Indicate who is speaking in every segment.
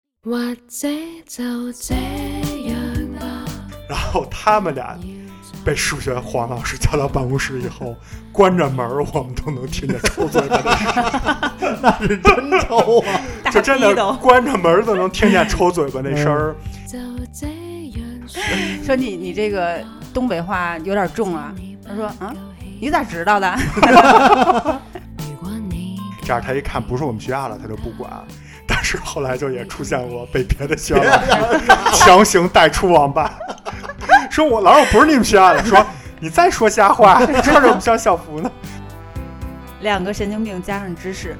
Speaker 1: 或者就这样吧。
Speaker 2: 然后他们俩被数学黄老师叫到办公室以后，关着门儿，我们都能听见抽嘴巴的声
Speaker 3: 那是真抽啊！
Speaker 2: 儿，就真
Speaker 4: 大
Speaker 2: 的
Speaker 4: 逼斗
Speaker 2: 关着门儿都能听见抽嘴巴那声儿。
Speaker 1: 就这样说
Speaker 4: 说你你这个东北话有点重啊。他说啊，你咋知道的？
Speaker 1: 如果你
Speaker 2: 这样他一看不是我们学校了，他就不管。但是后来就也出现过被别的学校老师强行带出网吧，说我老师我不是你们学校的，说你再说瞎话，穿着我们学校校服呢。
Speaker 4: 两个神经病加上知识，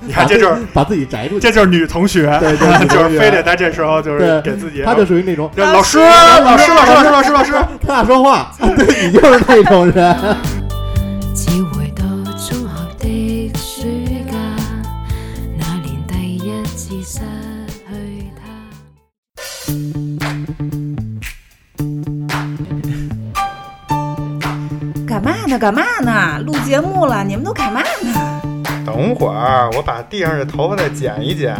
Speaker 2: 你看这就是
Speaker 3: 把自己摘出 去，
Speaker 2: 这就是女同学，
Speaker 3: 对对女同学
Speaker 2: 就是非得在这时候就是
Speaker 3: 对
Speaker 2: 给自己，啊
Speaker 3: 他就属于那种
Speaker 2: 就老师老师老师老师老师老师，
Speaker 3: 他俩说话，对你就是那种人。
Speaker 1: 只回到中學的暑假，那年第一次失去他。
Speaker 4: 干嘛呢？干嘛呢？录节目了，你们都干嘛呢？
Speaker 5: 等会儿啊我把地上这头发再剪一剪。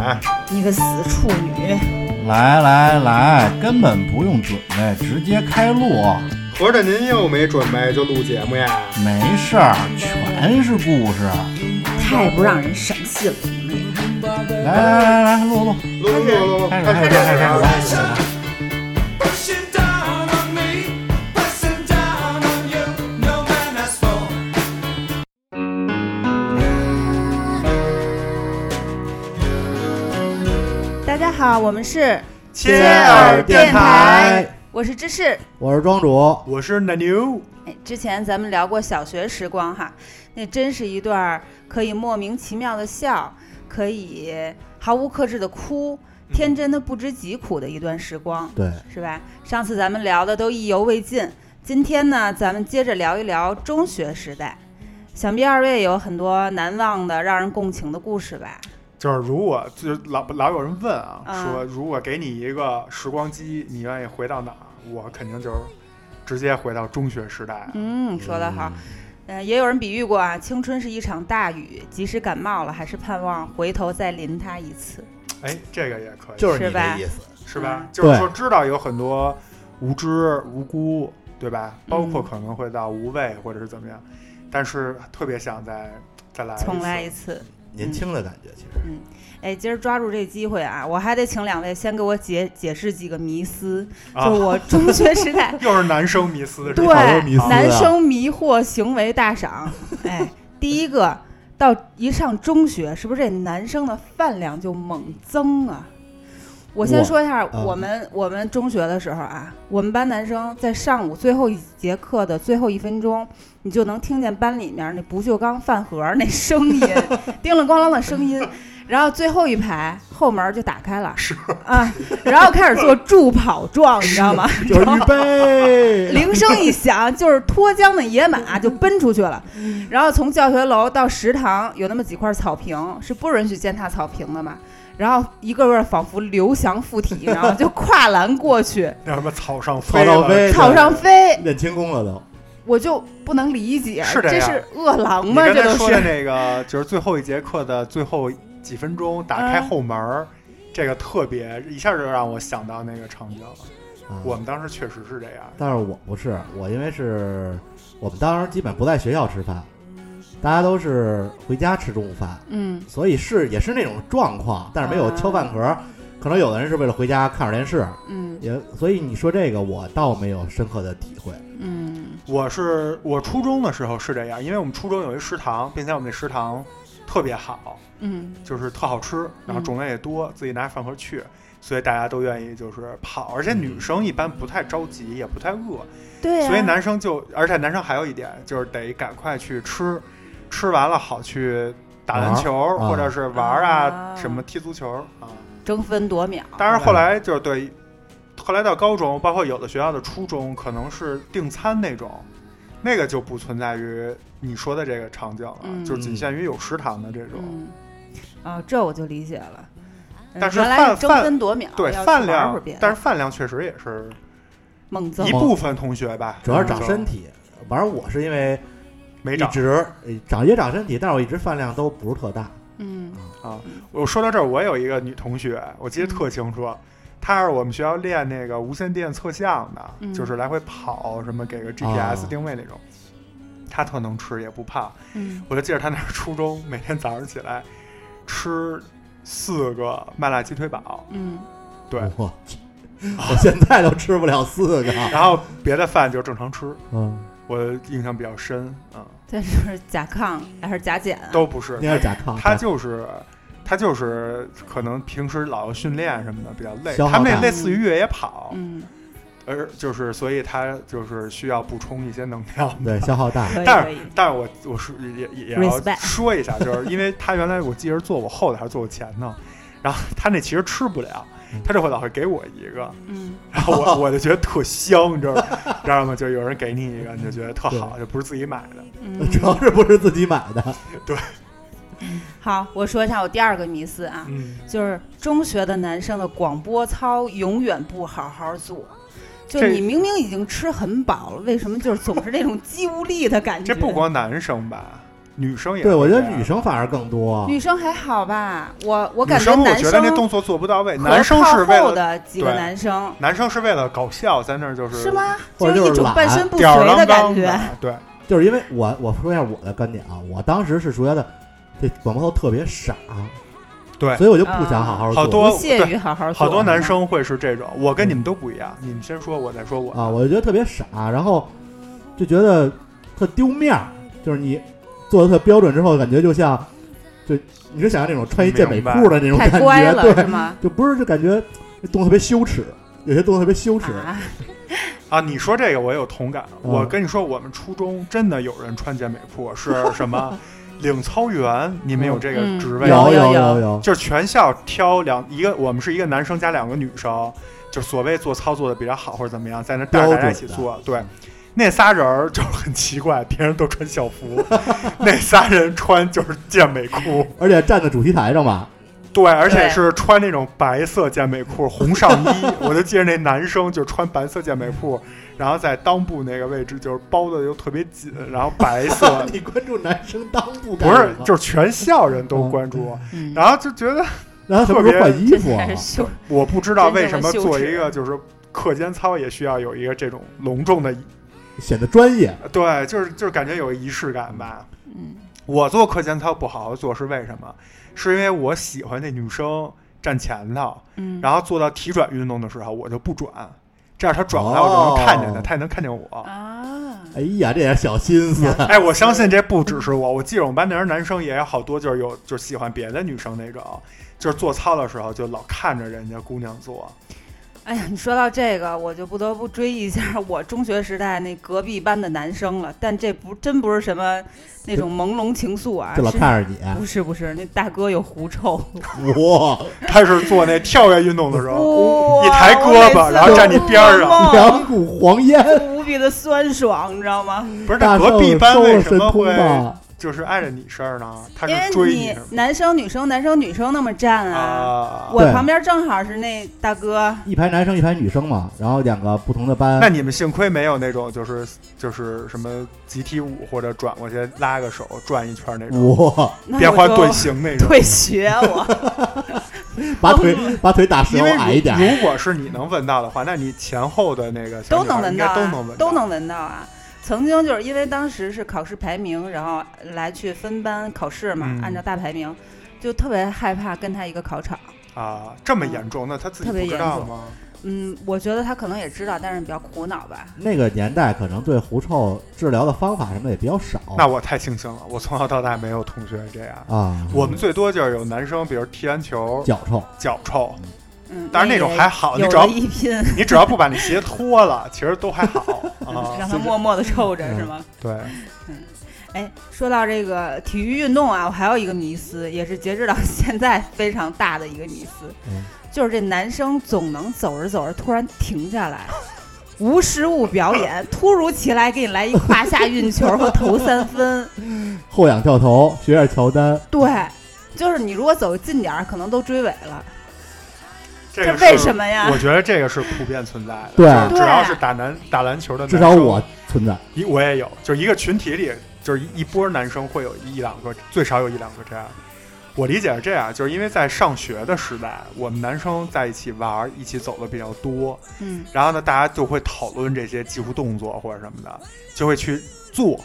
Speaker 4: 你个死处女！
Speaker 6: 来来来，根本不用准备，直接开录，
Speaker 5: 合着您又没准备就录节目呀？
Speaker 6: 没事儿，全是故事。
Speaker 4: 太不让人省心了，你们俩。
Speaker 6: 来来来来，录录，
Speaker 5: 录录录录，
Speaker 6: 开始开始开始
Speaker 5: 啊
Speaker 6: 开始。
Speaker 7: Pushing down on me, pressing down on you, no man has for.
Speaker 4: 大家好，我们是
Speaker 2: 切
Speaker 4: 耳电
Speaker 3: 台，
Speaker 4: 我是芝士。
Speaker 3: 我是庄主，
Speaker 2: 我是奶牛，
Speaker 4: 哎，之前咱们聊过小学时光哈，那真是一段儿可以莫名其妙的笑，可以毫无克制的哭，天真的不知疾苦的一段时光，
Speaker 3: 对，
Speaker 4: 是吧？上次咱们聊的都意犹未尽，今天呢，咱们接着聊一聊中学时代。想必二位有很多难忘的、让人共情的故事吧？
Speaker 2: 就是如果就是老老有人问啊，
Speaker 4: 啊
Speaker 2: 说如果给你一个时光机，你愿意回到哪儿？我肯定就是直接回到中学时代。
Speaker 4: 嗯，说得好。嗯、也有人比喻过啊，青春是一场大雨，即使感冒了，还是盼望回头再淋它一次。
Speaker 2: 哎，这个也可以，
Speaker 3: 就是
Speaker 4: 是
Speaker 3: 你
Speaker 4: 吧
Speaker 3: 的意思。
Speaker 2: 是吧
Speaker 4: 嗯？
Speaker 2: 就是
Speaker 3: 对
Speaker 2: 说知道有很多无知无辜，对吧？
Speaker 4: 嗯
Speaker 2: 包括可能会到无畏或者是怎么样，但是特别想再再来一次
Speaker 4: 重来一次。
Speaker 3: 年轻的感觉，其实
Speaker 4: 哎，今儿抓住这机会啊，我还得请两位先给我解解释几个迷思，
Speaker 2: 啊
Speaker 4: 就是我中学时代
Speaker 2: 又是男生迷思，是吧
Speaker 4: 对
Speaker 3: 好多迷思啊
Speaker 4: 男生迷惑行为大赏。 哎，第一个，到一上中学，是不是这男生的饭量就猛增啊？我先
Speaker 3: 我
Speaker 4: 说一下
Speaker 3: 啊
Speaker 4: 我们我们中学的时候啊，我们班男生在上午最后一节课的最后一分钟，你就能听见班里面那不锈钢饭盒那声 音，叮了咣啷的声音，然后最后一排后门就打开了，是啊，然后开始做助跑状，你知道吗？
Speaker 3: 就是预 备，
Speaker 4: 铃声一响，就是脱缰的野马就奔出去了。
Speaker 2: 嗯
Speaker 4: 然后从教学楼到食堂有那么几块草坪，是不允许践踏草坪的嘛。然后一个个仿佛刘翔附体，然后就跨栏 过去，
Speaker 2: 那什么草上
Speaker 3: 草
Speaker 2: 了
Speaker 3: 上飞，
Speaker 4: 草上飞，
Speaker 3: 练轻功了都。
Speaker 4: 我就不能理解，
Speaker 2: 是这
Speaker 4: 这
Speaker 2: 样
Speaker 4: 是饿狼
Speaker 2: 你
Speaker 4: 吗？
Speaker 2: 刚
Speaker 4: 这
Speaker 2: 才
Speaker 4: 都
Speaker 2: 说的
Speaker 4: 是
Speaker 2: 那个，就是最后一节课的最后几分钟，打开后门儿，这个特别一下就让我想到那个场景了。
Speaker 3: 啊
Speaker 2: 我们当时确实是这样，
Speaker 3: 但是我不是，我因为是我们当时基本不在学校吃饭，大家都是回家吃中午饭，
Speaker 4: 嗯
Speaker 3: 所以是也是那种状况，但是没有
Speaker 4: 啊
Speaker 3: 敲饭盒。可能有的人是为了回家看会儿电视，
Speaker 4: 嗯
Speaker 3: 也所以你说这个我倒没有深刻的体会。
Speaker 4: 嗯
Speaker 2: 我是我初中的时候是这样，因为我们初中有一食堂，并且我们那食堂特别好，
Speaker 4: 嗯
Speaker 2: 就是特好吃，然后种类也多，自己拿饭盒去，所以大家都愿意就是跑，而且女生一般不太着急，也不太饿，
Speaker 4: 对啊呀、
Speaker 2: 所以男生就，而且男生还有一点就是得赶快去吃，吃完了好去打篮球、
Speaker 3: 玩啊
Speaker 2: 或者是玩啊，
Speaker 4: 啊
Speaker 2: 什么踢足球啊。
Speaker 4: 争分夺秒，
Speaker 2: 当然后来就是对，后来到高中，包括有的学校的初中，可能是订餐那种。那个就不存在于你说的这个场景了，
Speaker 4: 嗯
Speaker 2: 就仅限于有食堂的这种。
Speaker 4: 嗯啊，这我就理解了。嗯
Speaker 2: 但是
Speaker 4: 原来
Speaker 2: 饭
Speaker 4: 是争
Speaker 2: 饭
Speaker 4: 分夺秒，
Speaker 2: 对
Speaker 4: 要去
Speaker 2: 饭
Speaker 4: 玩会
Speaker 2: 量
Speaker 4: 儿别的，
Speaker 2: 但是饭量确实也是
Speaker 4: 猛增
Speaker 2: 一部分同学吧，
Speaker 3: 主要是长
Speaker 2: 嗯
Speaker 3: 身体，反正我是因为
Speaker 2: 没
Speaker 3: 一
Speaker 2: 长。
Speaker 3: 直呃长也长身体，但是我一直饭量都不是特大，
Speaker 4: 嗯
Speaker 2: 啊。我说到这儿，我有一个女同学，我记得特清楚，她是我们学校练那个无线电测向的，
Speaker 4: 嗯
Speaker 2: 就是来回跑什么给个
Speaker 3: 啊
Speaker 2: GPS 定位那种。她特能吃，也不胖。
Speaker 4: 嗯
Speaker 2: 我就记着她那初中每天早上起来吃四个麦辣鸡腿堡，
Speaker 4: 嗯，
Speaker 2: 对，
Speaker 3: 我去我现在都吃不了 四个。
Speaker 2: 然后别的饭就正常吃。
Speaker 3: 嗯，
Speaker 2: 我印象比较深，嗯，
Speaker 4: 这是甲亢还是甲减啊？
Speaker 2: 都不是，
Speaker 3: 那是甲亢，啊
Speaker 2: 他就是他就是可能平时老要训练什么的比较累，
Speaker 3: 消耗
Speaker 2: 他们那
Speaker 3: 大
Speaker 2: 类似于越野跑，
Speaker 4: 嗯，
Speaker 2: 而就是所以他就是需要补充一些能量
Speaker 3: 对消耗大。
Speaker 4: 可以
Speaker 2: 但
Speaker 4: 可
Speaker 2: 是
Speaker 4: 以，
Speaker 2: 但是我我是也也也要
Speaker 4: Respect
Speaker 2: 说一下，就是因为他原来我记得是坐我后头还是坐我前头，然后他那其实吃不了
Speaker 3: 嗯。
Speaker 2: 他这会老会给我一个，
Speaker 4: 嗯
Speaker 2: 然后我我就觉得特香，你知道吗？ 知道吗？就有人给你一个，你就觉得特好，就不是自己买的。
Speaker 4: 嗯，
Speaker 3: 主要是不是自己买的，
Speaker 4: 好，我说一下我第二个迷思啊，
Speaker 2: 嗯，
Speaker 4: 就是中学的男生的广播操永远不好好做。就
Speaker 2: 这
Speaker 4: 你明明已经吃很饱了，为什么就是总是那种肌无力的感觉？
Speaker 2: 这不光男生吧，女生也
Speaker 3: 对我
Speaker 2: 会
Speaker 3: 觉得
Speaker 2: 这样
Speaker 3: 女生反而更多。
Speaker 4: 女生还好吧，我我感
Speaker 2: 女生
Speaker 4: 男
Speaker 2: 我觉得那动作做不到位，
Speaker 4: 和
Speaker 2: 男生是为
Speaker 4: 靠后
Speaker 2: 了
Speaker 4: 的几个
Speaker 2: 对
Speaker 4: 男生
Speaker 2: 男生是为了搞笑，在那儿就是
Speaker 4: 是？吗？
Speaker 3: 或者
Speaker 4: 是
Speaker 3: 就
Speaker 4: 一
Speaker 3: 是
Speaker 4: 种
Speaker 3: 懒
Speaker 4: 半身不
Speaker 2: 吊儿
Speaker 4: 遂
Speaker 2: 郎
Speaker 4: 的感
Speaker 2: 当
Speaker 4: 觉。
Speaker 2: 的，对，
Speaker 3: 就是因为我我说一下我的观点啊，我当时是觉得这广播头特别傻，
Speaker 2: 对
Speaker 3: 所以我就不想好好做。
Speaker 2: 好
Speaker 4: 不
Speaker 2: 多
Speaker 4: 屑
Speaker 2: 对
Speaker 4: 于好好做啊
Speaker 2: 好多男生会是这种，我跟你们都不一样，你们先说，我再说我
Speaker 3: 嗯啊，我就觉得特别傻，然后就觉得特丢面儿，就是你做的特标准之后，感觉就像就你是想象那种穿一健美裤的那种感
Speaker 4: 太
Speaker 3: 觉，
Speaker 4: 乖了
Speaker 3: 对
Speaker 4: 是，吗？
Speaker 3: 就不是就感觉动作特别羞耻，有些动作特别羞耻。
Speaker 4: 啊，
Speaker 2: 啊，你说这个我有同感，
Speaker 3: 嗯
Speaker 2: 我跟你说，我们初中真的有人穿健美裤， 是什么领操员，你们有这个
Speaker 4: 嗯
Speaker 2: 职位
Speaker 3: 有
Speaker 2: 吗？
Speaker 4: 有
Speaker 3: 有
Speaker 4: 有有
Speaker 3: 有，
Speaker 2: 就是全校挑两一个，我们是一个男生加两个女生，就所谓做操做的比较好或者怎么样，在那带着大家一起做。对，那仨人儿就是很奇怪，别人都穿校 服，那仨人穿就是健美裤，
Speaker 3: 而且站在主席台上吧，，
Speaker 2: 对，而且
Speaker 4: 对
Speaker 2: 是穿那种白色健美裤、红上衣。我就记得那男生就穿白色健美裤，然后在裆部那个位置就是包的又特别紧，然后白色
Speaker 3: 你关注男生当不干
Speaker 2: 不是
Speaker 3: 什么，
Speaker 2: 就是全校人都关注，
Speaker 4: 嗯
Speaker 2: 然后就觉得。
Speaker 3: 然后他们说换 衣服啊
Speaker 4: 真，是羞
Speaker 2: 我不知道为什么
Speaker 4: 真正的
Speaker 2: 做
Speaker 4: 羞耻
Speaker 2: 一个就是课间操也需要有一个这种隆重的，
Speaker 3: 显得专业。
Speaker 2: 对，就是就是感觉有仪式感吧。
Speaker 4: 嗯
Speaker 2: 我做课间操不好好做是为什么？是因为我喜欢那女生站前头，
Speaker 4: 嗯，
Speaker 2: 然后做到体转运动的时候我就不转，这样她转过来我就能看见她，
Speaker 3: 哦
Speaker 2: 她也能看见我。
Speaker 4: 啊，
Speaker 3: 哎呀，这点小心思，
Speaker 2: 哎，我相信这不只是我，我记得我们班那人男生也有好多就是有就是喜欢别的女生那种，就是做操的时候就老看着人家姑娘做。
Speaker 4: 哎呀，你说到这个，我就不得不追忆一下我中学时代那隔壁班的男生了。但这不真不是什么那种朦胧情愫啊，
Speaker 3: 就老
Speaker 4: 是
Speaker 3: 看着你，
Speaker 4: 不是不是，那大哥有狐臭，
Speaker 3: 哇，
Speaker 2: 她是做那跳跃运动的时候，
Speaker 4: 哇
Speaker 2: 一抬胳膊
Speaker 4: 我每次
Speaker 2: 然后站你边儿上
Speaker 4: 都
Speaker 3: 两股黄烟。
Speaker 4: 无比的酸爽，你知道吗？
Speaker 2: 不是，
Speaker 3: 大
Speaker 2: 那隔壁班
Speaker 3: 圣收
Speaker 2: 为
Speaker 3: 了
Speaker 2: 什么
Speaker 3: 神通
Speaker 2: 会
Speaker 3: 吧？
Speaker 2: 就是碍着你事儿呢？他
Speaker 4: 因
Speaker 2: 是追
Speaker 4: 为
Speaker 2: 你
Speaker 4: 你
Speaker 2: 是吗
Speaker 4: 男生女生男生女生那么站啊，
Speaker 2: 啊？
Speaker 4: 我
Speaker 3: 对
Speaker 4: 旁边正好是那大哥，
Speaker 3: 一排男生一排女生嘛，然后两个不同的
Speaker 2: 那
Speaker 3: 班，
Speaker 2: 你们幸亏没有那种就是就是什么集体舞或者转过去拉个手转一圈那
Speaker 4: 嗯
Speaker 2: 种，
Speaker 3: 哇，
Speaker 4: 那
Speaker 2: 变
Speaker 4: 我
Speaker 2: 换
Speaker 4: 就
Speaker 2: 队形那种。
Speaker 4: 退学我，
Speaker 3: 把腿把腿 打折
Speaker 2: 因为
Speaker 3: 往矮一点
Speaker 2: 如，如果是你能闻到的话，那你前后的那个小
Speaker 4: 都
Speaker 2: 女孩
Speaker 4: 能闻
Speaker 2: 应
Speaker 4: 到、
Speaker 2: 该
Speaker 4: 啊，
Speaker 2: 都能闻到，
Speaker 4: 都能闻到啊。曾经就是因为当时是考试排名，然后来去分班考试嘛，
Speaker 2: 嗯
Speaker 4: 按照大排名，就特别害怕跟他一个考场。
Speaker 2: 啊！这么严重，那他自己
Speaker 4: 嗯特别
Speaker 2: 不知道
Speaker 4: 严重
Speaker 2: 吗？
Speaker 4: 嗯，我觉得他可能也知道，但是比较苦恼吧。
Speaker 3: 那个年代可能对狐臭治疗的方法什么的也比较少。
Speaker 2: 那我太庆幸了，我从小到大没有同学这样。
Speaker 3: 啊，
Speaker 4: 嗯
Speaker 2: 我们最多就是有男生，比如踢完球
Speaker 3: 脚臭，
Speaker 2: 脚臭，
Speaker 4: 嗯，
Speaker 2: 但是那种
Speaker 4: 也
Speaker 2: 还好，你
Speaker 4: 有
Speaker 2: 只要啊
Speaker 4: 了一 拼，
Speaker 2: 你只要不把那鞋脱了，其实都还好啊。
Speaker 4: 让他默默的臭
Speaker 2: 嗯
Speaker 4: 着是吗？
Speaker 2: 对，
Speaker 4: 哎，说到这个体育运动啊，我还有一个迷思，也是截止到 现在非常大的一个迷思，
Speaker 3: 嗯
Speaker 4: 就是这男生总能走着走着突然停下来，无实物表演，突如其来给你来一胯下运球和投三分，
Speaker 3: 后仰跳投，学点乔丹，
Speaker 4: 对，就是你如果走近点儿，可能都追尾了，
Speaker 2: 这个
Speaker 4: 这为什么呀
Speaker 2: 是我觉得这个是普遍存在的，
Speaker 3: 对
Speaker 2: 就是只
Speaker 4: 对
Speaker 2: 要是打篮打篮球的男
Speaker 3: 至
Speaker 2: 生，
Speaker 3: 少我存在。
Speaker 2: 一我也有，就是一个群体里，就是一一波男生会有一两个，最少有一两个这样。我理解是这样，就是因为在上学的时代，我们男生在一起玩儿、一起走的比较多，
Speaker 4: 嗯
Speaker 2: 然后呢，大家就会讨论这些技术动作或者什么的，就会去做。，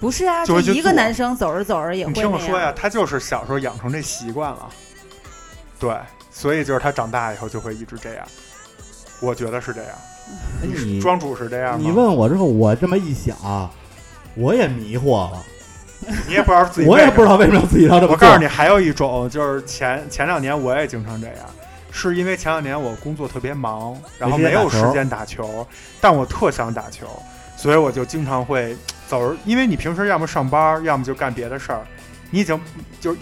Speaker 4: 不是啊，
Speaker 2: 就
Speaker 4: 就
Speaker 2: 会去
Speaker 4: 一个
Speaker 2: 做
Speaker 4: 男生走着走着也会
Speaker 2: 你听
Speaker 4: 那样。
Speaker 2: 我说呀，他就是小时候养成这习惯了，对，所以就是他长大以后就会一直这样。我觉得是这样，
Speaker 3: 哎你
Speaker 2: 庄主是这样吗？
Speaker 3: 你问我之后，我这么一想，我也迷惑了，
Speaker 2: 你也不知道自己，
Speaker 3: 我也不知。道为什么自己要这么
Speaker 2: 我
Speaker 3: 做
Speaker 2: 告诉你，还有一种就是前前两年我也经常这样，是因为前两年我工作特别忙，然后
Speaker 3: 没时
Speaker 2: 没
Speaker 3: 间
Speaker 2: 有
Speaker 3: 打
Speaker 2: 时
Speaker 3: 球
Speaker 2: 间打球，但我特想打球，所以我就经常会走着，因为你平时要么上班，要么就干别的事儿，你已经就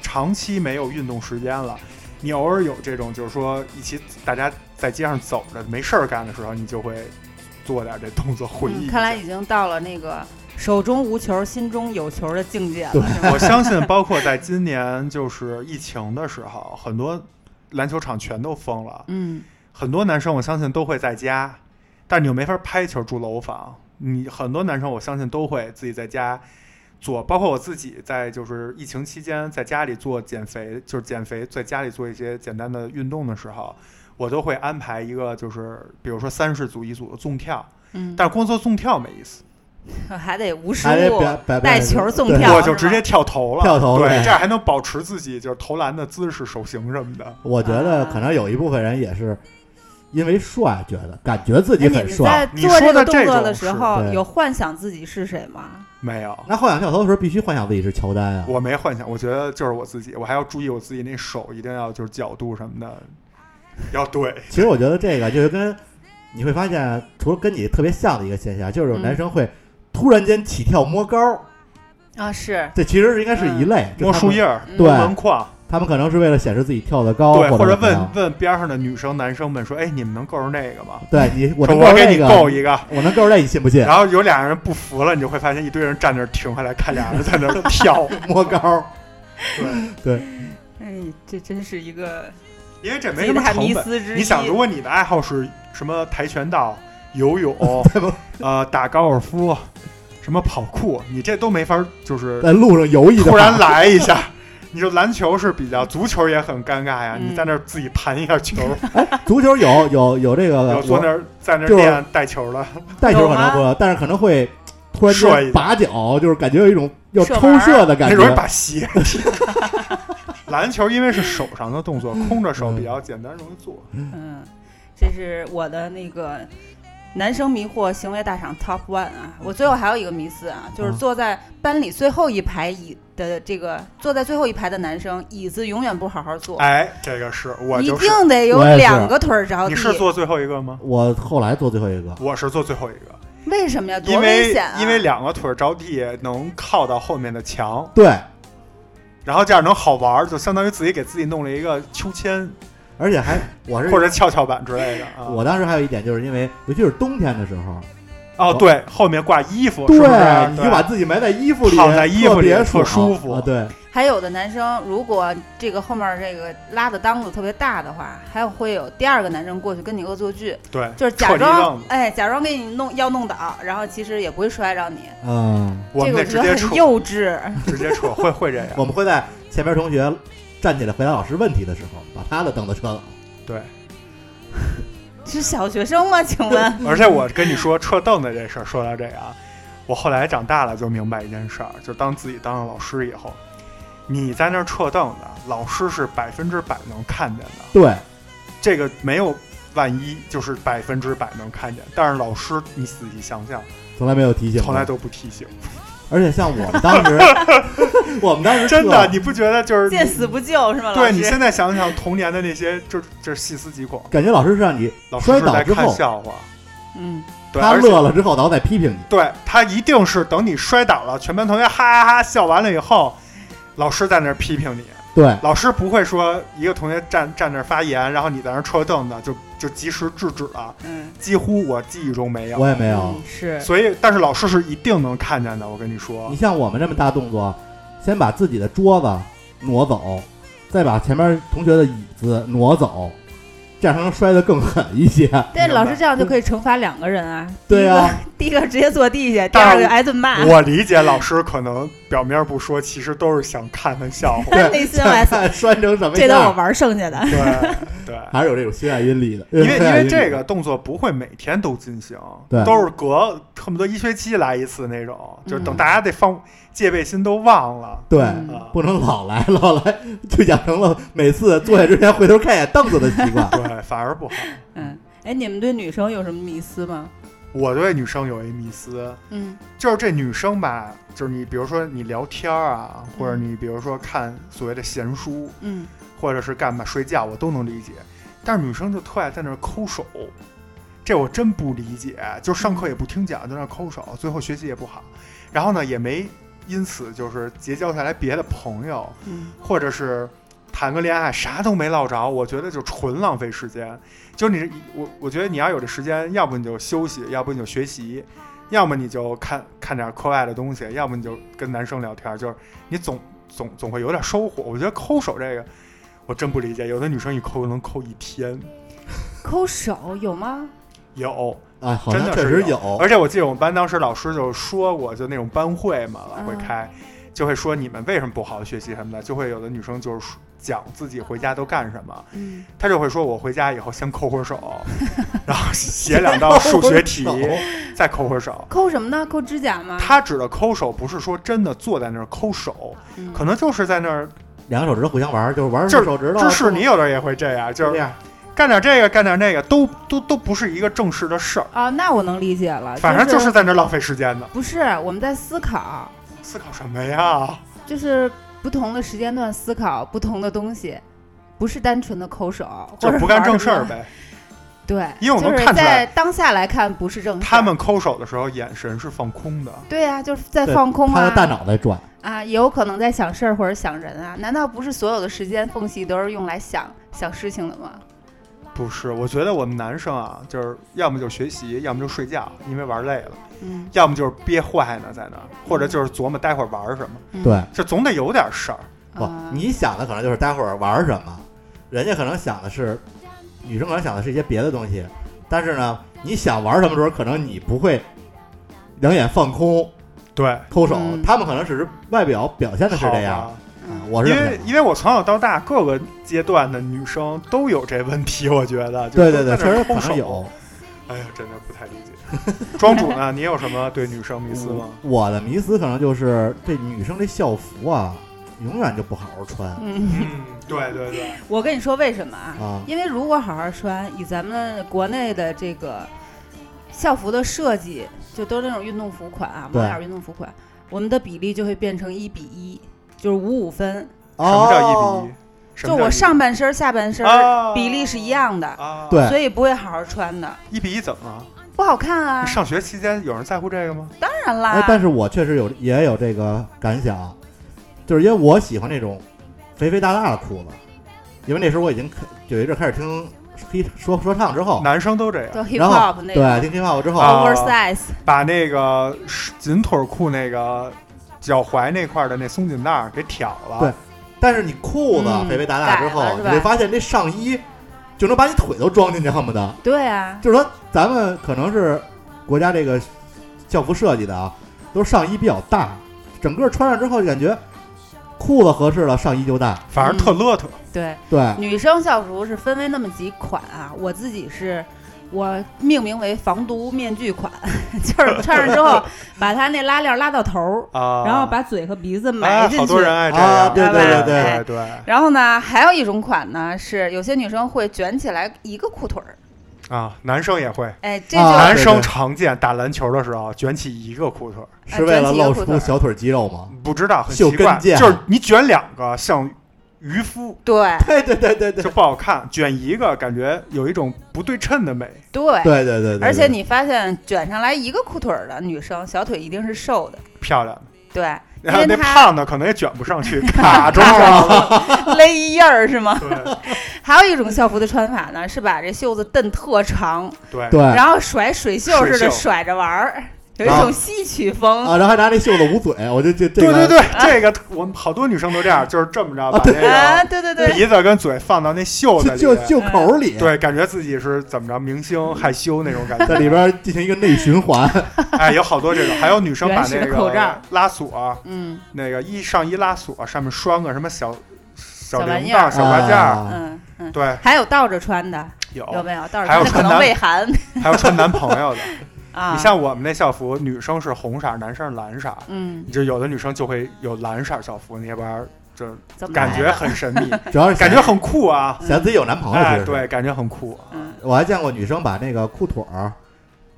Speaker 2: 长期没有运动时间了。你偶尔有这种，就是说一起大家在街上走着没事儿干的时候，你就会做点这动作回忆一
Speaker 4: 嗯，
Speaker 2: 下。
Speaker 4: 看来已经到了那个手中无球、心中有球的境界了。
Speaker 3: 对
Speaker 4: 是 吧
Speaker 2: 我相信，包括在今年就是疫情的时候，很多篮球场全都封了，
Speaker 4: 嗯，
Speaker 2: 很多男生我相信都会在家，但你又没法拍球住楼房。你很多男生我相信都会自己在家做，包括我自己在就是疫情期间在家里做减肥，就是减肥在家里做一些简单的运动的时候，我都会安排一个就是比如说三十组一组的纵跳，
Speaker 4: 嗯，
Speaker 2: 但是光做纵跳没意思。
Speaker 4: 还得无失
Speaker 3: 还得
Speaker 4: 误
Speaker 3: 摆摆摆，
Speaker 4: 带球纵
Speaker 3: 对
Speaker 4: 跳，
Speaker 2: 我就是直
Speaker 4: 吧
Speaker 2: 接跳投了，
Speaker 3: 跳投了
Speaker 2: 对，
Speaker 3: 对
Speaker 2: 这样还能保持自己就是投篮的姿势、手型什么的。
Speaker 3: 我觉得
Speaker 4: 啊
Speaker 3: 可能有一部分人也是因为帅，觉得感觉自己
Speaker 4: 哎你
Speaker 3: 很
Speaker 4: 们
Speaker 3: 帅
Speaker 4: 在。
Speaker 2: 你
Speaker 4: 做
Speaker 2: 说
Speaker 4: 个
Speaker 2: 的
Speaker 4: 动
Speaker 2: 这
Speaker 4: 作
Speaker 2: 种
Speaker 4: 的
Speaker 2: 是
Speaker 4: 时候，
Speaker 3: 对
Speaker 4: 有幻想自己是谁吗？
Speaker 2: 没有，
Speaker 3: 那后仰跳投的时候，必须幻想自己是乔丹啊！
Speaker 2: 我没幻想，我觉得就是我自己，我还要注意我自己那手一定要就是角度什么的要对。
Speaker 3: 其实我觉得这个就是跟你会发现，除了跟你特别像的一个现象，
Speaker 4: 嗯
Speaker 3: 就是有男生会突然间起跳摸高，
Speaker 4: 啊，是
Speaker 3: 这其实应该是一类，就
Speaker 2: 摸
Speaker 3: 他们
Speaker 2: 树叶儿、
Speaker 4: 嗯
Speaker 3: 对
Speaker 2: 摸门框，
Speaker 3: 他们可能是为了显示自己跳得高，
Speaker 2: 对，或者
Speaker 3: 者怎么样
Speaker 2: 问问边上的女生、男生们说：“哎，你们能够上那个吗
Speaker 3: 对你，？”我
Speaker 2: 说
Speaker 3: 能
Speaker 2: 我
Speaker 3: 够
Speaker 2: 给
Speaker 3: 这
Speaker 2: 你
Speaker 3: 个，
Speaker 2: 够一个。
Speaker 3: 我能够这，你信不信？
Speaker 2: 然后有俩人不服了，你就会发现一堆人站那儿停下来看俩人在那儿跳。
Speaker 3: 摸高，
Speaker 4: 哎，这真是一个
Speaker 2: 因为这
Speaker 4: 自
Speaker 2: 没
Speaker 4: 己
Speaker 2: 什么
Speaker 4: 的
Speaker 2: 成
Speaker 4: 迷
Speaker 2: 本。
Speaker 4: 思之一。
Speaker 2: 你想，如果你的爱好是什么跆拳道、游 泳、呃打高尔夫、什么跑酷，你这都没法儿就是
Speaker 3: 在路上游弋的话，
Speaker 2: 突然来一下。 你说篮球是比较，足球也很尴尬呀。
Speaker 4: 嗯
Speaker 2: 你在那儿自己盘一下球，
Speaker 3: 足球有有有这
Speaker 2: 然
Speaker 3: 个
Speaker 2: 后坐那
Speaker 3: 我
Speaker 2: 儿在那儿
Speaker 3: 嗯就是
Speaker 2: 练带球了，
Speaker 3: 带球可
Speaker 4: 有
Speaker 3: 能
Speaker 4: 吗
Speaker 3: 不，但是可能会突然
Speaker 2: 射一下
Speaker 3: 间拔脚，就是感觉有一种要
Speaker 4: 射
Speaker 3: 抽
Speaker 4: 门
Speaker 3: 射的
Speaker 2: 那
Speaker 3: 感
Speaker 2: 容易
Speaker 3: 觉。
Speaker 2: 把鞋踢出去。 篮球因为是手上的动作，空着
Speaker 3: 嗯
Speaker 2: 手比较简单，容易做。
Speaker 4: 嗯，这是我的那个男生迷惑行为大赏 Top One 啊。我最后还有一个迷思啊，就是
Speaker 3: 嗯
Speaker 4: 坐在班里最后一排椅的这个坐在最后一排的男生，椅子永远不好好坐，
Speaker 2: 哎，这个是我
Speaker 4: 一
Speaker 2: 就是。
Speaker 4: 定得有
Speaker 3: 我也是
Speaker 4: 两个腿儿着
Speaker 2: 你
Speaker 4: 地。
Speaker 2: 是坐最后一个吗？
Speaker 3: 我后来做最后一个，
Speaker 2: 我是坐最后一个，
Speaker 4: 为什么呀？多
Speaker 2: 因
Speaker 4: 危
Speaker 2: 为
Speaker 4: 险啊！
Speaker 2: 因为两个腿着地能靠到后面的墙，
Speaker 3: 对，
Speaker 2: 然后这样能好玩儿，就相当于自己给自己弄了一个秋千
Speaker 3: 而且还我
Speaker 4: 哎
Speaker 3: 是
Speaker 2: 或者跷跷板之类的啊。
Speaker 3: 我当时还有一点，就是因为尤其是冬天的时候，
Speaker 2: 哦，对，后面挂衣服，
Speaker 3: 对
Speaker 2: 是不是？
Speaker 3: 啊你
Speaker 2: 对
Speaker 3: 就把自己埋在衣服里，
Speaker 2: 躺在衣服里
Speaker 3: 特别
Speaker 2: 特舒服
Speaker 3: 啊。对，
Speaker 4: 还有的男生，如果这个后面这个拉的裆子特别大的话，还有会有第二个男生过去跟你恶作剧，
Speaker 2: 对，
Speaker 4: 就是
Speaker 2: 扯
Speaker 4: 假
Speaker 2: 你
Speaker 4: 装
Speaker 2: 凳子
Speaker 4: 哎，假装给你弄要弄倒，然后其实也不会摔着你。
Speaker 3: 嗯，
Speaker 2: 我
Speaker 4: 这
Speaker 2: 们
Speaker 4: 个
Speaker 2: 得
Speaker 4: 我
Speaker 2: 直
Speaker 4: 觉
Speaker 2: 接
Speaker 4: 得
Speaker 2: 扯
Speaker 4: 很，幼稚。
Speaker 2: 直接扯，会会这样。
Speaker 3: 我们会在前面同学站起来回答老师问题的时候，把他的凳子撤倒。
Speaker 2: 对，
Speaker 4: 是小学生吗？请 问？
Speaker 2: 而且我跟你说撤凳子这事儿，说到这个啊，我后来长大了就明白一件事儿，就当自己当上老师以后，你在那儿撤凳子，老师是百分之百能看见的，
Speaker 3: 对，
Speaker 2: 这个没有万一，就是百分之百能看见。但是老师，你仔细想想，
Speaker 3: 从来没有提醒过，
Speaker 2: 从来都不提醒，
Speaker 3: 而且像我们 当时，我们当时
Speaker 2: 真的，
Speaker 3: 特
Speaker 2: 你不觉得就是
Speaker 4: 见死不救是吗？
Speaker 2: 对
Speaker 4: 老
Speaker 2: 你
Speaker 4: 师
Speaker 2: 现在想想童年的那些，就是就是细思极恐。
Speaker 3: 感觉老师是让你
Speaker 2: 老师
Speaker 3: 摔
Speaker 2: 是
Speaker 3: 倒
Speaker 2: 在
Speaker 3: 之
Speaker 2: 看
Speaker 3: 后，
Speaker 2: 笑话，
Speaker 4: 嗯，
Speaker 2: 对，
Speaker 3: 他
Speaker 2: 而且
Speaker 3: 乐了之后，然后再批评你。
Speaker 2: 对他一定是等你摔倒了，全班同学哈哈哈笑完了以后，老师在那儿批评你。
Speaker 3: 对，
Speaker 2: 老师不会说一个同学站站那儿发言，然后你在那儿戳凳子，就就及时制止了。
Speaker 4: 嗯，
Speaker 2: 几乎我记忆中没有
Speaker 3: 我，也没有
Speaker 4: 嗯。是
Speaker 2: 所以但是老师是一定能看见的。我跟你说
Speaker 3: 你，像我们这么大动作，先把自己的桌子挪走，再把前面同学的椅子挪走，这样才能摔得更狠一些。
Speaker 4: 但是老师这样就可以惩罚两个人啊。
Speaker 3: 对啊
Speaker 4: 第一个，第一个直接坐地下，第
Speaker 2: 但
Speaker 4: 二
Speaker 2: 是
Speaker 4: 个挨顿骂。
Speaker 2: 我理解老师可能，比表面不说，其实都是想看看笑话。
Speaker 3: 对
Speaker 4: 内心 OS
Speaker 3: 看 摔成什
Speaker 4: 嗯
Speaker 3: 么
Speaker 4: 这都我
Speaker 3: 样，
Speaker 4: 玩剩下的。
Speaker 2: 对对，
Speaker 3: 还是有这种心爱阴力的，
Speaker 2: 因为因为
Speaker 3: 心爱
Speaker 2: 这
Speaker 3: 阴历
Speaker 2: 个动作不会每天都进行
Speaker 3: 对，
Speaker 2: 都是隔恨不得一学期来一次那种，就等大家得放戒备心都忘了
Speaker 3: 对。
Speaker 4: 嗯
Speaker 2: 啊。。
Speaker 3: 不能老来， 老来就养成了每次坐下之前回头看一眼凳子的习惯
Speaker 2: 对，反而不好。
Speaker 4: 嗯，哎，你们对女生有什么迷思吗？
Speaker 2: 我对女生有一迷思，
Speaker 4: 嗯
Speaker 2: 就是这女生吧，就是你比如说你聊天儿啊，或者你比如说看所谓的闲书，
Speaker 4: 嗯，
Speaker 2: 或者是干嘛睡觉，我都能理解。但是女生就特爱在那儿抠手，这我真不理解。就上课也不听讲，在那儿抠手，最后学习也不好，然后呢也没因此就是结交下来别的朋友，
Speaker 4: 嗯
Speaker 2: 或者是谈个恋爱，啥都没落着，我觉得就纯浪费时间。就你我我觉得你要有这时间，要不你就休息，要不你就学习。要么你就看看点课外的东西，要么你就跟男生聊天，就是你总总总会有点收获。我觉得抠手这个，我真不理解，有的女生一抠能抠一天，
Speaker 4: 抠手有吗？
Speaker 2: 有，
Speaker 3: 哎，好
Speaker 2: 真
Speaker 3: 像
Speaker 2: 的
Speaker 3: 确
Speaker 2: 是
Speaker 3: 实
Speaker 2: 有
Speaker 3: 有，
Speaker 2: 而且我记得我们班当时老师就说过，就那种班会嘛，老会
Speaker 4: 嗯
Speaker 2: 开，就会说你们为什么不好好学习什么的，就会有的女生就是说讲自己回家都干什么，
Speaker 4: 嗯，
Speaker 2: 她就会说我回家以后先抠会儿 手，然后写两道数学题，再抠会儿手。
Speaker 4: 抠什么呢？抠指甲吗？
Speaker 2: 她指的抠手不是说真的坐在那儿抠手，
Speaker 4: 嗯
Speaker 2: 可能就是在那儿，
Speaker 3: 两个手指头互相玩，就是玩
Speaker 2: 就
Speaker 3: 出
Speaker 2: 是
Speaker 3: 手指头。
Speaker 2: 芝士你有的也会这样，就
Speaker 3: 这
Speaker 2: 是
Speaker 3: 样，
Speaker 2: 干点这个干点那个，都都都不是一个正式的事儿，
Speaker 4: 啊，那我能理解了。
Speaker 2: 反正
Speaker 4: 就
Speaker 2: 就是在那儿浪费时间呢。
Speaker 4: 不是我们在思考，
Speaker 2: 思考什么呀？
Speaker 4: 就是不同的时间段思考不同的东西，不是单纯的抠手，
Speaker 2: 就
Speaker 4: 或者
Speaker 2: 不干
Speaker 4: 玩
Speaker 2: 正
Speaker 4: 什
Speaker 2: 事儿
Speaker 4: 么。
Speaker 2: 呗。
Speaker 4: 对，
Speaker 2: 因为我能
Speaker 4: 就是
Speaker 2: 看出来
Speaker 4: 在当下来看不是正事儿。
Speaker 2: 他们抠手的时候，眼神是放空的。
Speaker 4: 对呀、就是在
Speaker 3: 对
Speaker 4: 放空啊，
Speaker 3: 他的大脑在转，
Speaker 4: 啊，也有可能在想事儿或者想人啊。难道不是所有的时间缝隙都是用来想想事情的吗？
Speaker 2: 不是，我觉得我们男生啊，就是要么就学习，要么就睡觉，因为玩累了；
Speaker 4: 嗯，
Speaker 2: 要么就是憋坏呢，在那儿，或者就是琢磨待会儿玩什么，
Speaker 4: 嗯
Speaker 3: 对，
Speaker 2: 就总得有点事儿。
Speaker 3: 不
Speaker 4: 啊，
Speaker 3: 你想的可能就是待会儿玩什么，人家可能想的是，女生可能想的是一些别的东西，但是呢，你想玩什么时候，可能你不会两眼放空
Speaker 2: 对，
Speaker 3: 抠手，
Speaker 4: 嗯
Speaker 3: 他们可能只是外表表现的是这样
Speaker 2: 好。吧。
Speaker 4: 嗯
Speaker 3: 啊我是
Speaker 2: 因
Speaker 3: 这么
Speaker 2: 为
Speaker 3: 想的
Speaker 2: 因为我从小到大各个阶段的女生都有这问题，我觉得。就
Speaker 3: 对
Speaker 2: 是
Speaker 3: 对对，
Speaker 2: 都
Speaker 3: 确
Speaker 2: 在那
Speaker 3: 实
Speaker 2: 儿
Speaker 3: 可
Speaker 2: 抠手
Speaker 3: 能有。。
Speaker 2: 哎呀，真的不太理解。庄主呢？你有什么对女生迷思吗？
Speaker 3: 我的迷思可能就是这女生这校服啊，永远就不好好穿
Speaker 4: 嗯，
Speaker 2: 嗯，对对对，
Speaker 4: 我跟你说为什么啊？
Speaker 3: 啊。
Speaker 4: 因为如果好好穿，以咱们国内的这个校服的设计，就都是那种运动服款啊，
Speaker 3: 对
Speaker 4: 猫眼运动服款，我们的比例就会变成一比一，就是五五分，
Speaker 2: 什么叫一
Speaker 3: 哦
Speaker 2: 比一？什
Speaker 4: 就
Speaker 2: 么叫
Speaker 4: 我
Speaker 2: 1:1
Speaker 4: 上半身儿下半身儿
Speaker 2: 啊
Speaker 4: 比例是一样的，
Speaker 2: 啊，
Speaker 3: 对
Speaker 4: 所以不会好好穿的，
Speaker 2: 一比一怎么了？
Speaker 4: 不好看啊
Speaker 2: 你。上学期间有人在乎这个吗？
Speaker 4: 当然
Speaker 3: 哎，但
Speaker 4: 啦，
Speaker 3: 是我确实有也有这个感想，就是因为我喜欢那种肥肥大大的裤子，因为那时候我已经开有一阵开始听黑说说唱之后，
Speaker 2: 男生都这样，
Speaker 4: 就 hip
Speaker 3: 然后
Speaker 4: hop 那
Speaker 3: 对哦
Speaker 4: 个
Speaker 3: 听 hip hop 之后，
Speaker 2: 啊
Speaker 4: oversize，
Speaker 2: 把那个紧腿裤那个脚踝那块的那松紧带儿给挑了。
Speaker 3: 对但是你裤子
Speaker 4: 嗯
Speaker 3: 肥肥大大之后，
Speaker 4: 改了是
Speaker 3: 你
Speaker 4: 吧
Speaker 3: 会发现这上衣就能把你腿都装进去，恨不得
Speaker 4: 对啊，
Speaker 3: 就是说咱们可能是国家这个校服设计的啊，都是上衣比较大，整个穿上之后就感觉裤子合适了，上衣就大，
Speaker 2: 反正特邋遢。
Speaker 4: 对，
Speaker 3: 对，
Speaker 4: 女生校服是分为那么几款啊，我自己是。我命名为防毒面具款， 就是穿上之后，把它那拉链拉到头儿，
Speaker 2: 啊，
Speaker 4: 嗯然后把嘴和鼻子埋
Speaker 2: 哎，
Speaker 4: 进去。
Speaker 2: 好多人爱这
Speaker 3: 啊
Speaker 2: 样，
Speaker 3: 对
Speaker 4: 对对对
Speaker 2: 对对
Speaker 4: 然后呢，还有一种款呢，是有些女生会卷起来一个裤腿儿，
Speaker 2: 啊，男生也会，
Speaker 4: 哎，这就、
Speaker 3: 啊
Speaker 2: 男生常见打篮球的时候卷起一个裤腿儿，
Speaker 3: 是为了
Speaker 4: 卷
Speaker 3: 露
Speaker 4: 起一个裤腿
Speaker 3: 出
Speaker 4: 儿
Speaker 3: 小腿肌肉吗？
Speaker 2: 不知道很奇
Speaker 3: 秀
Speaker 2: 怪，
Speaker 3: 跟腱
Speaker 2: 就是你卷两个像渔夫
Speaker 4: 对
Speaker 3: 对对对对对
Speaker 2: 就不好看，卷一个感觉有一种不对称的美。
Speaker 4: 对
Speaker 3: 对对对对，
Speaker 4: 而且你发现卷上来一个裤腿儿的女生，小腿一定是瘦的，
Speaker 2: 漂亮的，
Speaker 4: 对， 因
Speaker 2: 然后
Speaker 4: 为
Speaker 2: 那
Speaker 4: 她
Speaker 2: 胖的可能也卷不上 去，卡住了。
Speaker 4: 勒一印儿是吗？
Speaker 2: 对
Speaker 4: 还有一种校服的穿法呢，是把这袖子蹬特长，
Speaker 2: 对
Speaker 3: 对，
Speaker 4: 然后甩水袖似
Speaker 2: 哎水
Speaker 4: 的
Speaker 2: 袖啊
Speaker 4: 甩着玩儿，有一种戏曲风，
Speaker 3: 啊，然后还拿那袖子捂嘴，我就就这
Speaker 2: 对对
Speaker 3: 个
Speaker 2: 对，这 个我们好多女生都这样，就是这么着把
Speaker 4: 啊，
Speaker 2: 那
Speaker 4: 对对
Speaker 2: 个
Speaker 4: 对，
Speaker 2: 鼻子跟嘴放到那袖子里，
Speaker 3: 就就就口里，，
Speaker 2: 对，感觉自己是怎么着明
Speaker 4: 嗯
Speaker 2: 星害羞那种感觉。
Speaker 3: 在里边进行一个内循环，
Speaker 2: 哎，有好多这种，还有女生把
Speaker 4: 原始
Speaker 2: 那
Speaker 4: 的口罩
Speaker 2: 个拉锁，
Speaker 4: 嗯
Speaker 2: 那个一上衣拉锁上面拴个什么小小
Speaker 4: 小玩
Speaker 2: 铃
Speaker 4: 意儿
Speaker 2: 铛、小挂件儿，
Speaker 3: 啊
Speaker 4: 嗯嗯，
Speaker 2: 对，
Speaker 4: 还有倒着穿的，
Speaker 2: 有
Speaker 4: 有没有？倒着
Speaker 2: 哦还有
Speaker 4: 穿的可
Speaker 2: 穿
Speaker 4: 能
Speaker 2: 男
Speaker 4: 胃寒
Speaker 2: 还有穿男朋 友的。
Speaker 4: 啊。
Speaker 2: 你像我们那校服，女生是红色，男生是蓝色，
Speaker 4: 嗯，
Speaker 2: 就有的女生就会有蓝色校服，那玩意儿就
Speaker 4: 怎么
Speaker 2: 感
Speaker 4: 来
Speaker 2: 觉
Speaker 4: 的
Speaker 2: 很神秘，
Speaker 3: 主要是
Speaker 2: 感觉很酷啊！
Speaker 3: 想自己有男朋友，其
Speaker 2: 哎，
Speaker 3: 实是
Speaker 2: 对，感觉很酷。
Speaker 4: 嗯
Speaker 3: 我还见过女生把那个裤腿儿、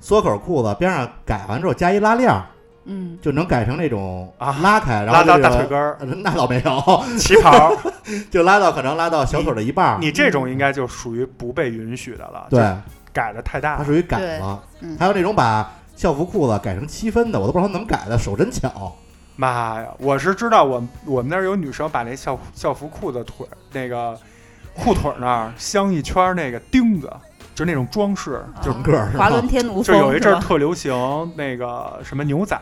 Speaker 3: 缩口裤子边上改完之后加一拉链儿，
Speaker 4: 嗯，
Speaker 3: 就能改成那种
Speaker 2: 啊
Speaker 3: 拉开，然
Speaker 2: 拉
Speaker 3: 后
Speaker 2: 到
Speaker 3: 这个
Speaker 2: 大腿根儿、
Speaker 3: 呃那倒没有，
Speaker 2: 旗 袍，
Speaker 3: 就拉到可能拉到小腿的一半儿。
Speaker 2: 你啊这种应该就属于不被允许的了，
Speaker 3: 对，，
Speaker 2: 改的太大
Speaker 3: 它
Speaker 2: 了。
Speaker 3: 属于改了
Speaker 4: 对嗯。
Speaker 3: 还有那种把校服裤子改成七分的，我都不知道他怎么改的，手真巧。
Speaker 2: 妈呀！我是知道我们我们那儿有女生把那校服校服裤子腿那个裤腿那儿镶一圈儿那个钉子，就那种装饰，
Speaker 3: 就 整个儿是吧
Speaker 4: 滑轮天奴
Speaker 2: 就
Speaker 4: 啊风
Speaker 2: 有一阵儿
Speaker 4: 是吧
Speaker 2: 特流行那个什么牛仔，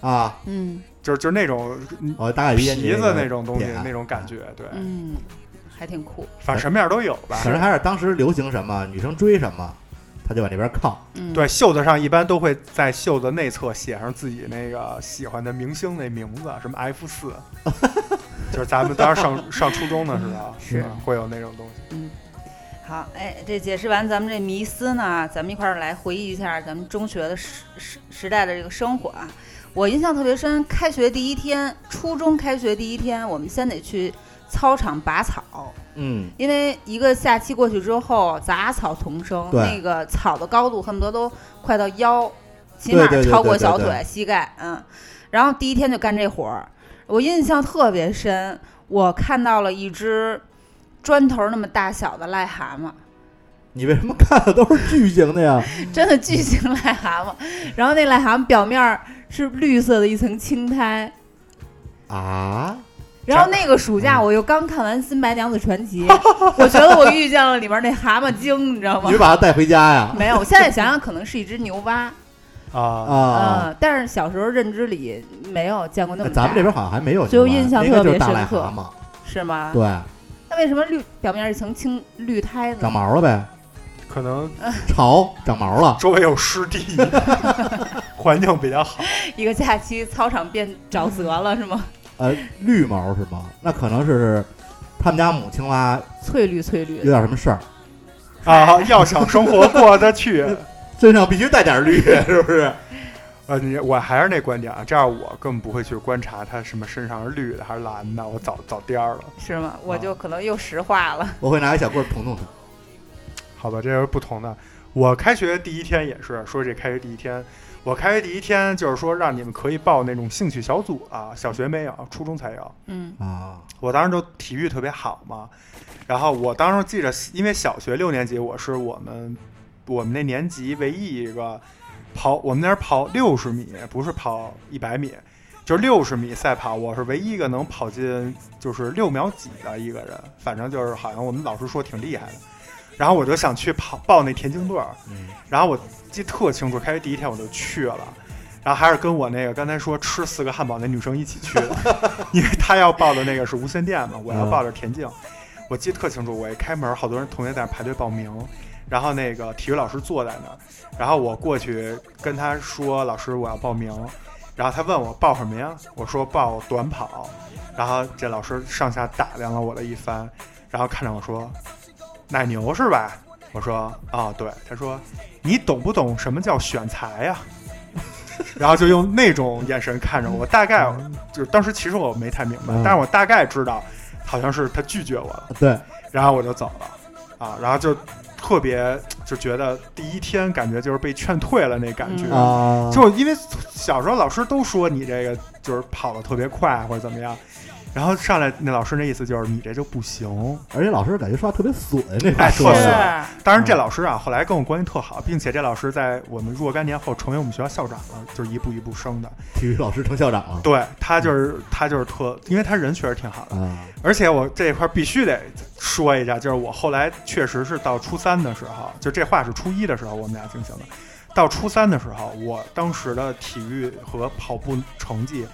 Speaker 3: 啊，
Speaker 4: 嗯
Speaker 2: 就是就是那种
Speaker 3: 我大概理解你
Speaker 2: 皮
Speaker 3: 嗯这个啊
Speaker 2: 子那种东西
Speaker 3: 点
Speaker 2: 那种感觉，对，
Speaker 4: 嗯，还挺酷，
Speaker 2: 反正什么样都有吧。
Speaker 3: 可能还是当时流行什么，女生追什么，他就往那边靠。
Speaker 4: 嗯，
Speaker 2: 对，袖子上一般都会在袖子内侧写上自己那个喜欢的明星那名字，什么 F 四，就是咱们当时上上初中的时候，
Speaker 4: 是
Speaker 2: 嗯会有那种东西。
Speaker 4: 好，哎，这解释完咱们这迷思呢，咱们一块儿来回忆一下咱们中学的时时时代的这个生活啊。我印象特别深，开学第一天，初中开学第一天，我们先得去操场拔草，
Speaker 3: 嗯，
Speaker 4: 因为一个夏期过去之后，杂草丛生，
Speaker 3: 对
Speaker 4: 那个草的高度恨不得都快到腰，起
Speaker 3: 对
Speaker 4: 码
Speaker 3: 对对
Speaker 4: 超过
Speaker 3: 对对
Speaker 4: 小
Speaker 3: 对
Speaker 4: 腿、膝盖，嗯。然后第一天就干这活儿，我印象特别深，我看到了一只砖头那么大小的癞蛤蟆。
Speaker 3: 你为什么看的都是巨型的呀？
Speaker 4: 真的巨型癞蛤蟆，然后那癞蛤蟆表面儿是绿色的一层青苔。
Speaker 3: 啊，
Speaker 4: 然后那个暑
Speaker 3: 嗯
Speaker 4: 假，我又刚看完《新白娘子传奇》， 我觉得我遇见了里面那蛤蟆精，你知道吗
Speaker 3: 你就？把他带回 家呀？
Speaker 4: 没有，我现在想想可能是一只牛蛙，
Speaker 2: 啊，
Speaker 3: 啊，
Speaker 4: 嗯，但是小时候认知里没有见过那么大，
Speaker 3: 哎咱们这边好像还没有
Speaker 4: 就
Speaker 3: 牛蛙，
Speaker 4: 印象
Speaker 3: 应该就
Speaker 4: 特别
Speaker 3: 是大
Speaker 4: 深
Speaker 3: 癞
Speaker 4: 刻
Speaker 3: 蛤蟆，
Speaker 4: 是吗？
Speaker 3: 对，
Speaker 4: 那为什么绿表面一层青绿苔呢？
Speaker 3: 长毛 了呗，
Speaker 2: 可能
Speaker 3: 潮长毛了。
Speaker 2: 周围有湿地， 环境比较好。
Speaker 4: 一个假期操场变沼泽了是 吗？
Speaker 3: 呃，绿毛是吗？那可能是他们家母青蛙
Speaker 4: 翠绿翠绿
Speaker 3: 有，点什么事儿，
Speaker 2: 啊，要想生活过得去，
Speaker 3: 身上必须带点绿， 是不是？
Speaker 2: 呃，你我还是那观点啊，这样我更不会去观察它什么身上是绿的还是蓝的，我早早颠儿了，
Speaker 4: 是吗？
Speaker 3: 啊
Speaker 4: 我就可能又石化了。
Speaker 3: 我会拿个小棍儿捅捅它。
Speaker 2: 好吧，这是不同的。我开学第一天也是说这开学第一天，我开学第一天就是说让你们可以报那种兴趣小组啊，小学没有，初中才有。
Speaker 4: 嗯
Speaker 3: 啊，
Speaker 2: 我当时就体育特别好嘛，然后我当时记着，因为小学六年级我是我们我们那年级唯一一个跑，我们那儿跑六十米，不是跑一百米，就是六十米赛跑，我是唯一一个能跑进就是六秒几的一个人，反正就是好像我们老师说挺厉害的。然后我就想去跑报那田径队儿，
Speaker 3: 嗯
Speaker 2: 然后我记得特清楚，开学第一天我就去了，然后还是跟我那个刚才说吃四个汉堡那女生一起去的，因为她要报的那个是无线电嘛，我要报的是田径。我记得特清楚，我一开门，好多人同学在那排队报名，然后那个体育老师坐在那儿，然后我过去跟他说：“老师，我要报名。”然后他问我报什么呀？我说报短跑。然后这老师上下打量了我了一番，然后看着我说：“奶牛是吧？”我说：“啊、对。”他说：“你懂不懂什么叫选材呀、 然后就用那种眼神看着我，大概就是当时其实我没太明白
Speaker 3: 嗯，
Speaker 2: 但是我大概知道，好像是他拒绝我了。
Speaker 3: 对，
Speaker 2: 然后我就走了，啊，然后就特别就觉得第一天感觉就是被劝退了那感觉，
Speaker 4: 嗯
Speaker 3: 啊，
Speaker 2: 就因为小时候老师都说你这个就是跑得特别快或者怎么样，然后上来那老师那意思就是你这就不行。
Speaker 3: 而且老师感觉说话特别损，那话
Speaker 2: 哎
Speaker 3: 说
Speaker 2: 特
Speaker 3: 的
Speaker 2: 损当然这老师啊后来跟我关系特好，并且这老师在我们若干年后成为我们学校校长了，就是一步一步升的。
Speaker 3: 体育老师成校长了
Speaker 2: 对他就是他就是特，因为他人确实挺好的。
Speaker 3: 啊，
Speaker 2: 而且我这一块必须得说一下，就是我后来确实是到初三的时候，就这话是初一的时候我们俩进行的。到初三的时候，我当时的体育和跑步成绩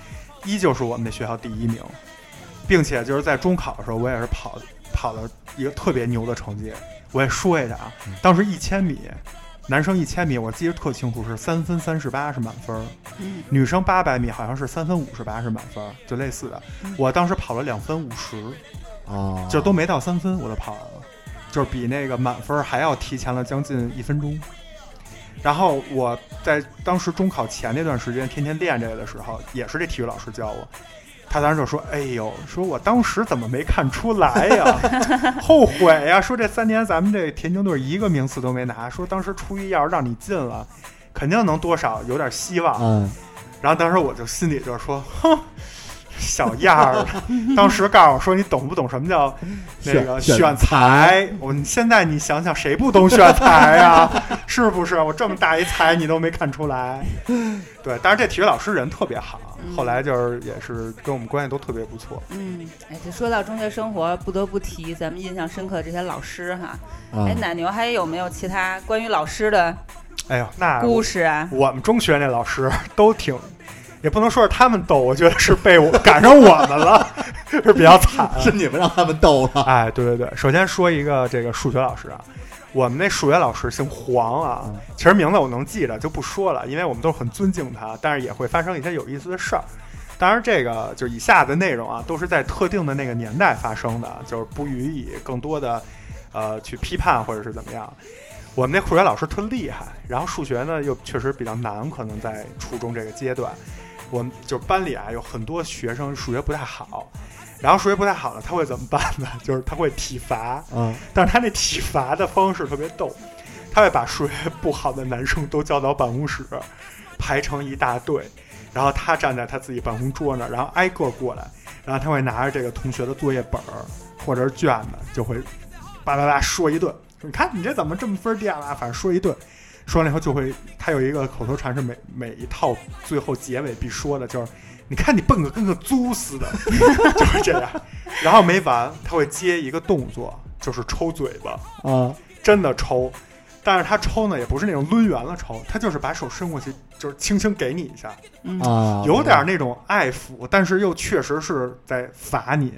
Speaker 2: 依旧是我们那学校第一名，并且就是在中考的时候，我也是跑跑了一个特别牛的成绩。我也说一下啊，当时一千米，男生一千米，我记得特清楚是三分三十八是满分儿，
Speaker 4: 嗯
Speaker 2: 女生八百米好像是三分五十八是满分儿，就类似的。我当时跑了两分五十，
Speaker 3: 哦，
Speaker 2: 就都没到三分我就跑完了，就是比那个满分还要提前了将近一分钟。然后我在当时中考前那段时间天天练这个的时候，也是这体育老师教我，他当时就说：“哎呦，说我当时怎么没看出来呀？后悔呀！说这三年咱们这田径队一个名次都没拿，说当时初一要是让你进了，肯定能多少有点希望。”
Speaker 3: 嗯，
Speaker 2: 然后当时我就心里就说，哼，小样儿！啊当时告诉我说，你懂不懂什么叫那个
Speaker 3: 选
Speaker 2: 选材？我你现在你想想，谁不懂选材呀、 是不是？我这么大一才，你都没看出来。对，但是这体育老师人特别好，
Speaker 4: 嗯
Speaker 2: 后来就是也是跟我们关系都特别不错。
Speaker 4: 嗯，哎，这说到中学生活，不得不提咱们印象深刻的这些老师哈。
Speaker 2: 啊
Speaker 3: 嗯
Speaker 4: 哎，奶牛还有没有其他关于老师的
Speaker 2: 哎呦，那
Speaker 4: 故事啊？
Speaker 2: 我们中学那老师都挺。也不能说是他们逗，我觉得是被我赶上我们了， 是比较惨。
Speaker 3: 是你们让他们逗 了，
Speaker 2: 哎，对对对，首先说一个这个数学老师啊，我们那数学老师姓黄啊，其实名字我能记着就不说了，因为我们都很尊敬他，但是也会发生一些有意思的事儿。当然，这个就是以下的内容啊，都是在特定的那个年代发生的，就是不予以更多的呃去批判或者是怎么样。我们那数学老师特厉害，然后数学呢又确实比较难，可能在初中这个阶段，我们就是班里啊有很多学生数学不太好，然后数学不太好呢，他会怎么办呢？ 就是他会体罚，
Speaker 3: 嗯，
Speaker 2: 但是他那体罚的方式特别逗，他会把数学不好的男生都叫到办公室，排成一大队，然后他站在他自己办公桌那儿，然后挨个过来，然后他会拿着这个同学的作业本儿或者是卷子，就会叭叭叭说一顿，说你看你这怎么这么分儿低啊？反正说一顿。说完了以后就会，他有一个口头禅是每每一套最后结尾必说的，就是你看你笨个跟个猪似的， 就是这样。然后没完，他会接一个动作，就是抽嘴巴，
Speaker 3: 啊，
Speaker 2: 真的抽。但是他抽呢，也不是那种抡圆了抽，他就是把手伸过去，就是轻轻给你一下，
Speaker 3: 啊，
Speaker 2: 有点那种爱抚，但是又确实是在罚你，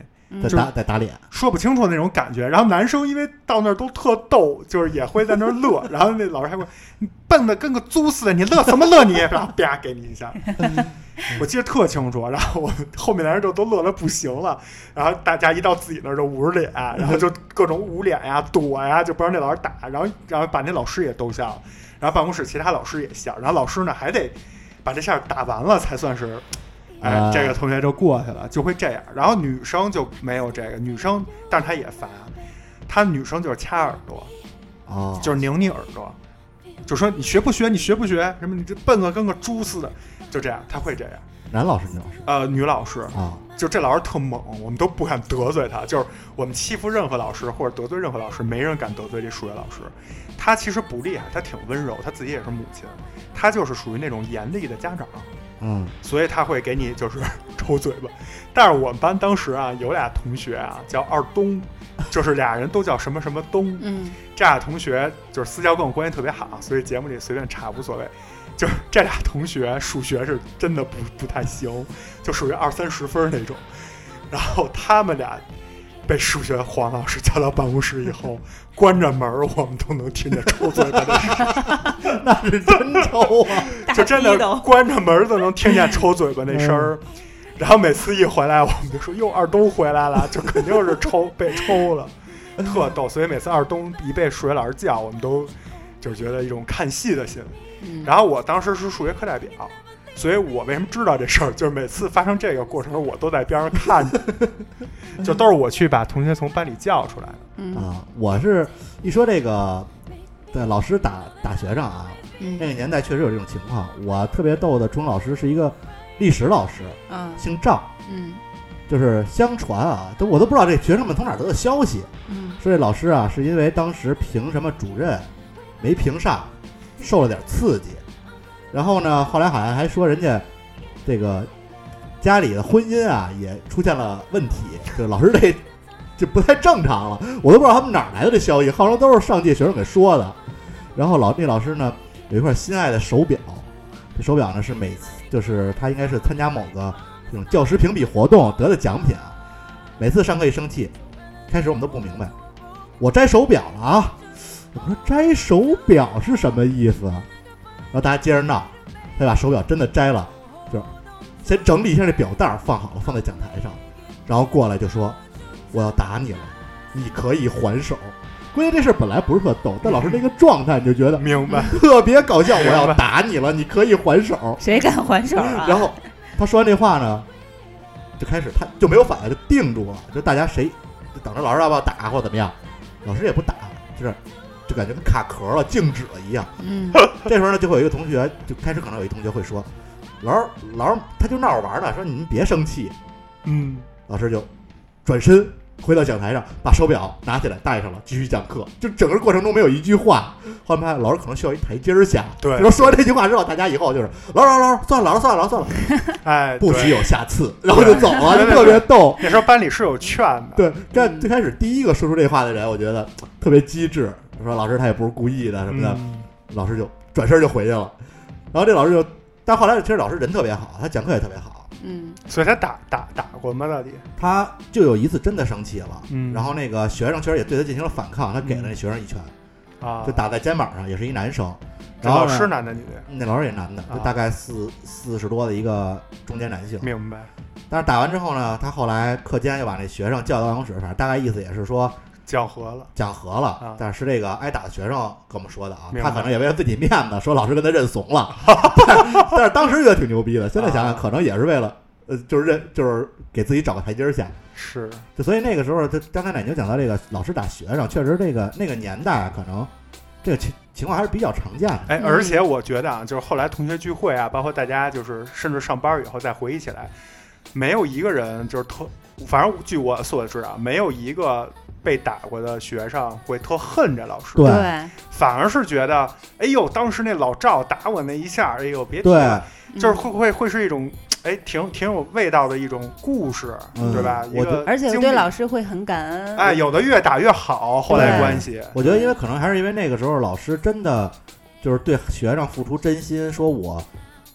Speaker 2: 就
Speaker 3: 在
Speaker 2: 是
Speaker 3: 打在打脸，
Speaker 2: 说不清楚那种感觉。然后男生因为到那儿都特逗，就是也会在那儿乐。然后那老师还会，你笨的跟个猪似的，你乐什么乐你？然后啪给你一下， 我记得特清楚。然后我后面男人就都乐得不行了。然后大家一到自己那儿就捂着脸，然后就各种捂脸呀、躲呀，就不让那老师打。然后然后把那老师也逗笑了，然后办公室其他老师也笑，然后老师呢还得把这事儿打完了才算是。哎
Speaker 3: 啊，
Speaker 2: 这个同学就过去了，就会这样。然后女生就没有这个，女生，但是她也烦，啊她女生就是掐耳朵，
Speaker 3: 哦，
Speaker 2: 就是拧你耳朵，就说你学不学，你学不学，什么你这笨的跟个猪似的，就这样，她会这样。
Speaker 3: 男老师女老师
Speaker 2: 呃，女老师
Speaker 3: 啊，
Speaker 2: 就这老师特猛，我们都不敢得罪他。就是我们欺负任何老师或者得罪任何老师，没人敢得罪这数学老师。他其实不厉害，他挺温柔，他自己也是母亲，他就是属于那种严厉的家长。
Speaker 3: 嗯，
Speaker 2: 所以他会给你就是 抽嘴巴。但是我们班当时啊，有俩同学啊叫二东，就是俩人都叫什么什么东。
Speaker 4: 嗯，
Speaker 2: 这俩同学就是私交跟我关系特别好，所以节目里随便插无所谓。就是这俩同学数学是真的不不太行，就属于二三十分那种。然后他们俩被数学黄老师叫到办公室以后，关着门儿我们都能听见抽嘴巴的声音
Speaker 3: 那是真抽啊，
Speaker 4: 大
Speaker 2: 就真
Speaker 4: 逼
Speaker 2: 的
Speaker 4: 斗
Speaker 2: 关着门儿都能听见抽嘴巴那声儿。然后每次一回来，我们就说：“哟，二东回来了！”就肯定是抽被抽了，特逗。所以每次二东一被数学老师叫，我们都就是觉得一种看戏的心。
Speaker 4: 嗯
Speaker 2: 然后我当时是数学课代表，所以我为什么知道这事儿，就是每次发生这个过程，我都在边上看着，就都是我去把同学从班里叫出来的。
Speaker 4: 嗯
Speaker 3: 啊，我是一说这个，对老师打打学生啊，那
Speaker 4: 嗯
Speaker 3: 个年代确实有这种情况。我特别逗的中老师是一个历史老师，
Speaker 4: 嗯
Speaker 3: 姓赵，
Speaker 4: 嗯
Speaker 3: 就是相传啊，都我都不知道这学生们从哪儿得的消息，
Speaker 4: 嗯
Speaker 3: 说这老师啊是因为当时评什么主任没评上，受了点刺激，然后呢，后来好像还说人家这个家里的婚姻啊也出现了问题，就是老师这就不太正常了，我都不知道他们哪儿来的这消息，好像都是上届学生给说的。然后老那老师呢，有一块心爱的手表，这手表呢是每次就是他应该是参加某个这种教师评比活动得的奖品啊。每次上课一生气，开始我们都不明白，我摘手表了啊！我说摘手表是什么意思？啊？然后大家接着闹，他把手表真的摘了，就是先整理一下这表带儿放好了，放在讲台上，然后过来就说我要打你了，你可以还手。关键这事儿本来不是特逗，但老师那个状态你就觉得
Speaker 2: 明白。
Speaker 3: 特别搞笑，我要打你了，你可以还手。
Speaker 4: 谁敢还手啊？
Speaker 3: 然后他说完这话呢，就开始他就没有反应，就定住了，就大家谁就等着老师要不要打或者怎么样，老师也不打，就是就感觉跟卡壳了、静止了一样。
Speaker 4: 嗯，
Speaker 3: 这时候呢，就会有一个同学就开始可能有一同学会说，老师老师他就闹着玩儿呢，说你们别生气。
Speaker 2: 嗯，
Speaker 3: 老师就转身回到讲台上，把手表拿起来戴上了，继续讲课。就整个过程中没有一句话，后来发现老师可能需要一台阶儿下。
Speaker 2: 对
Speaker 3: 就说说完这句话之后，大家以后就是老师老师老师算了老师算了老师算了，
Speaker 2: 哎，
Speaker 3: 不
Speaker 2: 对
Speaker 3: 许有下次，然后就走了，
Speaker 2: 对
Speaker 3: 就特别逗。
Speaker 2: 那时候班里是有劝的，
Speaker 3: 对，但最开始第一个说出这话的人，我觉得特别机智，说老师他也不是故意的什么的，
Speaker 2: 嗯
Speaker 3: 老师就转身就回去了。然后这老师就，但后来其实老师人特别好，他讲课也特别好，
Speaker 4: 嗯，
Speaker 2: 所以他打打打过吗？到底？
Speaker 3: 他就有一次真的生气了，
Speaker 2: 嗯
Speaker 3: 然后那个学生确实也对他进行了反抗，他给了那学生一拳，
Speaker 2: 啊，
Speaker 3: 就打在肩膀上，也是一男生。
Speaker 2: 这
Speaker 3: 然后
Speaker 2: 老
Speaker 3: 呢
Speaker 2: 师男的女的，
Speaker 3: 那老师也男的，就
Speaker 2: 啊
Speaker 3: 大概四四十多的一个中年男性。
Speaker 2: 明白？
Speaker 3: 但是打完之后呢，他后来课间又把那学生叫到办公室，反正大概意思也是说
Speaker 2: 讲和了，
Speaker 3: 讲和了。
Speaker 2: 啊
Speaker 3: 但是这个挨打的学生跟我们说的啊，
Speaker 2: 明白
Speaker 3: 他可能也为了自己面子，说老师跟他认怂 了。但但是当时觉得挺牛逼的，现在想想
Speaker 2: 啊
Speaker 3: 可能也是为了呃，就是认就是给自己找个台阶儿下。
Speaker 2: 是
Speaker 3: 就所以那个时候，他刚才奶牛讲到这个老师打学生，确实这个那个年代啊可能这个情情况还是比较常见的。
Speaker 2: 哎，
Speaker 4: 嗯
Speaker 2: 而且我觉得啊，就是后来同学聚会啊，包括大家就是甚至上班以后再回忆起来，没有一个人就是特，反正据我所知啊，没有一个被打过的学生会特恨这老师，
Speaker 3: 对
Speaker 4: 对，
Speaker 2: 反而是觉得，哎呦，当时那老赵打我那一下，哎呦，别提
Speaker 3: 对
Speaker 2: 了，就是
Speaker 4: 嗯
Speaker 2: 会会会是一种，哎，挺挺有味道的一种故事，
Speaker 3: 嗯
Speaker 2: 对吧？一
Speaker 3: 我觉
Speaker 2: 个
Speaker 4: 而且
Speaker 2: 经
Speaker 4: 对
Speaker 2: 历
Speaker 4: 老师会很感恩。
Speaker 2: 哎，有的越打越好，后来
Speaker 4: 对
Speaker 2: 关系，
Speaker 3: 我觉得因为可能还是因为那个时候老师真的就是对学生付出真心，说我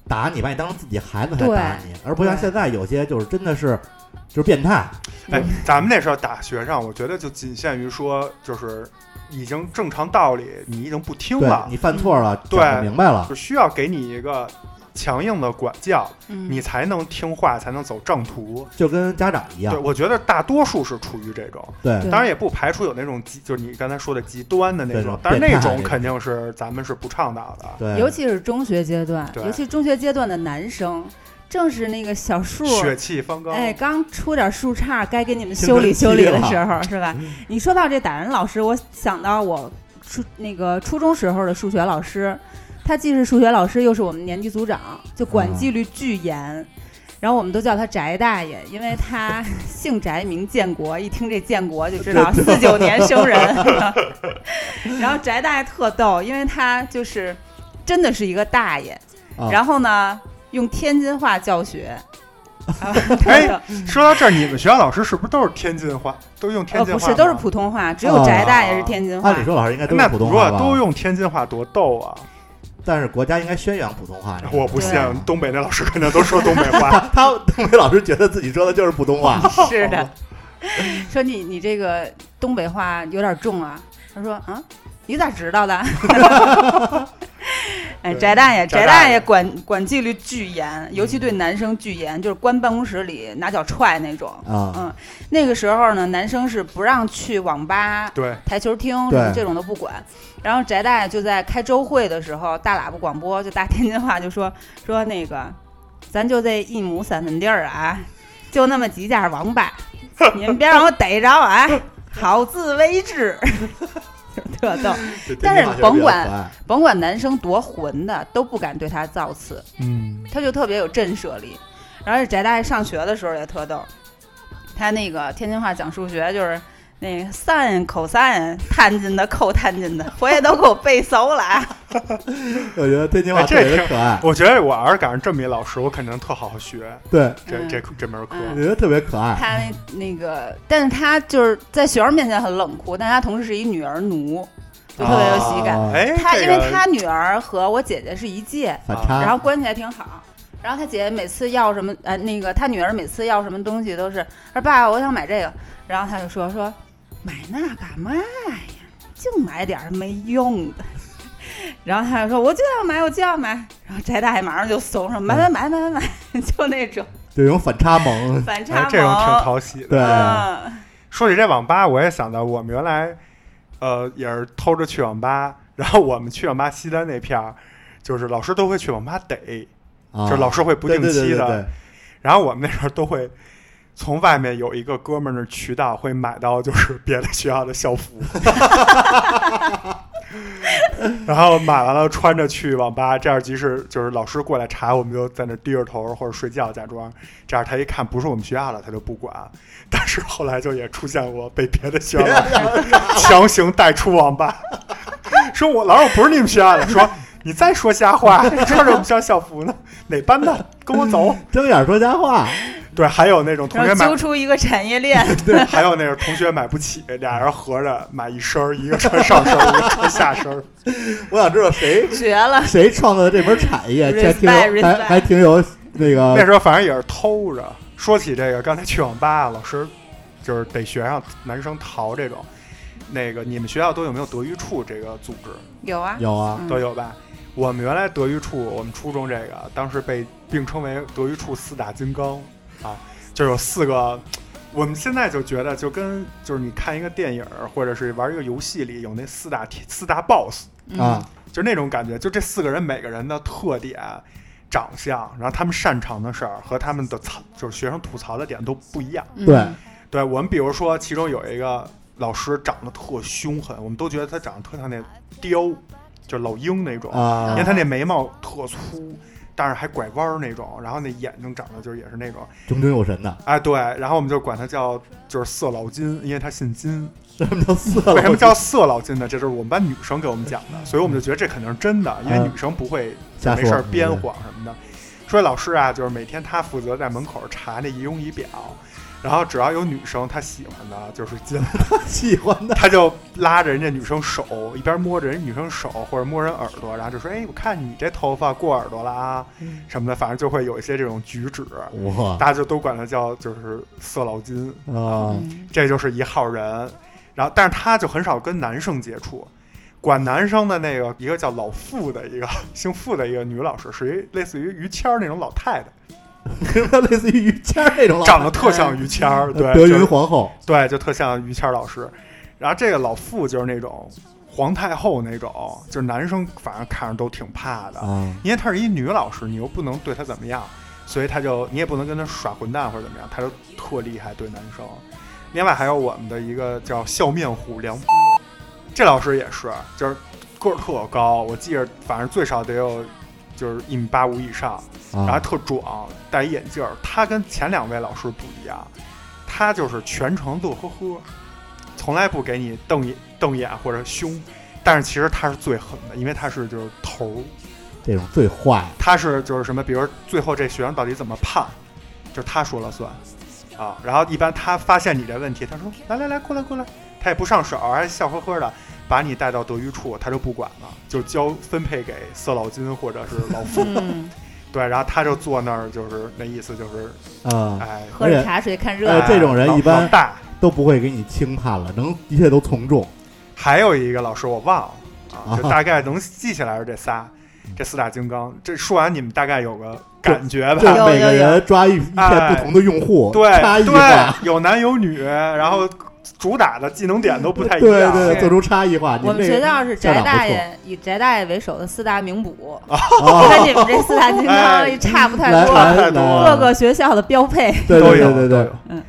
Speaker 3: 打你把你当成自己孩子才打你，而不像现在有些就是真的是就是变态。
Speaker 2: 哎，咱们那时候打学生，我觉得就仅限于说，就是已经正常道理你已经不听
Speaker 3: 对
Speaker 2: 了，
Speaker 3: 你犯错了，
Speaker 2: 嗯对
Speaker 3: 讲不明白了，
Speaker 2: 就需要给你一个强硬的管教，
Speaker 4: 嗯，
Speaker 2: 你才能听话，才能走正途。
Speaker 3: 就跟家长一
Speaker 2: 对，
Speaker 3: 样。
Speaker 2: 我觉得大多数是处于这种，
Speaker 3: 对
Speaker 4: 对
Speaker 2: 当然也不排除有那种极，就是你刚才说的极端的那
Speaker 3: 对
Speaker 2: 种
Speaker 3: 对，
Speaker 2: 但是
Speaker 3: 变态
Speaker 2: 那种
Speaker 3: 那种
Speaker 2: 肯定是咱们是不倡导的。
Speaker 3: 对，
Speaker 4: 尤其是中学阶段，
Speaker 2: 对
Speaker 4: 尤其中学阶段的男生，正是那个小数。
Speaker 2: 血气方刚，
Speaker 4: 哎，刚出点树杈，该给你们修理修理的时候，是吧？你说到这打人老师，我想到我初那个初中时候的数学老师，他既是数学老师，又是我们年级组长，就管纪律巨严。然后我们都叫他翟大爷，因为他姓翟名建国，一听这建国就知道四九年生人。 然后翟大爷特逗，因为他就是真的是一个大爷，
Speaker 3: 啊
Speaker 4: 然后呢用天津话教学。啊
Speaker 2: 哎
Speaker 4: 真的
Speaker 2: 说到这儿，你们学校老师是不是都是天津话，都用天
Speaker 4: 呃，
Speaker 2: 津
Speaker 4: 不
Speaker 2: 话、哦
Speaker 4: 是，都是。普通话，只有翟大爷是天津话。
Speaker 3: 按理说老师应该都
Speaker 2: 那
Speaker 3: 是
Speaker 2: 如
Speaker 3: 哎普通话
Speaker 2: 果都
Speaker 3: 吧，
Speaker 2: 用天津话多逗啊！
Speaker 3: 但是国家应该宣扬普通话。这个
Speaker 2: 我不信
Speaker 4: 对啊，
Speaker 2: 东北那老师肯定都说东北话。
Speaker 3: 他 他东北老师觉得自己说的就是普 通话，
Speaker 4: 是的，哦说你你这个东北话有点重啊。他说啊，你咋知道的？ 哎，
Speaker 2: 对
Speaker 4: 翟大爷，
Speaker 2: 翟
Speaker 4: 翟
Speaker 2: 大
Speaker 4: 大
Speaker 2: 爷
Speaker 4: 爷管管纪律巨严，尤其对男生巨严，就是关办公室里拿脚踹那种。
Speaker 3: 啊，
Speaker 4: 嗯，那个时候呢，男生是不让去网吧、
Speaker 2: 对，
Speaker 4: 台球厅什么
Speaker 3: 对
Speaker 4: 这种都不管。然后翟大爷就在开周会的时候，大喇叭广播就大天津话就说 说那个，咱就这一亩三分地儿啊，就那么几家王八，你们别让我逮着啊，好自为之。 特逗，但是甭管甭管男生多混的，都不敢对他造次。
Speaker 2: 嗯，
Speaker 4: 他就特别有震慑力。然后翟大爷上学的时候也特逗，他那个天津话讲数学就是那个 sin、cos、tan 进的、扣 tan 进的，回去都给我背熟了啊！
Speaker 3: 我觉得天津话
Speaker 2: 哎
Speaker 3: 特
Speaker 2: 这
Speaker 3: 别
Speaker 2: 挺
Speaker 3: 可爱，
Speaker 2: 我觉得我要是赶上这么一老师，我肯定特好好学
Speaker 3: 对，
Speaker 2: 这
Speaker 4: 嗯
Speaker 2: 这这门课。
Speaker 4: 嗯
Speaker 3: 我觉得特别可爱。
Speaker 4: 他那那个，但是他就是在学生面前很冷酷，但他同时是一女儿奴。就特别有喜感。
Speaker 3: 啊
Speaker 2: 哎，
Speaker 4: 嗯他
Speaker 2: 这
Speaker 4: 因
Speaker 2: 个
Speaker 4: 为他女儿和我姐姐是一届，
Speaker 3: 反
Speaker 2: 啊
Speaker 4: 然后
Speaker 3: 差，
Speaker 4: 关系还挺好。然后他姐姐每次要什么，呃，那个他女儿每次要什么东西都是，说爸，我想买这个。然后他就说说买那干嘛呀？就买点儿没用的。 然后他就说我就要买，我就要买。然后翟大爷马上就怂上，买买
Speaker 2: 嗯
Speaker 4: 买买买买， 就那种
Speaker 3: 就有种反差萌，
Speaker 4: 反差
Speaker 2: 哎
Speaker 4: 萌。
Speaker 2: 这种挺讨喜的。
Speaker 3: 对，
Speaker 4: 嗯
Speaker 2: 说起这网吧，我也想到我们原来，呃，也是偷着去网吧，然后我们去网吧西单那片儿，就是老师都会去网吧逮，
Speaker 3: 啊
Speaker 2: 就是老师会不定
Speaker 3: 对对
Speaker 2: 期
Speaker 3: 对对
Speaker 2: 的，然后我们那时候都会从外面有一个哥们儿的渠道会买到就是别的学校的校服，然后买完了穿着去网吧，这样即使就是老师过来查，我们就在那低着头或者睡觉假装，这样他一看不是我们学校了，他就不管。但是后来就也出现过被别的学校老师强行带出网吧，说我老师我不是你们学校的，说。你再说瞎话，穿着我们学校校服呢？哪班的？跟我走！
Speaker 3: 睁眼说瞎 话，
Speaker 2: 对，还有那种同
Speaker 4: 然
Speaker 2: 学
Speaker 4: 后揪
Speaker 2: 买，
Speaker 4: 出一个产业 链，
Speaker 2: 对，还有那种同学买不起，俩人合着买一身儿，一个穿上身儿，一个穿下身儿。
Speaker 3: 我想知道谁
Speaker 4: 绝了！
Speaker 3: 谁创造的这门 产业，这还
Speaker 4: Respect，
Speaker 3: 挺有还
Speaker 4: respect
Speaker 3: 还挺有那
Speaker 2: 那
Speaker 3: 个
Speaker 2: 时候反正也是偷着。说起这个，刚才去网吧，老师就是得学生男生逃这种。那个你们学校都有没有德育处这个组织？
Speaker 4: 有啊，
Speaker 3: 有啊，
Speaker 4: 嗯
Speaker 2: 都有吧？我们原来德育处，我们初中这个当时被并称为德育处四大金刚啊，就有四个。我们现在就觉得，就跟就是你看一个电影儿或者是玩一个游戏里有那四大天四大 BOSS，
Speaker 4: 嗯
Speaker 3: 啊，
Speaker 2: 就那种感觉，就这四个人每个人的特点、长相，然后他们擅长的事儿和他们的槽，就是学生吐槽的点都不一样。
Speaker 4: 嗯
Speaker 3: 对
Speaker 2: 对我们，比如说其中有一个老师长得特凶狠，我们都觉得他长得特像那雕，就老鹰那种，因为
Speaker 3: 啊，
Speaker 2: 他那眉毛特粗，但是还拐弯儿那种，然后那眼睛长得就是也是那种，
Speaker 3: 炯炯有神的，
Speaker 2: 哎对，然后我们就管他叫就是色老金，因为他姓金。
Speaker 3: 什么叫色了？
Speaker 2: 为什么叫色老金呢？这就是我们班女生给我们讲的，所以我们就觉得这肯定是真的，因为女生不会
Speaker 3: 嗯瞎说嗯
Speaker 2: 没事儿编谎什么的。说老师啊，就是每天他负责在门口查那仪容仪表，然后只要有女生他喜欢的，就是进来，
Speaker 3: 喜欢 的
Speaker 2: 他就拉着人家女生手，一边摸着人女生手或者摸人耳朵，然后就说：“哎，我看你这头发过耳朵了啊，
Speaker 3: 嗯
Speaker 2: 什么的。”反正就会有一些这种举止，
Speaker 3: 哇
Speaker 2: 大家就都管他叫就是色老金。
Speaker 3: 啊，
Speaker 4: 嗯
Speaker 2: 这就是一号人。然后，但是他就很少跟男生接触，管男生的那个一个叫老付的一个姓付的一个女老师，是一类似于于谦儿那种老太太，
Speaker 3: 什么 类似于于谦儿那种老嗯
Speaker 2: 长得特像于谦儿，对，就
Speaker 3: 德云皇后
Speaker 2: 对，就特像于谦儿老师。然后这个老付就是那种皇太后那种，就是男生反正看着都挺怕的，
Speaker 3: 啊，
Speaker 2: 因为她是一女老师，你又不能对她怎么样，所以她就你也不能跟她耍混蛋或者怎么样，她就特厉害对男生。另外还有我们的一个叫笑面虎梁，这老师也是，就是个儿特高，我记着反正最少得有就是一米八五以上，然后还
Speaker 3: 啊
Speaker 2: 特壮，戴一眼镜儿。他跟前两位老师不一样，他就是全程乐呵呵，从来不给你瞪眼瞪眼或者凶。但是其实他是最狠的，因为他是就是头儿，
Speaker 3: 这种最坏，
Speaker 2: 他是就是什么，比如最后这学生到底怎么判，就是他说了算啊。然后一般他发现你这问题，他说来来来，过来过来，他也不上手，还笑呵呵的把你带到德育处，他就不管了，就交分配给色老金或者是老付。
Speaker 4: 嗯，
Speaker 2: 对，然后他就坐那儿，就是那意思就是，
Speaker 3: 啊，
Speaker 2: 哎，
Speaker 4: 喝着茶水看热闹
Speaker 3: 呃。这种人
Speaker 2: 老
Speaker 3: 一般
Speaker 2: 老大。
Speaker 3: 都不会给你轻判了，能一切都从重
Speaker 2: 还有一个老师我忘了啊，
Speaker 3: 啊嗯
Speaker 2: 就大概能记起来是这仨，这四大金刚。这说完你们大概有个感觉吧？
Speaker 3: 就是
Speaker 4: 有
Speaker 3: 每
Speaker 4: 有
Speaker 3: 个
Speaker 4: 有
Speaker 3: 人抓一一片
Speaker 2: 哎
Speaker 3: 不同的用户，差
Speaker 2: 对
Speaker 3: 异化，
Speaker 2: 对，有男有女，然后主打的技能点都不太一
Speaker 3: 对
Speaker 2: 样。
Speaker 3: 对，
Speaker 4: 是
Speaker 3: 做出差异
Speaker 2: 啊
Speaker 3: 化。你
Speaker 4: 我们
Speaker 3: 这
Speaker 4: 学
Speaker 3: 个
Speaker 4: 校是翟
Speaker 3: 校长不
Speaker 4: 大
Speaker 3: 错
Speaker 4: 爷以翟大爷为首的四大名捕，
Speaker 3: 啊，
Speaker 4: 跟你们这四大金刚
Speaker 2: 哦哎
Speaker 4: 也差不太
Speaker 3: 来
Speaker 4: 多，
Speaker 3: 来
Speaker 2: 太多
Speaker 3: 来，
Speaker 4: 各个学校的标配。
Speaker 3: 对
Speaker 2: 都
Speaker 3: 对
Speaker 2: 有
Speaker 3: 对
Speaker 2: 都
Speaker 3: 对对
Speaker 2: 有，
Speaker 4: 嗯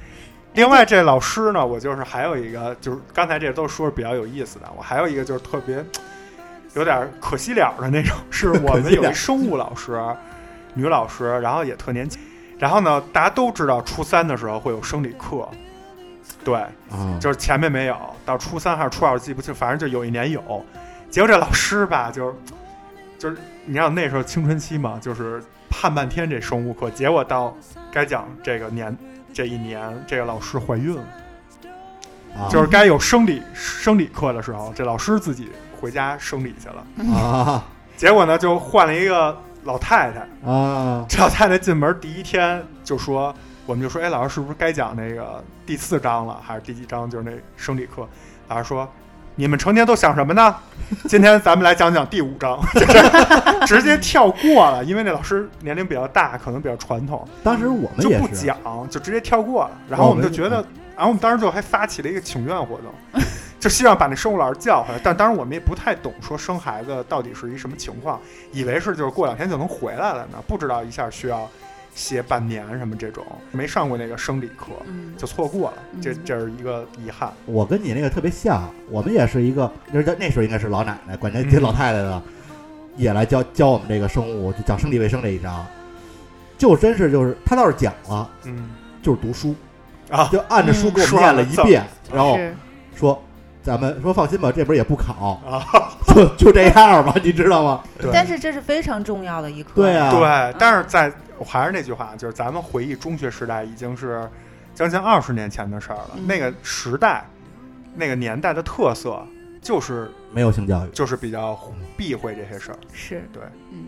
Speaker 2: 另外，这老师呢，我就是还有一个，就是刚才这都说是比较有意思的，我还有一个就是特别有点可惜了的那种，是我
Speaker 3: 可
Speaker 2: 们
Speaker 3: 惜
Speaker 2: 有
Speaker 3: 了
Speaker 2: 一生物老师，女老师，然后也特年轻，然后呢，大家都知道初三的时候会有生理课，对，
Speaker 3: 啊，
Speaker 2: 就是前面没有，到初三还是初二记不清，反正就有一年有。结果这老师吧，就是就是你让那时候青春期嘛，就是盼半天这生物课，结果到该讲这个年 这一年，这个老师怀孕了，
Speaker 3: 啊
Speaker 2: 就是该有生理生理课的时候，这老师自己回家生理去了。
Speaker 3: 啊
Speaker 2: 结果呢，就换了一个老太太。
Speaker 3: 啊
Speaker 2: 这老太太进门第一天就说，我们就说，哎，老师是不是该讲那个第四章了，还是第几章？就是那生理课。老师说，你们成天都想什么呢？今天咱们来讲讲第五章，就是直接跳过了，因为那老师年龄比较大，可能比较传统，
Speaker 3: 当时我们
Speaker 2: 就
Speaker 3: 也
Speaker 2: 不
Speaker 3: 是，哦嗯
Speaker 2: 讲，就直接跳过了。然后我们就觉得
Speaker 3: 我，
Speaker 2: 然后我们当时就还发起了一个请愿活动， 就希望把那生物老师叫回来。但当时我们也不太懂，说生孩子到底是一什么情况，以为是就是过两天就能回来了呢，不知道一下需要歇半年什么这种，没上过那个生理课，
Speaker 4: 嗯
Speaker 2: 就错过了，这
Speaker 4: 嗯
Speaker 2: 这是一个遗憾。
Speaker 3: 我跟你那个特别像，我们也是一个，那那时候应该是老奶奶，管那些
Speaker 2: 嗯
Speaker 3: 老太太的，也来教教我们这个生物，就讲生理卫生这一章，就真是就是她倒是讲了，
Speaker 2: 嗯
Speaker 3: 就是读书
Speaker 2: 啊
Speaker 3: 就按着书给我们
Speaker 2: 嗯
Speaker 3: 念了一遍，
Speaker 2: 说完了
Speaker 3: 然后
Speaker 4: 是
Speaker 3: 说咱们说放心吧，这本也不考，
Speaker 2: 啊，
Speaker 3: 就就这样吧，你知道吗？
Speaker 2: 对
Speaker 4: 但是这是非常重要的一课。
Speaker 3: 对啊
Speaker 2: 对，但是在我还是那句话，就是咱们回忆中学时代已经是将近二十年前的事儿了。
Speaker 4: 嗯
Speaker 2: 那个时代，那个年代的特色就是
Speaker 3: 没有性教育，
Speaker 2: 就是比较避讳这些事儿。
Speaker 4: 是，
Speaker 2: 对，
Speaker 4: 嗯，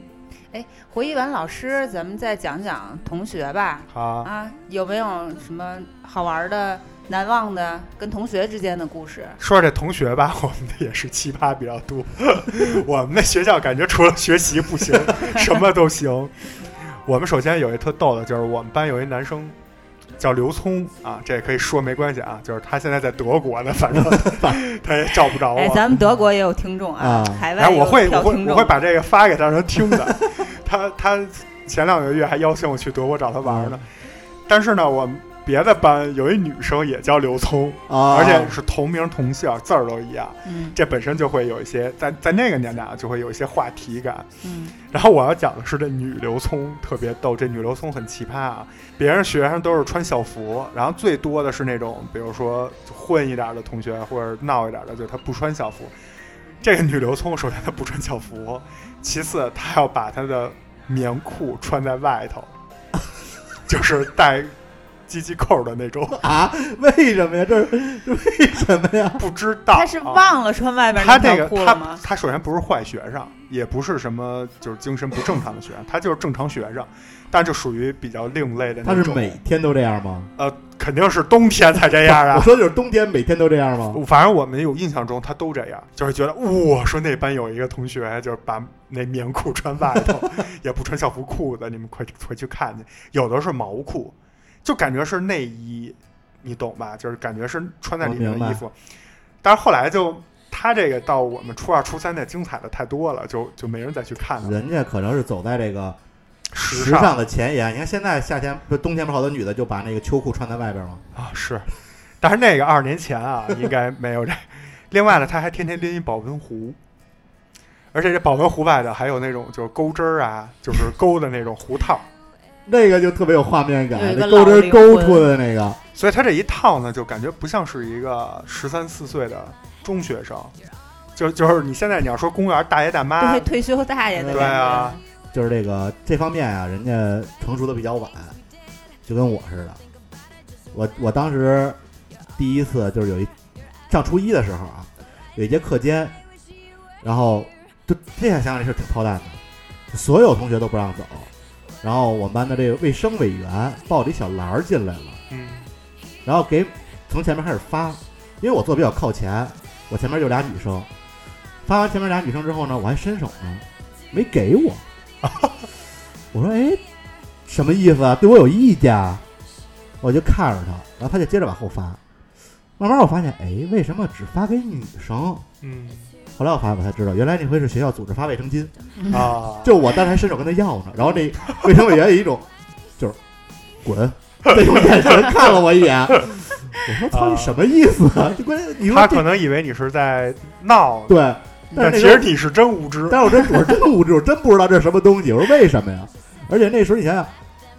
Speaker 4: 哎，回忆完老师，咱们再讲讲同学吧。
Speaker 2: 啊，
Speaker 4: 啊，有没有什么好玩的、难忘的跟同学之间的故事？
Speaker 2: 说说这同学吧，我们的也是 奇葩比较多。我们那学校感觉除了学习不行，什么都行。我们首先有一特逗的，就是我们班有一男生叫刘聪啊，这也可以说没关系啊，就是他现在在德国呢，反正他也找不着我。
Speaker 4: 哎，咱们德国也有听众啊，
Speaker 3: 啊
Speaker 4: 海外
Speaker 2: 然后
Speaker 4: 也
Speaker 2: 啊哎我
Speaker 4: 有
Speaker 2: 会我
Speaker 4: 跳
Speaker 2: 会
Speaker 4: 听
Speaker 2: 我
Speaker 4: 众
Speaker 2: 会。把这个发给他让他听的。 他他前两个月还邀请我去德国找他玩呢。但是呢，我们别的班有一女生也叫刘聪，
Speaker 3: 啊，
Speaker 2: 而且是同名同姓，字儿都一样。
Speaker 4: 嗯
Speaker 2: 这本身就会有一些在在那个年代啊，就会有一些话题感。
Speaker 4: 嗯
Speaker 2: 然后我要讲的是这女刘聪特别逗，这女刘聪很奇葩啊。别人学生都是穿校服，然后最多的是那种比如说混一点的同学或者闹一点的，就是她不穿校服。这个女刘聪首先她不穿校服，其次她要把她的棉裤穿在外头，就是带鸡鸡扣的那种，
Speaker 3: 啊，为什么呀？这是这为什么呀？
Speaker 2: 不知道
Speaker 4: 他是
Speaker 2: 啊
Speaker 4: 忘了穿外边
Speaker 2: 他
Speaker 4: 那
Speaker 2: 这
Speaker 4: 条
Speaker 2: 个
Speaker 4: 裤了
Speaker 2: 他
Speaker 4: 吗？
Speaker 2: 他首先不是坏学生，也不是什么就是精神不正常的学生，他就是正常学生，但就属于比较另类的
Speaker 3: 他
Speaker 2: 那
Speaker 3: 是
Speaker 2: 种。
Speaker 3: 每天都这样吗？
Speaker 2: 呃，肯定是冬天才这样
Speaker 3: 我
Speaker 2: 啊。
Speaker 3: 说的就是冬天每天都这样吗？
Speaker 2: 反正我们有印象中他都这样，就是觉得哇、说那班有一个同学就是把那棉裤穿外头，也不穿校服裤子，你们快回去看去。有的是毛裤，就感觉是内衣，你懂吧？就是感觉是穿在里面的
Speaker 3: 我哦明白
Speaker 2: 衣服。但是后来就他这个到我们初二、初三那精彩的太多了，就就没人再去看了。
Speaker 3: 人家可能是走在这个
Speaker 2: 时
Speaker 3: 时
Speaker 2: 尚
Speaker 3: 尚的前沿。你看现在夏天不冬天不是好多女的就把那个秋裤穿在外边吗？
Speaker 2: 啊是，但是那个二十年前啊，应该没有这。另外呢，他还天天拎一保温壶，而且这保温壶外头还有那种就是钩针儿啊，就是钩的那种壶套。
Speaker 3: 那个就特别有画面感
Speaker 4: 有一，个
Speaker 3: 那钩
Speaker 4: 老
Speaker 3: 针
Speaker 4: 灵
Speaker 3: 勾
Speaker 4: 魂
Speaker 3: 出来的那个，
Speaker 2: 所以他这一套呢，就感觉不像是一个十三四岁的中学生，就就是你现在你要说公园大爷大妈
Speaker 4: 对，退休大爷的
Speaker 2: 啊对啊
Speaker 4: 感
Speaker 3: 就是这个这方面啊，人家成熟的比较晚，就跟我似的。我我当时第一次就是有一上初一的时候啊，有一节课间，然后就这想想这事挺操蛋的，所有同学都不让走，然后我们班的这个卫生委员抱着一小篮儿进来了，
Speaker 2: 嗯，
Speaker 3: 然后给从前面开始发，因为我坐比较靠前，我前面就俩女生，发完前面俩女生之后呢，我还伸手呢，没给我， 我说哎，什么意思啊？对我有意见啊？我就看着他，然后他就接着往后发，慢慢我发现，哎，为什么只发给女生？
Speaker 2: 嗯
Speaker 3: 后来我发现我才知道，原来那回是学校组织发卫生巾，
Speaker 2: 啊，
Speaker 3: 就我当时还伸手跟他要呢，然后那 卫生委员有一种就是滚那种眼神看了我一眼， 我说操你什么意思啊？这关键你说
Speaker 2: 他
Speaker 3: 这
Speaker 2: 可能以为你是在闹，
Speaker 3: 对，但
Speaker 2: 但
Speaker 3: 是
Speaker 2: 其
Speaker 3: 那时
Speaker 2: 实
Speaker 3: 候
Speaker 2: 你是真无知。
Speaker 3: 但是我真我真无知，我真不知道这是什么东西，我说为什么呀？而且那时候你想想，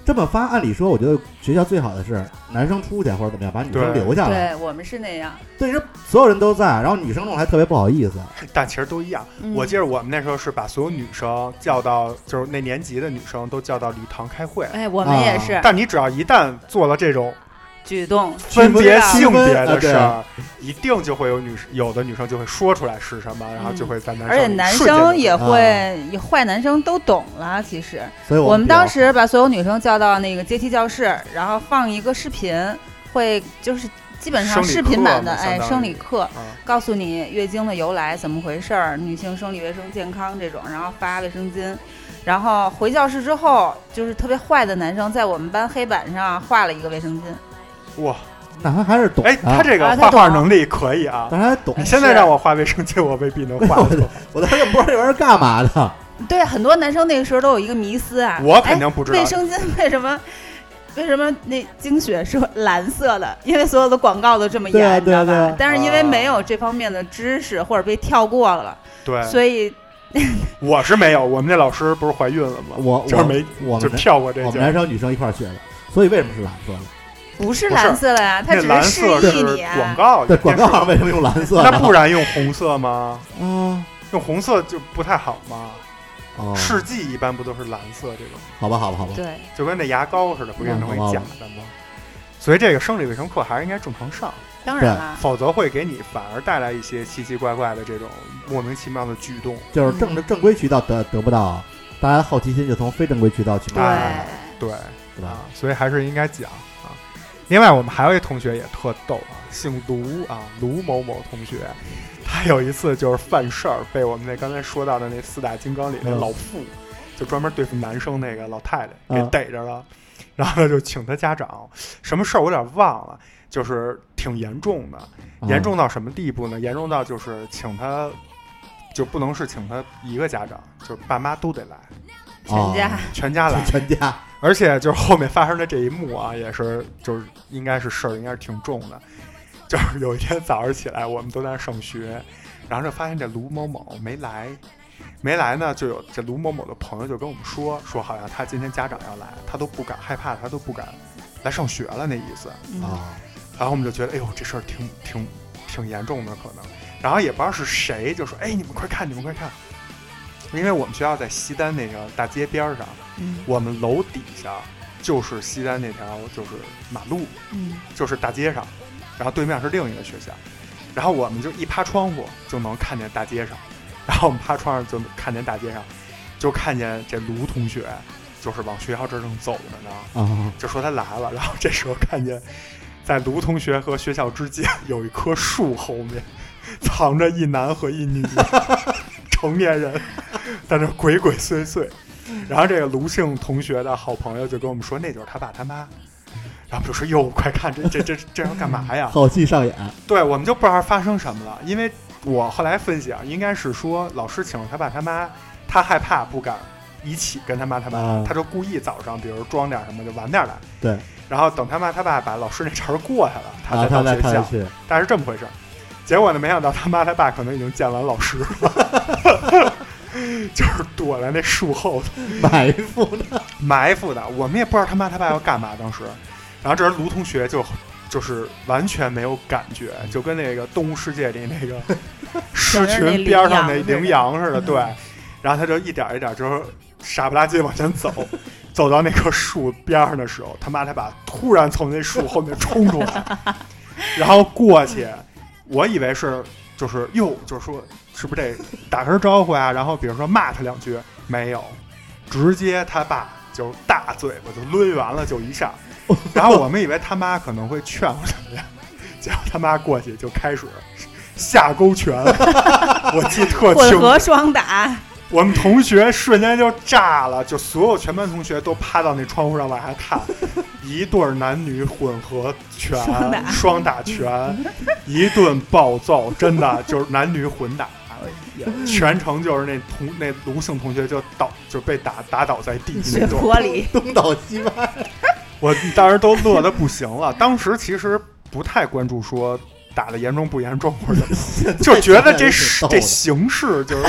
Speaker 3: 这么发，按理说我觉得学校最好的是男生出去或者怎么样，把女生
Speaker 2: 对
Speaker 3: 留下
Speaker 4: 觉。
Speaker 3: 来。
Speaker 4: 对我们是那样。
Speaker 3: 对，是所有人都在，然后女生弄得还特别不好意思。
Speaker 2: 但其实都一样。
Speaker 4: 嗯
Speaker 2: 我记得我们那时候是把所有女生叫到，就是那年级的女生都叫到礼堂开会。
Speaker 4: 哎，我们也
Speaker 3: 啊
Speaker 4: 是，
Speaker 2: 但你只要一旦做了这种
Speaker 4: 举动，
Speaker 2: 分别性别
Speaker 3: 啊
Speaker 2: 的
Speaker 3: 对
Speaker 2: 事儿，一定就会有女生，有的女生就会说出来是什么，然后就会在男
Speaker 4: 嗯而且男
Speaker 2: 瞬间就
Speaker 4: 生也会
Speaker 3: 啊，
Speaker 4: 也坏男生都懂了。其实
Speaker 3: 所以
Speaker 4: 我们
Speaker 3: 比较
Speaker 4: 当时把所有女生叫到那个阶梯教室，然后放一个视频，会就是基本上
Speaker 2: 生理
Speaker 4: 视频
Speaker 2: 课
Speaker 4: 版的
Speaker 2: 嘛
Speaker 4: 哎
Speaker 2: 相当于
Speaker 4: 生理课，
Speaker 2: 啊
Speaker 4: 告诉你月经的由来怎么回事儿，女性生理卫生健康这种，然后发卫生巾。然后回教室之后，就是特别坏的男生在我们班黑板上画了一个卫生巾。
Speaker 2: 哇，
Speaker 3: 那他还是懂的，
Speaker 2: 哎，他这个
Speaker 4: 啊他
Speaker 2: 画画
Speaker 4: 懂
Speaker 2: 能力可以啊。
Speaker 3: 但是他懂
Speaker 2: 你，现在让我画卫生巾，我未必能画 得出。
Speaker 3: 我当时也不知道这玩意儿干嘛的。
Speaker 4: 对，很多男生那个时候都有一个迷思啊，
Speaker 2: 我肯定不知道
Speaker 4: 哎卫生巾为什么。 为什么那经血是蓝色的？ 因为所有的广告都这么
Speaker 3: 对啊
Speaker 4: 演，你知道
Speaker 3: 对啊对
Speaker 4: 吧
Speaker 3: 啊？
Speaker 4: 但是因为
Speaker 2: 啊
Speaker 4: 没有这方面的知识，或者被跳过了，
Speaker 2: 对，
Speaker 4: 所以
Speaker 2: 我是没有。我们那老师不是怀孕了吗？
Speaker 3: 我
Speaker 2: 就是没
Speaker 3: 我
Speaker 2: 就
Speaker 3: 们
Speaker 2: 跳过这
Speaker 3: 我们
Speaker 2: 件
Speaker 3: 男。生女生一块儿学的，所以为什么是蓝色的？
Speaker 4: 不
Speaker 2: 不是
Speaker 4: 是蓝色的呀，它
Speaker 2: 那
Speaker 4: 只
Speaker 2: 蓝
Speaker 4: 示
Speaker 2: 色
Speaker 4: 意
Speaker 2: 是
Speaker 4: 你啊
Speaker 2: 广告，
Speaker 3: 对，广告
Speaker 2: 电
Speaker 3: 啊上为什么用蓝色
Speaker 2: 视
Speaker 3: 呢？
Speaker 2: 那不然用红色吗？
Speaker 3: 啊，
Speaker 2: 用红色就不太好嘛。
Speaker 3: 哦，
Speaker 2: 试剂一般不都是蓝色这种，
Speaker 3: 好吧，好吧，好吧，
Speaker 4: 对，
Speaker 2: 就跟那牙膏似的，不给你弄一假的吗？所以这个生理卫生课还是应该正常上，
Speaker 4: 当然了，
Speaker 2: 否则会给你反而带来一些奇奇怪怪的这种莫名其妙的举动。
Speaker 4: 嗯
Speaker 3: 就是正正规渠道得得不到，大家好奇心就从非正规渠道去
Speaker 4: 对
Speaker 3: 买了，
Speaker 2: 对，
Speaker 3: 对吧？
Speaker 2: 啊，所以还是应该讲啊。另外，我们还有一同学也特逗啊，姓卢啊，卢某某同学，
Speaker 3: 嗯
Speaker 2: 他有一次就是犯事儿，被我们那刚才说到的那四大金刚里那
Speaker 3: 嗯
Speaker 2: 老妇，就专门对付男生那个老太太
Speaker 3: 嗯
Speaker 2: 给逮着了，然后呢就请他家长，什么事儿我有点忘了，就是挺严重的，
Speaker 3: 啊
Speaker 2: 严重到什么地步呢？严重到就是请他。就不能是请他一个家长，就是爸妈都得来，
Speaker 4: 全家
Speaker 3: 哦
Speaker 2: 全家来，
Speaker 3: 全家
Speaker 2: 而且就是后面发生的这一幕啊，也是就是应该是事儿应该是挺重的，就是有一天早上起来，我们都在那儿上学，然后就发现这卢某某没来，没来呢，就有这卢某某的朋友就跟我们说，说好像他今天家长要来，他都不敢，害怕他都不敢来上学了那意思。
Speaker 4: 嗯
Speaker 3: 啊，
Speaker 2: 然后我们就觉得，哎呦，这事儿挺挺挺严重的，可能。然后也不知道是谁就说，哎，你们快看，你们快看，因为我们学校在西单那个大街边儿上，
Speaker 4: 嗯
Speaker 2: 我们楼底下就是西单那条就是马路，
Speaker 4: 嗯，
Speaker 2: 就是大街上，然后对面是另一个学校，然后我们就一趴窗户就能看见大街上， 然后我们趴窗户就看见大街上，就看见这卢同学就是往学校这儿正走着呢，
Speaker 3: 啊，
Speaker 2: 就说他来了，然后这时候看见在卢同学和学校之间有一棵树后面藏着一男和一女 成年人，在那鬼鬼祟祟。然后这个卢姓同学的好朋友就跟我们说，那就是他爸他妈。然后我们就说：“哟，快看，这这这这要干嘛呀？”
Speaker 3: 好戏上演，
Speaker 2: 对，我们就不知道发生什么了，因为我后来分析啊，应该是说老师请了他爸他妈，他害怕不敢一起跟他妈他妈，
Speaker 3: 啊
Speaker 2: 他就故意早上比如装点什么就晚点来，
Speaker 3: 对，
Speaker 2: 然后等他妈他爸把老师那茬儿过去了，
Speaker 3: 然后
Speaker 2: 才
Speaker 3: 他
Speaker 2: 到
Speaker 3: 再
Speaker 2: 学
Speaker 3: 他再
Speaker 2: 校，
Speaker 3: 去，
Speaker 2: 大概是这么回事儿。结果呢，没想到他妈他爸可能已经见完老师了， 就是躲在那树后
Speaker 3: 埋伏呢，
Speaker 2: 埋伏的，我们也不知道他妈他爸要干嘛。当时，然后这人卢同学就就是完全没有感觉，就跟那个《动物世界》里 那个狮群边上那羚羊似的，对。 然后他就一点一点就是傻不拉几往前走，走到那棵树边上的时候，他妈他爸突然从那树后面冲出 来，然后过去，我以为是就是哟，就是说是不是得打声招呼啊？然后比如说骂他两句，没有，直接他爸就大嘴巴就抡圆了就一下，然后我们以为他妈可能会劝我两句，结果他妈过去就开始下勾拳， 我记得特清
Speaker 4: 混合
Speaker 2: 楚，
Speaker 4: 双打，
Speaker 2: 我们同学瞬间就炸了，就所有全班同学都趴到那窗户上往下看，一对儿男女混合拳、
Speaker 4: 双打
Speaker 2: 双打拳，一顿暴揍，真的就是男女混打。
Speaker 4: 哎
Speaker 2: 全程就是那同那卢姓同学就倒就被打打倒在地
Speaker 4: 血
Speaker 2: 那种，
Speaker 4: 泊里，
Speaker 3: 东倒西歪，
Speaker 2: 我当时都乐得不行了。当时其实不太关注说打的严重不严重，或者 就觉得这是
Speaker 3: 现在挺逗的
Speaker 2: 这形式就是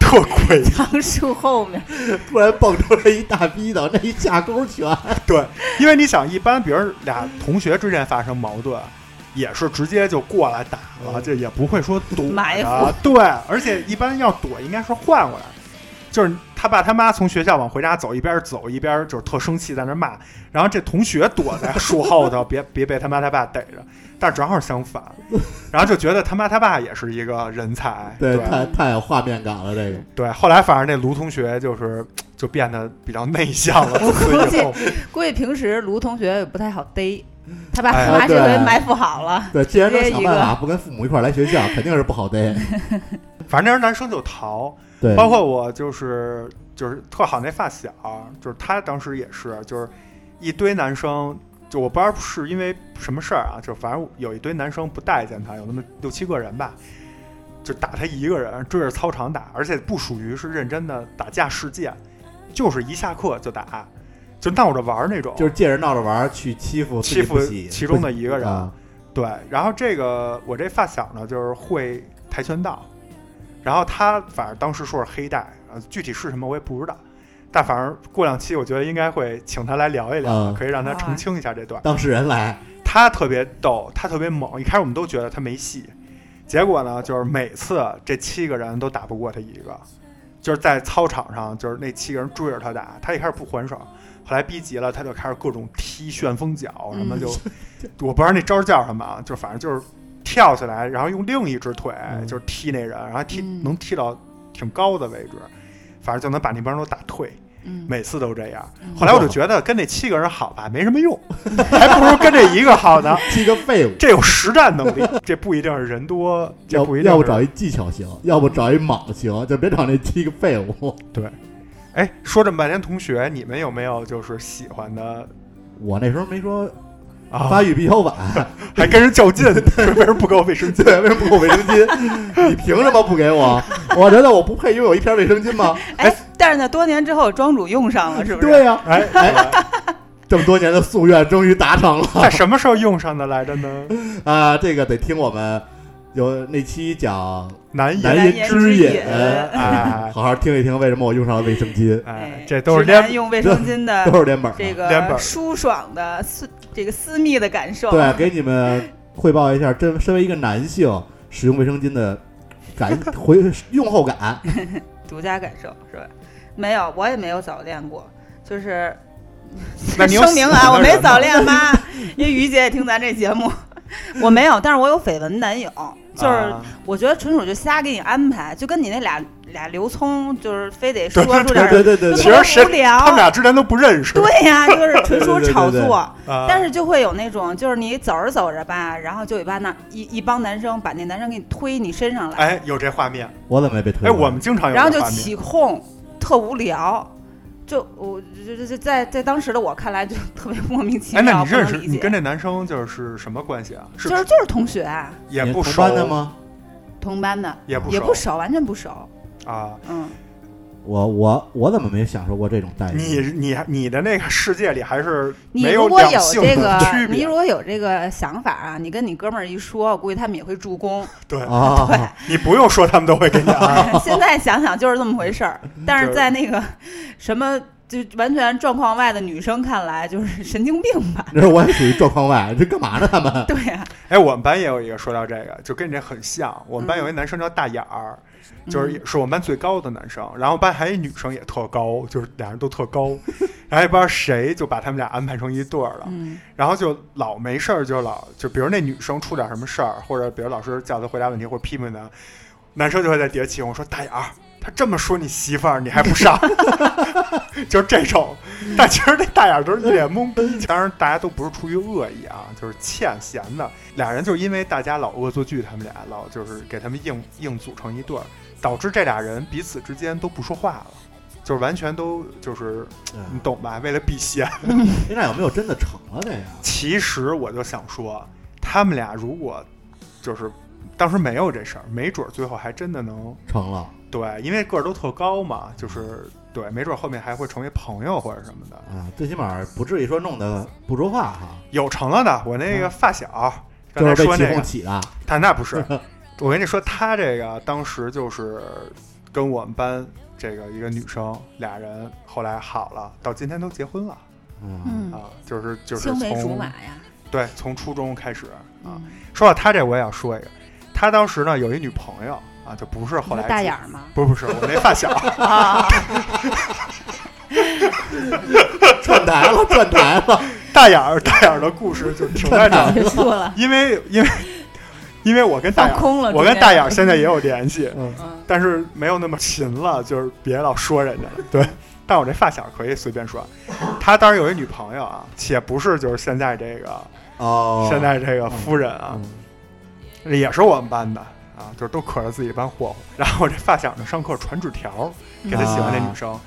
Speaker 2: 特诡异。
Speaker 4: 藏树后面，
Speaker 3: 突然蹦出来一大逼斗，那一下勾拳，
Speaker 2: 对，因为你想，一般比如俩同学之间发生矛盾，也是直接就过来打了，
Speaker 3: 嗯
Speaker 2: 这也不会说躲
Speaker 4: 埋
Speaker 2: 着
Speaker 4: 伏。
Speaker 2: 对，而且一般要躲，应该是换过来，就是他爸他妈从学校往回家走，一边走一边就是特生气，在那骂。然后这同学躲在树后头，别别被他妈他爸逮着。但是正好相反，然后就觉得他妈他爸也是一个人才，对
Speaker 3: 对，太太有画面感了，这个
Speaker 2: 对。后来反正那卢同学就是就变得比较内向了，
Speaker 4: 估
Speaker 2: 自
Speaker 4: 计
Speaker 2: 此以后
Speaker 4: 估计平时卢同学也不太好逮，他把
Speaker 2: 哎
Speaker 4: 他妈这回
Speaker 3: 对
Speaker 4: 埋伏好了。
Speaker 3: 对，既然说
Speaker 4: 接
Speaker 3: 想
Speaker 4: 一
Speaker 3: 办
Speaker 4: 个
Speaker 3: 法不跟父母一块儿来学校，肯定是不好逮。
Speaker 2: 反正那时候男生就逃。
Speaker 3: 对，
Speaker 2: 包括我就是就是特好那发小，就是他当时也是就是一堆男生，就我不知道是因为什么事儿啊，就反正有一堆男生不待见他，有那么六七个人吧，就打他一个人，追着操场打，而且不属于是认真的打架事件，就是一下课就打，就闹着玩儿那种，
Speaker 3: 就是借着闹着玩儿去欺负自己
Speaker 2: 欺负
Speaker 3: 不喜
Speaker 2: 其中的一个人。
Speaker 3: 啊，
Speaker 2: 对，然后这个我这发小呢，就是会跆拳道，然后他反正当时说是黑带，呃，具体是什么我也不知道，但反正过两期我觉得应该会请他来聊一聊，
Speaker 3: 嗯
Speaker 2: 可以让他
Speaker 4: 好啊
Speaker 2: 澄清一下这段。
Speaker 3: 当事人来，
Speaker 2: 他特别逗，他特别猛，一开始我们都觉得他没戏，结果呢，就是每次这七个人都打不过他一个，就是在操场上，就是那七个人追着他打，他一开始不还手，后来逼急了，他就开始各种踢旋风脚，什么就、我不知道那招叫什么啊，就反正就是跳起来，然后用另一只腿
Speaker 3: 嗯
Speaker 2: 就是踢那人，然后踢、
Speaker 4: 嗯
Speaker 2: 能踢到挺高的位置，反正就能把那帮人都打退。
Speaker 4: 嗯，
Speaker 2: 每次都这样。
Speaker 4: 嗯
Speaker 2: 后来我就觉得跟那七个人好吧，没什么用， 还不如跟这一个好呢。
Speaker 3: 是一个废物。
Speaker 2: 这有实战能力，这不一定是人多， 这
Speaker 3: 要
Speaker 2: 不一定
Speaker 3: 要
Speaker 2: 是。
Speaker 3: 不找一技巧型，要不找一莽型，就别找那七个废物。
Speaker 2: 哎，说这么半天，同学，你们有没有就是喜欢的
Speaker 3: 我那时候没说
Speaker 2: 啊
Speaker 3: 发？育比较晚，
Speaker 2: 还跟人较劲，说为什么不给我卫生巾？
Speaker 3: 对，为什么不给我卫生巾？ 你凭什么不给我？ 我觉得我不配拥有一片卫生巾 吗？
Speaker 4: 哎，但是呢，多年之后庄主用上了，是不是？
Speaker 3: 对呀、
Speaker 2: 哎哎，
Speaker 3: 这么多年的夙愿终于达成了
Speaker 2: 在什么时候用上的来着呢？
Speaker 3: 啊！这个得听我们有那期讲
Speaker 2: 难以
Speaker 3: 难
Speaker 4: 言
Speaker 3: 言之
Speaker 4: 之
Speaker 3: 隐，
Speaker 4: 隐
Speaker 2: 哎
Speaker 3: 好好听一听为什么我用上了卫生巾，
Speaker 2: 哎
Speaker 4: 哎，，
Speaker 2: 这都是
Speaker 4: 直男
Speaker 2: 连
Speaker 4: 用 卫生巾
Speaker 2: 哎
Speaker 4: 的
Speaker 3: 都是连本 儿。
Speaker 4: 这
Speaker 2: 连本儿
Speaker 4: 个舒爽的私这个私密的感受。
Speaker 3: 对，给你们汇报一下，真身为一个男性使用卫生巾的感 回用后感。
Speaker 4: 独家感受是吧？没有，我也没有早恋过，就是。
Speaker 2: 那你有
Speaker 4: 声明
Speaker 2: 喜
Speaker 4: 啊，
Speaker 2: 欢
Speaker 4: 我
Speaker 2: 的人
Speaker 4: 没
Speaker 2: 吗
Speaker 4: 早恋妈， 因为于姐也听咱这节目， 我没有，但是我有绯闻男友，就是
Speaker 2: 啊
Speaker 4: 我觉得纯属就瞎给你安排，就跟你那俩俩刘聪，就是非得说
Speaker 2: 对
Speaker 4: 出点
Speaker 3: 对
Speaker 4: 儿
Speaker 3: 对对对
Speaker 4: 就
Speaker 2: 其
Speaker 3: 对
Speaker 2: 实谁
Speaker 4: 特无聊，
Speaker 2: 他们俩之前都不认识。
Speaker 4: 对呀、就是纯属炒
Speaker 3: 对对对对
Speaker 4: 作。
Speaker 2: 啊，
Speaker 4: 但是就会有那种，就是你走着走着吧，然后就有一帮那一一帮男生把那男生给你推你身上来，
Speaker 2: 哎，有这画面。
Speaker 3: 我怎么没被推
Speaker 2: 哎，
Speaker 3: 过？
Speaker 2: 我们经常有这
Speaker 4: 然
Speaker 2: 画
Speaker 4: 后
Speaker 2: 面。
Speaker 4: 就起哄，特无聊。就我就就就在在当时的我看来就特别莫名其
Speaker 2: 哎，那
Speaker 4: 妙，
Speaker 2: 你
Speaker 4: 不能
Speaker 2: 认识
Speaker 4: 理
Speaker 2: 你
Speaker 4: 解
Speaker 2: 跟这男生就是什么关系啊？是
Speaker 4: 就是就是同学啊，
Speaker 2: 也
Speaker 3: 你
Speaker 2: 不
Speaker 3: 同
Speaker 2: 熟
Speaker 3: 班的？吗？
Speaker 4: 同班的，
Speaker 2: 也不
Speaker 4: 也不
Speaker 2: 熟
Speaker 4: 熟，完全不熟。
Speaker 2: 啊！
Speaker 4: 嗯，
Speaker 3: 我我我怎么没享受过这种待遇？
Speaker 2: 你你你的那个世界里还是
Speaker 4: 你
Speaker 2: 没
Speaker 4: 如果
Speaker 2: 两
Speaker 4: 有
Speaker 2: 性
Speaker 4: 这
Speaker 2: 的
Speaker 4: 个
Speaker 2: 区，
Speaker 4: 你
Speaker 2: 别
Speaker 4: 如。果有这个想法啊，你跟你哥们儿一说，我估计他们也会助攻。
Speaker 2: 对，
Speaker 3: 啊，
Speaker 2: 你不用说，他们都会给你安排。
Speaker 4: 现在想想就是这么回事儿，但
Speaker 2: 就是
Speaker 4: 在那个什么就完全状况外的女生看来，就是神经病吧？
Speaker 3: 那时候我也属于状况外，这干嘛呢？他们
Speaker 4: 对啊呀、
Speaker 2: 哎，我们班也有一个说到这个，就跟你这很像。我们
Speaker 4: 嗯
Speaker 2: 班有一男生叫大眼儿，就是也是我们班最高的男生。然后班还有一女生也特高，就是俩人都特高。 然后也不知道谁就把他们俩安排成一对儿了。
Speaker 4: 嗯，
Speaker 2: 然后就老没事儿，就老就比如那女生出点什么事儿，或者比如老师叫她回答问题或者批评她，男生就会在底下起哄说：“大眼儿，他这么说你媳妇儿，你还不上？”就是这种。但其实那大眼儿啊都是一脸懵逼。当然，大家都不是出于恶意啊，就是欠闲的。俩人就因为大家老恶作剧，他们俩老就是给他们硬硬组成一对儿，导致这俩人彼此之间都不说话了。就是完全都就是你懂吧？为了避嫌，
Speaker 3: 那有没有真的成了这样？
Speaker 2: 其实我就想说，他们俩如果就是当时没有这事儿，没准儿最后还真的能
Speaker 3: 成了
Speaker 2: 对，因为个儿都特高嘛，就是对，没准儿后面还会成为朋友或者什么的。
Speaker 3: 啊，最起码不至于说弄得不说话哈，
Speaker 2: 有成了的，我那个发小、刚
Speaker 3: 就
Speaker 2: 才
Speaker 3: 是
Speaker 2: 说
Speaker 3: 被起
Speaker 2: 那
Speaker 4: 嗯
Speaker 3: 哄
Speaker 2: 个，
Speaker 3: 起的。
Speaker 2: 但那不是，我跟你说，他这个当时就是跟我们班这个一个女生，俩人后来好了，到今天都结婚了
Speaker 3: 嗯，
Speaker 4: 嗯，
Speaker 2: 啊，就是就是
Speaker 4: 青梅竹
Speaker 2: 从
Speaker 4: 马呀，
Speaker 2: 对从初中开始啊。
Speaker 4: 嗯
Speaker 2: 说到他这，我也要说一个，他当时呢有一女朋友，啊，就不是后来
Speaker 4: 你是大
Speaker 2: 出
Speaker 4: 眼儿 吗？
Speaker 2: 不不是，我那发小，
Speaker 4: 啊，
Speaker 3: 转台了，转台了，
Speaker 2: 大眼儿大眼儿的故事就停在这 儿，
Speaker 4: 结束了，
Speaker 2: 因为因为因为我跟大眼
Speaker 4: 放
Speaker 2: 儿，
Speaker 4: 空了。
Speaker 2: 我
Speaker 4: 中
Speaker 2: 跟
Speaker 4: 间
Speaker 2: 大眼儿现在也有联系，
Speaker 3: 嗯，
Speaker 4: 嗯，
Speaker 2: 但是没有那么勤了，就是别老说人家了。对，但我这发小可以随便说，他当时有一女朋友啊，且不是就是现在这个、
Speaker 3: 哦，
Speaker 2: 现在这个夫人啊，
Speaker 3: 嗯
Speaker 2: 也是我们班的啊，就是都可着自己班霍霍。 然后我这发小呢，上课传纸条给他喜欢这女生。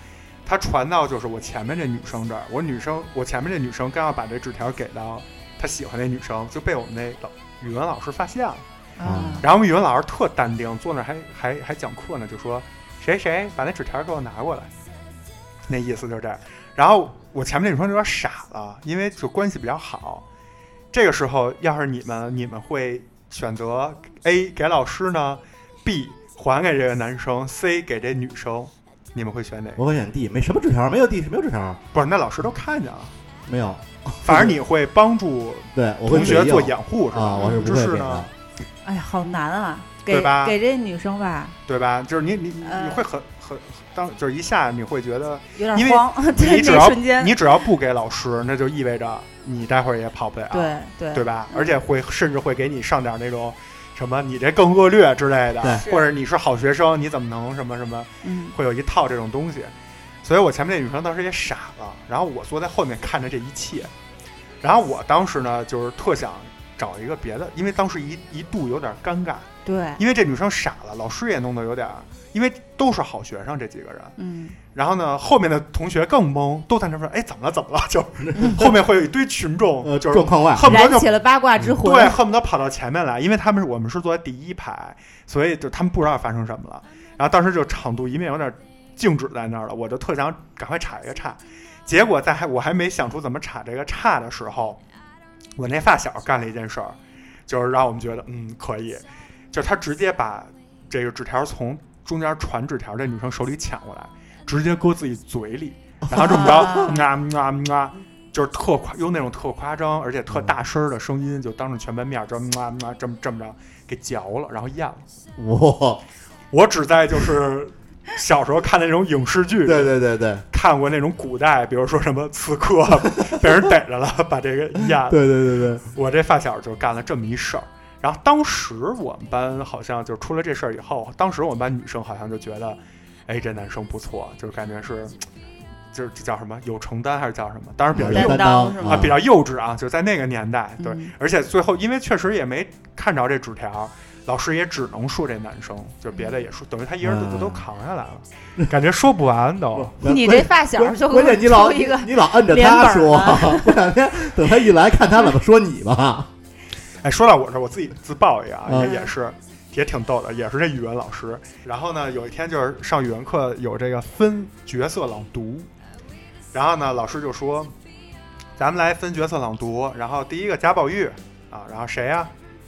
Speaker 2: 他传到就是我前面这女生这儿，我女生我前面这女生刚要把这纸条给到他喜欢那女生，就被我们那老语文老师发现了。
Speaker 4: 啊
Speaker 2: 然后我们语文老师特淡定，坐那儿还还还讲课呢，就说谁谁把那纸条给我拿过来，那意思就是这样。然后我前面那女生有点傻了，因为就关系比较好。这个时候要是你们，你们会选择 A 给老师呢，B 还给这个男生，C 给这女生，你们会选哪个？
Speaker 3: 我会选 D，没什么纸条，没有 D，没有纸条，
Speaker 2: 不是，那老师都看见了。
Speaker 3: 没有。
Speaker 2: 反正你会帮助
Speaker 3: 对，我会
Speaker 2: 同学
Speaker 3: 给
Speaker 2: 做
Speaker 3: 右
Speaker 2: 掩护是吧？
Speaker 3: 啊，我是不
Speaker 2: 只
Speaker 3: 会
Speaker 2: 是
Speaker 3: 给
Speaker 2: 呢
Speaker 3: 的，。
Speaker 4: 哎呀，好难啊！
Speaker 2: 对
Speaker 4: 给
Speaker 2: 吧
Speaker 4: 给这女生吧，
Speaker 2: 对吧？就是你你你你会很很当就是一下你会觉得
Speaker 4: 有点
Speaker 2: 因为
Speaker 4: 慌，
Speaker 2: 你
Speaker 4: 对
Speaker 2: 只
Speaker 4: 这
Speaker 2: 要
Speaker 4: 瞬间，
Speaker 2: 你只要不给老师，那就意味着你待会儿也跑不了，
Speaker 4: 对对
Speaker 2: 啊对吧？
Speaker 4: 嗯
Speaker 2: 而且会甚至会给你上点那种什么你这更恶劣之类的，
Speaker 3: 对
Speaker 2: 或者你是好学生，你怎么能什么什么，
Speaker 4: 嗯
Speaker 2: 会有一套这种东西。所以我前面那女生当时也傻了，然后我坐在后面看着这一切，然后我当时呢就是特想找一个别的，因为当时一一度有点尴尬，
Speaker 4: 对，
Speaker 2: 因为这女生傻了，老师也弄得有点儿，因为都是好学生这几个人。
Speaker 4: 嗯
Speaker 2: 然后呢，后面的同学更懵，都在那说：“哎，怎么了？怎么了？” 就后面会有一堆群众，
Speaker 3: 呃，
Speaker 2: 就是
Speaker 3: 状况外，
Speaker 2: 恨不得
Speaker 4: 燃起
Speaker 2: 就
Speaker 4: 了八卦之魂，
Speaker 2: 对，恨不得跑到前面来，因为他们是我们是坐在第一排，所以就他们不知道发生什么了。然后当时就场度一面有点静止在那儿了，我就特想赶快岔一个岔，结果在还我还没想出怎么岔这个岔的时候，我那发小干了一件事儿，就是让我们觉得嗯可以，就是他直接把这个纸条从中间传纸条这女生手里抢过来，直接搁自己嘴里，然后这么着
Speaker 4: 啊
Speaker 2: 啊啊啊，就是特夸，用那种特夸张而且特大声儿的声音，就当着全班面儿这么啊啊这么这么着给嚼了，然后咽了。
Speaker 3: 哇，
Speaker 2: 我只在就是小时候看那种影视剧，
Speaker 3: 对对对对
Speaker 2: 看过那种古代，比如说什么刺客被人逮着了，把这个咽
Speaker 8: 啊
Speaker 2: 了。
Speaker 3: 对对对对，
Speaker 2: 我这发小就干了这么一事儿。然后当时我们班好像就出了这事儿以后，当时我们班女生好像就觉得，哎，这男生不错，就是感觉是，就是这叫什么有承担还是叫什么？当然比较
Speaker 3: 有
Speaker 2: 幼
Speaker 4: 担
Speaker 3: 担
Speaker 4: 当是吗
Speaker 2: 啊，比较幼稚啊，就在那个年代，对。
Speaker 4: 嗯
Speaker 2: 而且最后因为确实也没看着这纸条，老师也只能说这男生，就别的也说，等于他一人都
Speaker 3: 嗯
Speaker 2: 都扛下来了，感觉说不完都。
Speaker 4: 你这发小就
Speaker 3: 关键你老
Speaker 4: 出一个
Speaker 3: 你老摁着
Speaker 4: 连本
Speaker 3: 他
Speaker 4: 儿
Speaker 3: 说
Speaker 4: 啊，
Speaker 3: 过两天等他一来看他怎么说你吧。
Speaker 2: 哎，说到我这儿，我自己自曝一个啊，
Speaker 3: 嗯
Speaker 2: 也也是也挺逗的，也是这语文老师。然后呢，有一天就是上语文课有这个分角色朗读，然后呢，老师就说，咱们来分角色朗读，然后第一个贾宝玉啊，然后谁呀、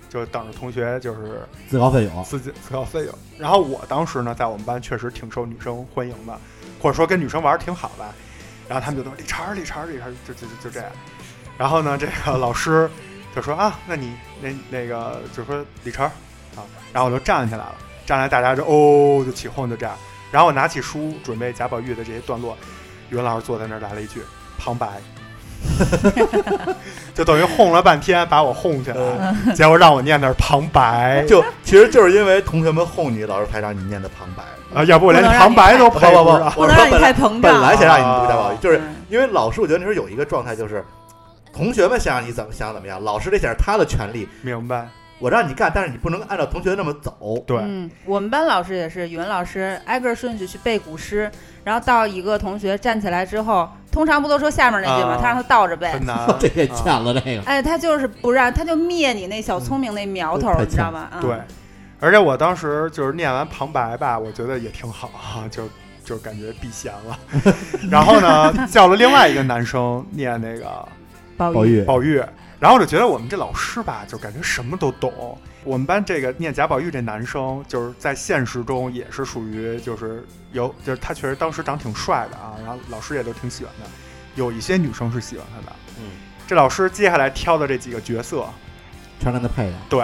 Speaker 2: 就等着同学就是
Speaker 3: 自告奋勇，
Speaker 2: 自己自告奋勇。然后我当时呢，在我们班确实挺受女生欢迎的，或者说跟女生玩儿挺好的。然后他们就都李晨儿，李晨儿，李晨儿，就就就就这样。然后呢，这个老师就说啊，那你那那个就说李晨儿啊，然后我就站起来了，站起来大家就哦就起哄就这样。然后我拿起书准备贾宝玉的这些段落，语文老师坐在那儿来了一句旁白。 就等于哄了半天，把我哄起来，结果让我念的是旁白，
Speaker 8: 就其实就是因为同学们哄你，老师才让你念的旁白。
Speaker 2: 啊，要不我连
Speaker 4: 不能让
Speaker 2: 旁白
Speaker 4: 你
Speaker 2: 都
Speaker 8: 不
Speaker 2: 配
Speaker 8: 不不，
Speaker 2: 不上。
Speaker 8: 我
Speaker 4: 不
Speaker 8: 是说
Speaker 4: 能让你
Speaker 8: 本来
Speaker 4: 太膨胀，
Speaker 8: 本来想让你读贾宝玉，就是
Speaker 4: 嗯
Speaker 8: 因为老师，我觉得那时候有一个状态就是，同学们想让你怎么想怎么样，老师得想着他的权利，
Speaker 2: 明白，
Speaker 8: 我让你干，但是你不能按照同学那么走。
Speaker 2: 对，
Speaker 4: 嗯，我们班老师也是，语文老师挨个顺序去背古诗，然后到一个同学站起来之后，通常不都说下面那句吗？
Speaker 2: 啊
Speaker 4: 他让他倒着背
Speaker 2: 很，难
Speaker 3: 。这也欠
Speaker 2: 啊
Speaker 3: 了这个。
Speaker 4: 哎，他就是不让，他就灭你那小聪明那苗头，
Speaker 3: 嗯
Speaker 4: 你知道吗？啊，
Speaker 2: 对，而且我当时就是念完旁白吧，我觉得也挺好哈，就就感觉避嫌了。 然后呢，叫了另外一个男生念那个
Speaker 4: 宝
Speaker 3: 宝玉，
Speaker 2: 宝玉，然后我就觉得我们这老师吧，就感觉什么都懂。我们班这个念贾宝玉这男生，就是在现实中也是属于就是有，就是他确实当时长挺帅的啊，然后老师也都挺喜欢的，有一些女生是喜欢他的。
Speaker 8: 嗯，
Speaker 2: 这老师接下来挑的这几个角色，
Speaker 3: 全让他配上。
Speaker 2: 对，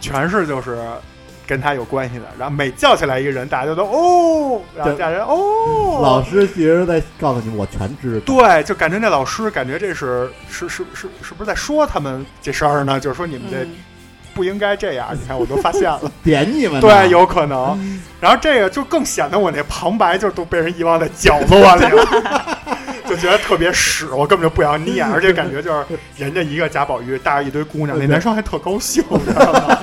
Speaker 2: 全是就是跟他有关系的。然后每叫起来一个人，大家就都哦，然后
Speaker 3: 对
Speaker 2: 大家哦，
Speaker 3: 老师其实在告诉你，我全知道。
Speaker 2: 对，就感觉那老师感觉这是是是是是不是在说他们这事儿呢？就是说你们这
Speaker 4: 嗯，
Speaker 2: 不应该这样，你看我都发现 了，
Speaker 3: 点你们呢
Speaker 2: 对，啊有可能。然后这个就更显得我那旁白就都被人遗忘在角落里了，就觉得特别屎，我根本就不想念，而且感觉就是人家一个贾宝玉带着一堆姑娘，那男生还特高兴，你知道吗？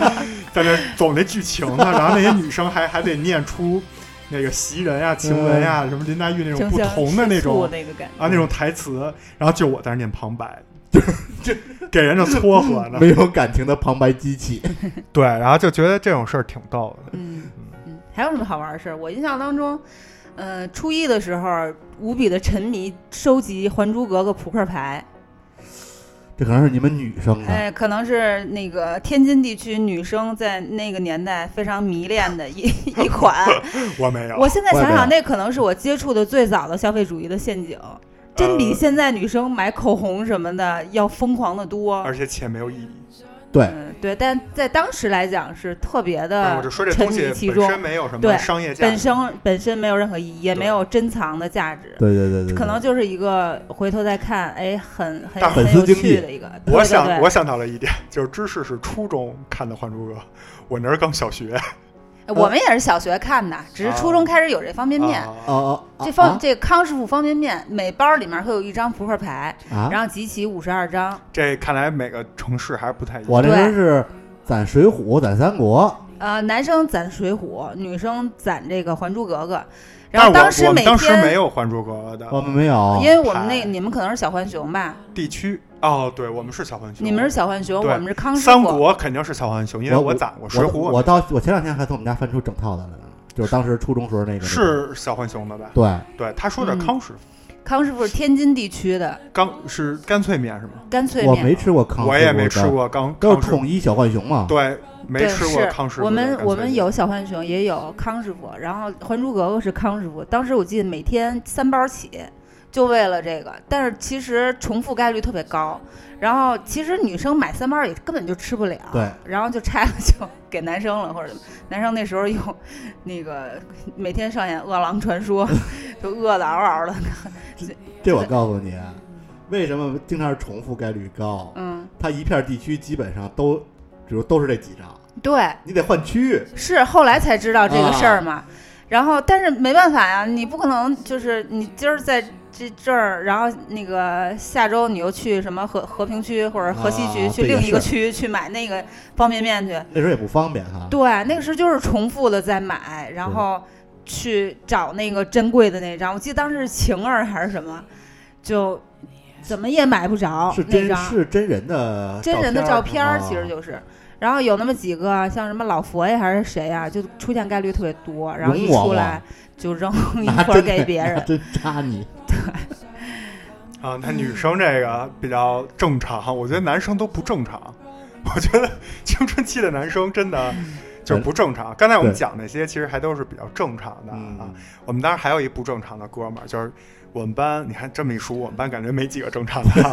Speaker 2: 在那走那剧情呢，然后那些女生还还得念出那个袭人啊、晴雯啊、什么林黛玉那种
Speaker 4: 就
Speaker 2: 不
Speaker 4: 像
Speaker 2: 同的那
Speaker 4: 吃醋
Speaker 2: 种
Speaker 4: 那个感觉，
Speaker 2: 啊那种台词，然后就我在那念旁白， 就给人家撮合呢
Speaker 3: 没。有感情的旁白机器，
Speaker 2: 对，然后就觉得这种事儿挺逗的。
Speaker 4: 嗯嗯，还有什么好玩的事儿？我印象当中，呃，初一的时候无比的沉迷收集《还珠格格》扑克牌，
Speaker 3: 这可能是你们女生啊
Speaker 2: 嗯
Speaker 3: 的。
Speaker 4: 哎，可能是那个天津地区女生在那个年代非常迷恋的 一一款。
Speaker 2: 我没有，
Speaker 4: 嗯我现在
Speaker 3: 我也
Speaker 4: 想
Speaker 3: 没有
Speaker 4: 想，那可能是我接触的最早的消费主义的陷阱，真比
Speaker 2: 呃
Speaker 4: 现在女生买口红什么的要疯狂的多。
Speaker 2: 而且且没有意义。
Speaker 3: 对，
Speaker 4: 嗯，对，但在当时来讲是特别的，
Speaker 2: 我就说这东西
Speaker 4: 沉迷其
Speaker 2: 本
Speaker 4: 中
Speaker 2: 身没有什么
Speaker 4: 对
Speaker 2: 商业价
Speaker 4: 本
Speaker 2: 值，
Speaker 4: 身本身没有任何意义，也
Speaker 2: 对
Speaker 4: 没有珍藏的价值，
Speaker 3: 对对对对，
Speaker 4: 可能就是一个回头再看，哎，很很
Speaker 2: 大
Speaker 4: 很
Speaker 3: 粉丝
Speaker 4: 有
Speaker 3: 经
Speaker 4: 趣
Speaker 3: 济
Speaker 4: 的一个。对
Speaker 2: 我想
Speaker 4: 对对
Speaker 2: 我想到了一点，就是知识是初中看的《还珠格格》，我那儿刚小学。
Speaker 4: 哎
Speaker 2: 嗯
Speaker 4: 我们也是小学看的，只是初
Speaker 2: 哦
Speaker 4: 中开始有这方便面。
Speaker 2: 啊
Speaker 3: 哦哦，啊
Speaker 4: 这方
Speaker 3: 啊
Speaker 4: 这康师傅方便面，每包里面会有一张扑克牌，
Speaker 3: 啊，
Speaker 4: 然后集齐五十二张。
Speaker 2: 这看来每个城市还不太一样。
Speaker 3: 我那时候是攒《水浒》、攒《三国
Speaker 4: 呃，男生攒《水浒》，女生攒这个《还珠格格》。然
Speaker 2: 但是
Speaker 4: 后
Speaker 2: 我我们
Speaker 4: 当时每
Speaker 2: 当时没
Speaker 4: 天，
Speaker 2: 有《还珠格格》》，
Speaker 3: 我
Speaker 2: 的
Speaker 3: 们没有
Speaker 4: 因。为我们那
Speaker 2: 牌
Speaker 4: 你们可能是小浣熊吧，
Speaker 2: 地区哦，对我们是小浣熊，
Speaker 4: 你们是小浣熊，
Speaker 2: 对
Speaker 4: 我们是康师
Speaker 2: 三
Speaker 4: 傅。
Speaker 2: 国肯定是小浣熊，因为
Speaker 3: 我
Speaker 2: 我攒过《水浒》啊
Speaker 3: 我
Speaker 2: 我
Speaker 3: 我到我前两天还从我们家翻出整套的来呢，就是当时初中时候那个那
Speaker 2: 们
Speaker 3: 个
Speaker 2: 是小浣熊的吧？
Speaker 3: 对，
Speaker 2: 对，他说的
Speaker 4: 嗯
Speaker 2: 康师傅，
Speaker 4: 康师傅是天津地区的
Speaker 2: 刚是干脆面是吗？
Speaker 4: 干脆
Speaker 3: 我
Speaker 4: 面。
Speaker 3: 没吃过康，
Speaker 2: 我也没吃，过刚
Speaker 3: 都
Speaker 2: 康
Speaker 3: 是
Speaker 2: 师傅，
Speaker 3: 统一小浣熊嘛。
Speaker 2: 对，没
Speaker 4: 对，
Speaker 2: 吃
Speaker 4: 是
Speaker 2: 过康师傅的
Speaker 4: 我
Speaker 2: 干脆面。
Speaker 4: 们我们有小浣熊，也有康师傅，然后《还珠格格》是康师傅。当时我记得每天三包起，就为了这个，但是其实重复概率特别高。然后其实女生买三包也根本就吃不了，
Speaker 3: 对，
Speaker 4: 然后就拆了就给男生了，或者男生那时候又那个每天上演《饿狼传说》，就饿得嗷嗷的，
Speaker 3: 这我告诉你，为什么经常是重复概率高？
Speaker 4: 嗯，
Speaker 3: 它一片地区基本上都，比如都是这几张，
Speaker 4: 对。
Speaker 3: 你得换区域。
Speaker 4: 是后来才知道这
Speaker 3: 啊
Speaker 4: 个事儿嘛。然后，但是没办法呀，你不可能就是你今儿在这这儿，然后那个下周你又去什么和和平区或者河西区、
Speaker 3: 啊
Speaker 4: 去
Speaker 3: 对
Speaker 4: 另
Speaker 3: 也
Speaker 4: 一个
Speaker 3: 是
Speaker 4: 区去买那个方便面去。
Speaker 3: 那时候也不方便哈。
Speaker 4: 对，那个时候就是重复的在买，然后去找那个珍贵的那张。我记得当时是晴儿还是什么，就怎么也买不着
Speaker 3: 是
Speaker 4: 那
Speaker 3: 真
Speaker 4: 张。
Speaker 3: 是真人的
Speaker 4: 真人的照片儿
Speaker 3: 是吗
Speaker 4: 其实就是，然后有那么几个像什么老佛爷还是谁啊，就出现概率特别多，然后一
Speaker 3: 龙王
Speaker 4: 出
Speaker 3: 王
Speaker 4: 来就 扔一
Speaker 3: 拿
Speaker 4: 会儿
Speaker 3: 真
Speaker 4: 给别人
Speaker 3: 拿。真扎你。
Speaker 2: 啊，那女生这个比较正常，我觉得男生都不正常。我觉得青春期的男生真的就是不正常。刚才我们
Speaker 3: 哎对
Speaker 2: 讲那些，其实还都是比较正常的啊
Speaker 3: 嗯。，
Speaker 2: 我们当时还有一不正常的哥们儿，就是我们班，你看这么一数，我们班感觉没几个正常的啊。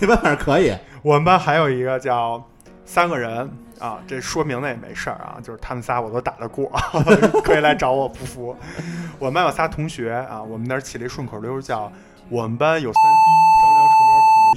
Speaker 3: 你们反正可以。
Speaker 2: 我们班还有一个叫三个人啊，这说明了也没事儿啊，就是他们仨我都打得过， 可以来找我不服。我们班有仨同学啊，我们那儿起了一顺口溜儿叫“我们班有三逼张良、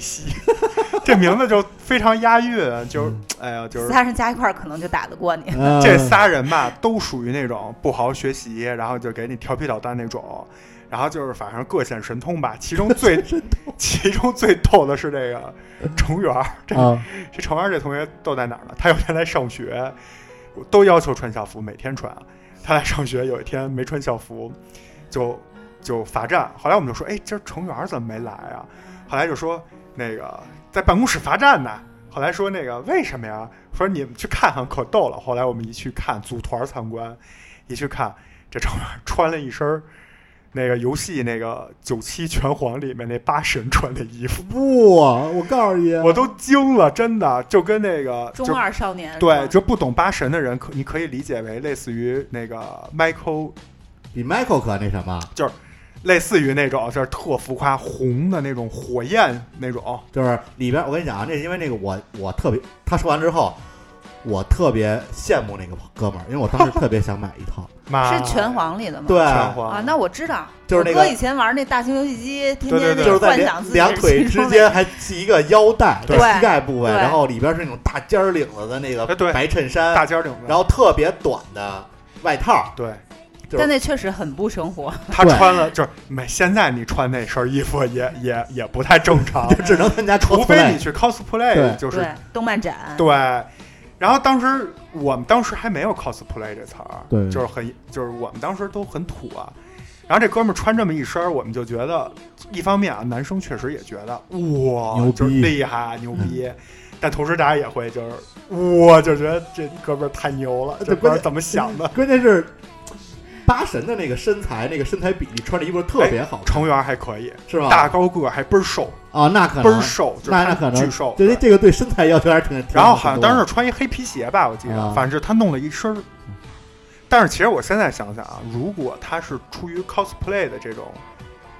Speaker 2: 程元、孔维西”， 这名字就非常押韵，就是哎呀，就是
Speaker 4: 仨人加一块儿可能就打得过 你。
Speaker 3: 呃
Speaker 2: 这仨人吧，都属于那种不好好学习，然后就给你调皮捣蛋那种，然后就是反正各显神通吧。其中最 其中最逗的是这个程元儿，这
Speaker 3: 啊，
Speaker 2: 这程元这同学逗在哪儿呢？他有一天来上学，都要求穿校服，每天穿。他来上学有一天没穿校服，就就罚站。后来我们就说，哎，今儿程元怎么没来啊？后来就说那个在办公室罚站呢。后来说那个为什么呀？说你们去看看，可逗了。后来我们一去看，组团参观，一去看这程元穿了一身儿那个游戏那个九七拳皇里面那八神穿的衣服，
Speaker 3: 不，我告诉你，
Speaker 2: 我都惊了，真的就跟那个就
Speaker 4: 中二少年是吧
Speaker 2: 对，就不懂八神的人，可你可以理解为类似于那个 Michael，
Speaker 3: 比 Michael 可那什么，
Speaker 2: 类似于那种就是特浮夸红的那种火焰那种，
Speaker 3: 就是里边我跟你讲啊，那是因为那个我我特别，他说完之后，我特别羡慕那个哥们儿，因为我当时特别想买一套。
Speaker 2: 妈
Speaker 4: 是拳皇里的吗？
Speaker 3: 啊对，
Speaker 2: 拳皇
Speaker 4: 啊，那我知道，
Speaker 3: 就是那个
Speaker 4: 我哥以前玩那大型游戏机，天
Speaker 2: 对对对
Speaker 4: 天那
Speaker 3: 就
Speaker 4: 个
Speaker 3: 是在
Speaker 4: 幻
Speaker 3: 两
Speaker 4: 想自己
Speaker 3: 两
Speaker 4: 是
Speaker 3: 腿
Speaker 4: 其
Speaker 3: 之
Speaker 4: 中的
Speaker 3: 间还系一个腰带，
Speaker 4: 对
Speaker 3: 在膝盖部位，
Speaker 4: 对
Speaker 3: 然后里边是那种大尖儿领子的那个
Speaker 2: 哎对
Speaker 3: 白衬衫，
Speaker 2: 大尖儿领子，
Speaker 3: 然后特别短的外套，
Speaker 2: 对
Speaker 3: 就是
Speaker 4: 但那确实很不生活。
Speaker 2: 他
Speaker 3: 对
Speaker 2: 穿了就是没现在你穿那身衣服也也也不太正常，
Speaker 3: 只能参加
Speaker 2: 除非
Speaker 3: cosplay
Speaker 2: 你去 cosplay，
Speaker 3: 对
Speaker 2: 就是
Speaker 4: 对，动漫展，
Speaker 2: 对。然后当时我们当时还没有 cosplay 这词儿，啊
Speaker 3: 对
Speaker 2: 就是很就是我们当时都很土啊。然后这哥们儿穿这么一身儿，我们就觉得，一方面啊，男生确实也觉得哇
Speaker 3: 牛，逼嗯
Speaker 2: 就是厉害啊牛逼，但同时大家也会就是哇，就觉得这哥们儿太牛了，这
Speaker 3: 对
Speaker 2: 哥们
Speaker 3: 关
Speaker 2: 儿
Speaker 3: 键嗯
Speaker 2: 怎么想的？
Speaker 3: 关键是八神的那个身材，那个身材比例，穿着衣服特别好看，
Speaker 2: 成员还可以，
Speaker 3: 是吧？
Speaker 2: 哎大高个儿还倍儿瘦，
Speaker 3: 啊，那可
Speaker 2: 倍儿
Speaker 3: 能，
Speaker 2: 瘦，就是
Speaker 3: 那那
Speaker 2: 他
Speaker 3: 可能
Speaker 2: 巨瘦。
Speaker 3: 对这个对身材要求还是挺。挺
Speaker 2: 然后好像
Speaker 3: 挺多的
Speaker 2: 当时穿一黑皮鞋吧，我记得，
Speaker 3: 啊
Speaker 2: 反正是他弄了一身儿。但是其实我现在想想啊，如果他是出于 cosplay 的这种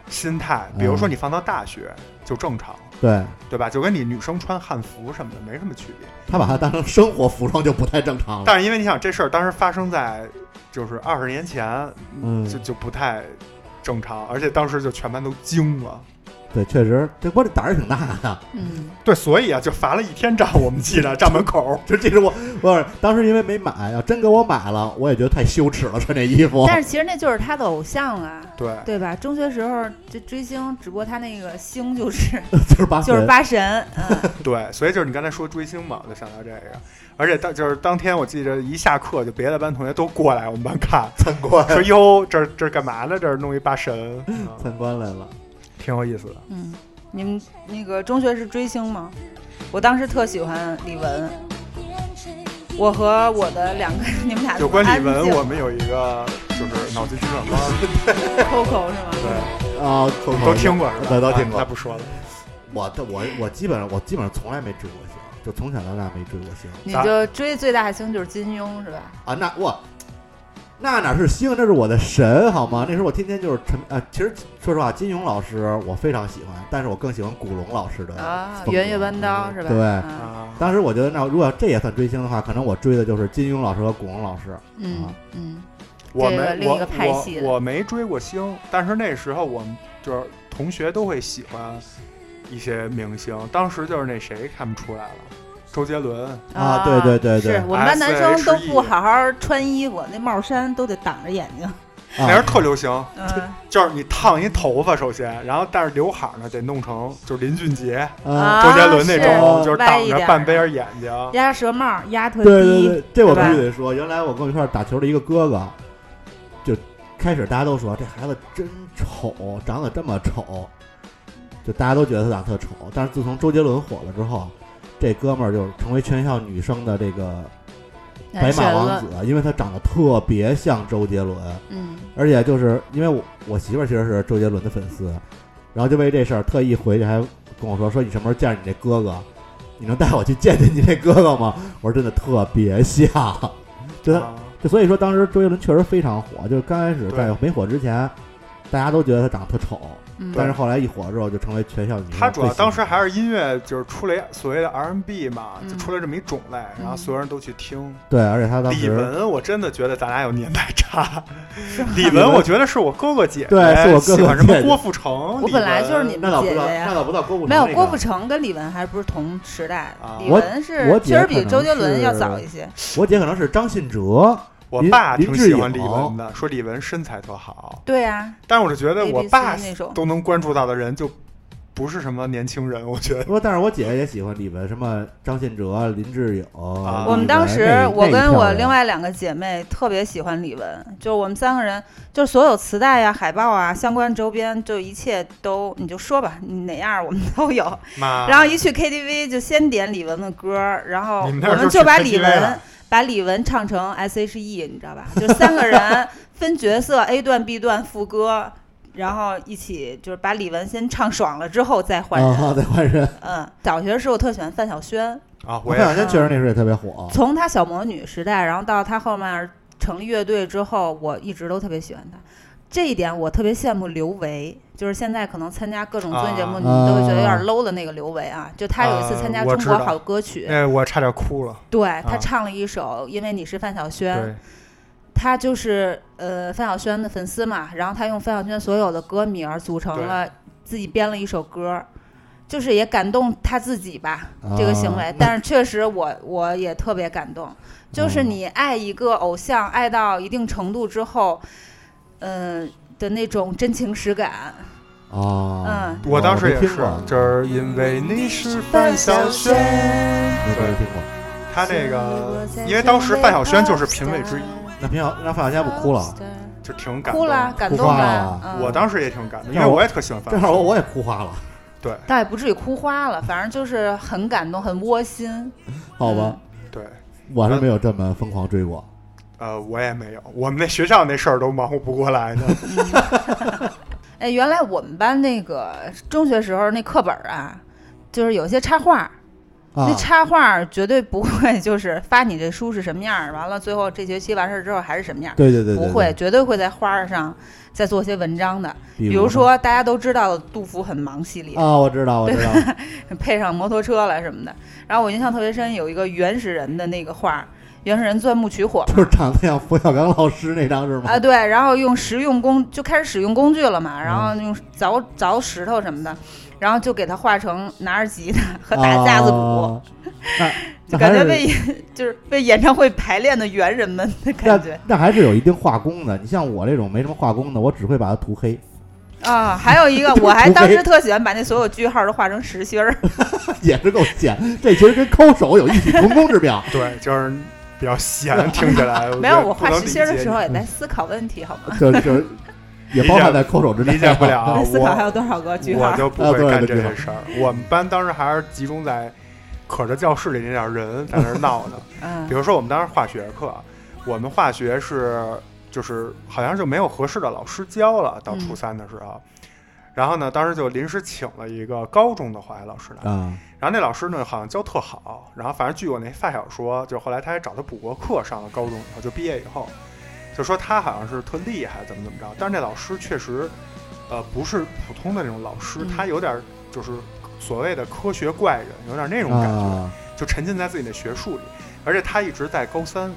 Speaker 2: 心态，比如说
Speaker 3: 嗯
Speaker 2: 你放到大学就正常，
Speaker 3: 对
Speaker 2: 对吧？就跟你女生穿汉服什么的没什么区别。
Speaker 3: 他把它当成生活服装就不太正常了。
Speaker 2: 但是因为你想，这事儿当时发生在就是二十年前，
Speaker 3: 嗯
Speaker 2: 就就不太正常，而且当时就全班都惊了。
Speaker 3: 对，确实这关这胆儿挺大的。
Speaker 4: 嗯，
Speaker 2: 对，所以啊，就罚了一天站，我们记 得站门口。
Speaker 3: 就这是我，我当时因为没买，要真给我买了，我也觉得太羞耻了，穿这衣服。
Speaker 4: 但是其实那就是他的偶像啊，
Speaker 2: 对，
Speaker 4: 对吧？中学时候就追星，只不过他那个星就是
Speaker 3: 就是八
Speaker 4: 就是
Speaker 3: 神
Speaker 4: 八神，嗯，
Speaker 2: 对，所以就是你刚才说追星嘛，我就想到这个。而且当就是当天，我记着一下课，就别的班同学都过来我们班看，
Speaker 8: 参观，
Speaker 2: 说哟，这儿这儿干嘛呢？这儿弄一八神，嗯
Speaker 3: 参观来了，
Speaker 2: 挺有意思的。
Speaker 4: 嗯，你们那个中学是追星吗？我当时特喜欢李玟，我和我的两个 你们俩
Speaker 2: 有关李
Speaker 4: 安
Speaker 2: 玟，
Speaker 4: 静
Speaker 2: 我们有一个就是脑筋急转弯，
Speaker 4: Coco 是吗？
Speaker 2: 对，
Speaker 3: 啊，口口
Speaker 2: 都听过是吧？
Speaker 3: 对都听过
Speaker 2: 啊那不说了。
Speaker 3: 我的我我基本上我基本上从来没追过星，就从小到大没追过星
Speaker 4: 你
Speaker 2: 咱
Speaker 4: 就追最大的星就是金庸是吧？
Speaker 3: 啊。那我那哪是星，那是我的神好吗？那时候我天天就是沉啊。其实说实话，金庸老师我非常喜欢，但是我更喜欢古龙老师的
Speaker 4: 啊
Speaker 3: 风，格
Speaker 4: 圆月弯刀是吧？
Speaker 3: 对
Speaker 4: 啊
Speaker 2: 啊，
Speaker 3: 当时我觉得，那如果要这也算追星的话，可能我追的就是金庸老师和古龙老师。
Speaker 4: 嗯
Speaker 3: 啊
Speaker 4: 嗯，
Speaker 2: 我
Speaker 4: 这个
Speaker 2: 没
Speaker 4: 另
Speaker 2: 我
Speaker 4: 一个派系的
Speaker 2: 我我没追过星，但是那时候我们就是同学都会喜欢一些明星，当时就是那谁看不出来了，周杰伦。
Speaker 3: 啊对对对 E 对
Speaker 4: 是我们班男生
Speaker 2: SHE
Speaker 4: 都不好好穿衣服，那帽衫都得挡着眼 睛。
Speaker 2: 那时候
Speaker 3: 啊，
Speaker 2: 特流行，
Speaker 4: 嗯
Speaker 2: 就是你烫一头发，首先，然后但是刘海呢得弄成就是林俊杰、
Speaker 3: 啊，
Speaker 2: 周杰伦那种，
Speaker 3: 是
Speaker 2: 就是
Speaker 4: 歪
Speaker 2: 挡
Speaker 4: 一
Speaker 2: 着
Speaker 4: 点
Speaker 2: 半边儿眼睛。
Speaker 4: 鸭舌帽、鸭腿
Speaker 3: 对
Speaker 4: 低，
Speaker 3: 对对，这我必须
Speaker 4: 对
Speaker 3: 得说，原来我跟我一块儿打球的一个哥哥，就开始大家都说这孩子真丑，长得这么丑，就大家都觉得他长得特丑。但是自从周杰伦火了之后，这哥们儿就成为全校女生的这个白
Speaker 4: 男哎神
Speaker 3: 马王
Speaker 4: 了
Speaker 3: 子，因为他长得特别像周杰伦。
Speaker 4: 嗯，
Speaker 3: 而且就是因为我我媳妇儿其实是周杰伦的粉丝，然后就为这事儿特意回去还跟我说说你什么时候见着你这哥哥，你能带我去见见你这哥哥吗？ 我说真的特别像，就他
Speaker 2: 啊
Speaker 3: 就所以说当时周杰伦确实非常火，就是刚开始在
Speaker 2: 对
Speaker 3: 没火之前，大家都觉得他长得特丑，
Speaker 4: 嗯
Speaker 3: 但是后来一火之后就成为全校女生
Speaker 2: 他主要
Speaker 3: 最喜欢
Speaker 2: 当时还是音乐，就是出了所谓的 R&B 嘛，
Speaker 4: 嗯
Speaker 2: 就出了这么一种类，然后所有人都去听。
Speaker 3: 对，而且他嗯当
Speaker 2: 李
Speaker 3: 时
Speaker 2: 玟，我真的觉得咱俩有年代差。 李
Speaker 3: 李
Speaker 2: 玟，
Speaker 3: 玟
Speaker 2: 我觉得是我哥哥姐姐，
Speaker 3: 对是我哥哥
Speaker 2: 喜欢什么
Speaker 3: 姐姐
Speaker 2: 郭富城。
Speaker 4: 我本来就是
Speaker 2: 李玟
Speaker 4: 你
Speaker 3: 那
Speaker 4: 们
Speaker 3: 倒不
Speaker 4: 姐
Speaker 3: 到
Speaker 4: 姐
Speaker 3: 那
Speaker 4: 呀。
Speaker 3: 倒不到郭富城
Speaker 4: 没有
Speaker 3: 那个
Speaker 4: 郭富，城跟李玟还不是同时代
Speaker 2: 啊，
Speaker 4: 李玟是
Speaker 3: 我姐
Speaker 4: 确实
Speaker 3: 可
Speaker 4: 比
Speaker 3: 能
Speaker 4: 周杰伦
Speaker 3: 是
Speaker 4: 要早一些。
Speaker 3: 我姐可能是张信哲，
Speaker 2: 我爸
Speaker 3: 林
Speaker 2: 挺喜欢李
Speaker 3: 林志
Speaker 2: 玟
Speaker 3: 颖
Speaker 2: 的，说李玟身材特好，
Speaker 4: 对啊呀，
Speaker 2: 但是我就觉得我
Speaker 4: ABC
Speaker 2: 爸
Speaker 4: 那种
Speaker 2: 都能关注到的人，就不是什么年轻人，我觉得。
Speaker 3: 不，但是我姐姐也喜欢李玟，什么张信哲、林志颖。
Speaker 2: 啊
Speaker 4: 我们当
Speaker 3: 李玟
Speaker 4: 时
Speaker 3: 那
Speaker 4: 我跟我另，
Speaker 3: 那一票人
Speaker 4: 外两个姐妹特别喜欢李玟，就是我们三个人，就是所有磁带呀、海报啊、相关周边，就一切都你就说吧，你哪样我们都有。
Speaker 2: 妈，
Speaker 4: 然后一去 KTV 就先点李玟的歌儿，然后我
Speaker 2: 你们那儿
Speaker 4: 们
Speaker 2: 就
Speaker 4: 就把
Speaker 2: 去
Speaker 4: 李
Speaker 2: KTV
Speaker 4: 玟
Speaker 2: 了
Speaker 4: 把李玟唱成 S.H.E，你知道吧？就三 个人分角色 A 段、B 段、副歌，然后一起就是把李玟先唱爽了之后再换人。
Speaker 3: 啊，再换人。
Speaker 4: 嗯，小学时候特喜欢范晓萱，
Speaker 2: 啊，我
Speaker 3: 范
Speaker 2: 也
Speaker 3: 晓萱确实那时候也特别火，啊
Speaker 4: 从她小魔女时代，然后到她后面成立乐队之后，我一直都特别喜欢她。这一点我特别羡慕刘维，就是现在可能参加各种综艺节目，
Speaker 2: 啊
Speaker 4: 你们都会觉得有点 low 的那个刘维啊，就他有一次参加
Speaker 2: 啊
Speaker 4: 中
Speaker 2: 我知
Speaker 4: 国
Speaker 2: 道
Speaker 4: 好歌曲，
Speaker 2: 哎，我差点哭了。
Speaker 4: 对他
Speaker 2: 啊
Speaker 4: 唱了一首《因为你是范晓萱》，
Speaker 2: 对，
Speaker 4: 他就是呃范晓萱的粉丝嘛，然后他用范晓萱所有的歌名儿组成
Speaker 2: 对
Speaker 4: 了自己编了一首歌儿，就是也感动他自己吧、这个行
Speaker 3: 啊
Speaker 4: 为。但是确实我我也特别感
Speaker 3: 嗯
Speaker 4: 动，就是你爱一个偶像爱到一定程度之后，嗯、的那种真情实感，
Speaker 3: 哦，
Speaker 4: 嗯
Speaker 2: 我当时也
Speaker 3: 没
Speaker 2: 是
Speaker 3: 听过，
Speaker 2: 就是因为你是范晓萱。
Speaker 3: 没没听过。
Speaker 2: 他那个，因为当时范晓萱就是评委之一，
Speaker 3: 那平常让范晓萱不哭了，啊
Speaker 2: 就挺感
Speaker 4: 哭
Speaker 2: 动的。
Speaker 4: 了，感
Speaker 3: 哭
Speaker 4: 动
Speaker 3: 花
Speaker 4: 了
Speaker 3: 了。
Speaker 4: 嗯、
Speaker 2: 我当时也挺感动，因
Speaker 3: 那
Speaker 2: 为
Speaker 3: 我
Speaker 2: 我也特喜欢范
Speaker 3: 正
Speaker 2: 晓
Speaker 3: 好
Speaker 2: 萱。
Speaker 3: 我也哭花了，
Speaker 2: 对
Speaker 4: 倒也不至于哭花了，反正就是很感动，很窝心。
Speaker 3: 好吧？
Speaker 4: 嗯
Speaker 2: 对，
Speaker 3: 我是没有这么疯狂追过。
Speaker 2: 呃，我也没有，我们那学校那事儿都忙活不过来 呢。。
Speaker 4: 嗯 哎，原来我们班那个中学时候那课本儿啊，就是有些插画儿，
Speaker 3: 啊
Speaker 4: 那，插画儿绝对不会 就是发你这书是什么样儿，完了最后这学期完事儿之后还是什么样儿，
Speaker 3: 对对对对，
Speaker 4: 不会，绝对会在花儿上再做些文章的。
Speaker 3: 对，
Speaker 4: 比
Speaker 3: 比
Speaker 4: 如说大家都知道的杜甫很忙系列，
Speaker 3: 啊，我知道，我知道，
Speaker 4: 配上摩托车了什么的。然后我印象特别深，有一个原始人的那个画儿，原始人钻木取火嘛
Speaker 3: 就是长得像冯小刚老师那张是吗？
Speaker 4: 啊，对，然后用实用工就开始使用工具了嘛，然后
Speaker 3: 嗯
Speaker 4: 用凿凿石头什么的，然后就给它画成拿着吉他和打架子鼓，
Speaker 3: 啊那
Speaker 4: 就
Speaker 3: 那
Speaker 4: 感
Speaker 3: 还
Speaker 4: 觉
Speaker 3: 是
Speaker 4: 被就是被演唱会排练的猿人们的感觉
Speaker 3: 那那还是有一定画工的。你像我这种没什么画工的，我只会把它涂黑。
Speaker 4: 啊。还有 一个，
Speaker 3: 就
Speaker 4: 我还当时
Speaker 3: 除非
Speaker 4: 特喜欢把那所有句号都画成实心儿，
Speaker 3: 也是够闲，这其实跟抠手有异曲同工之妙
Speaker 2: 对，就是比较闲，听起 来
Speaker 4: 没有，我
Speaker 2: 画
Speaker 4: 画实心儿的时候也
Speaker 3: 嗯
Speaker 4: 在思考问题，好吗？
Speaker 3: 就就是也包含在抠手之内。
Speaker 2: 理解不了啊
Speaker 4: 在思考还
Speaker 2: 我，
Speaker 4: 有多少个句
Speaker 2: 我
Speaker 4: 号？
Speaker 2: 就不
Speaker 3: 啊
Speaker 2: 会干这些事儿。我们班当时还是集中在可着教室里那点人在那儿闹呢。
Speaker 4: 嗯
Speaker 2: 比，如说我们当时化学课，啊我们化学是就是好像就没有合适的老师教了，
Speaker 3: 嗯
Speaker 2: 到初三的时候。然后呢，当时就临时请了一个高中的化学老师来，
Speaker 3: 啊，
Speaker 2: 然后那老师呢好像教特好，然后反正据我那发小说，就后来他还找他补过课，上了高中以后就毕业以后，就说他好像是特厉害，怎么怎么着。但是那老师确实，呃，不是普通的那种老师，
Speaker 4: 嗯
Speaker 2: 他有点儿就是所谓的科学怪人，有点儿那种感觉。
Speaker 3: 啊，
Speaker 2: 就沉浸在自己的学术里，而且他一直在高三，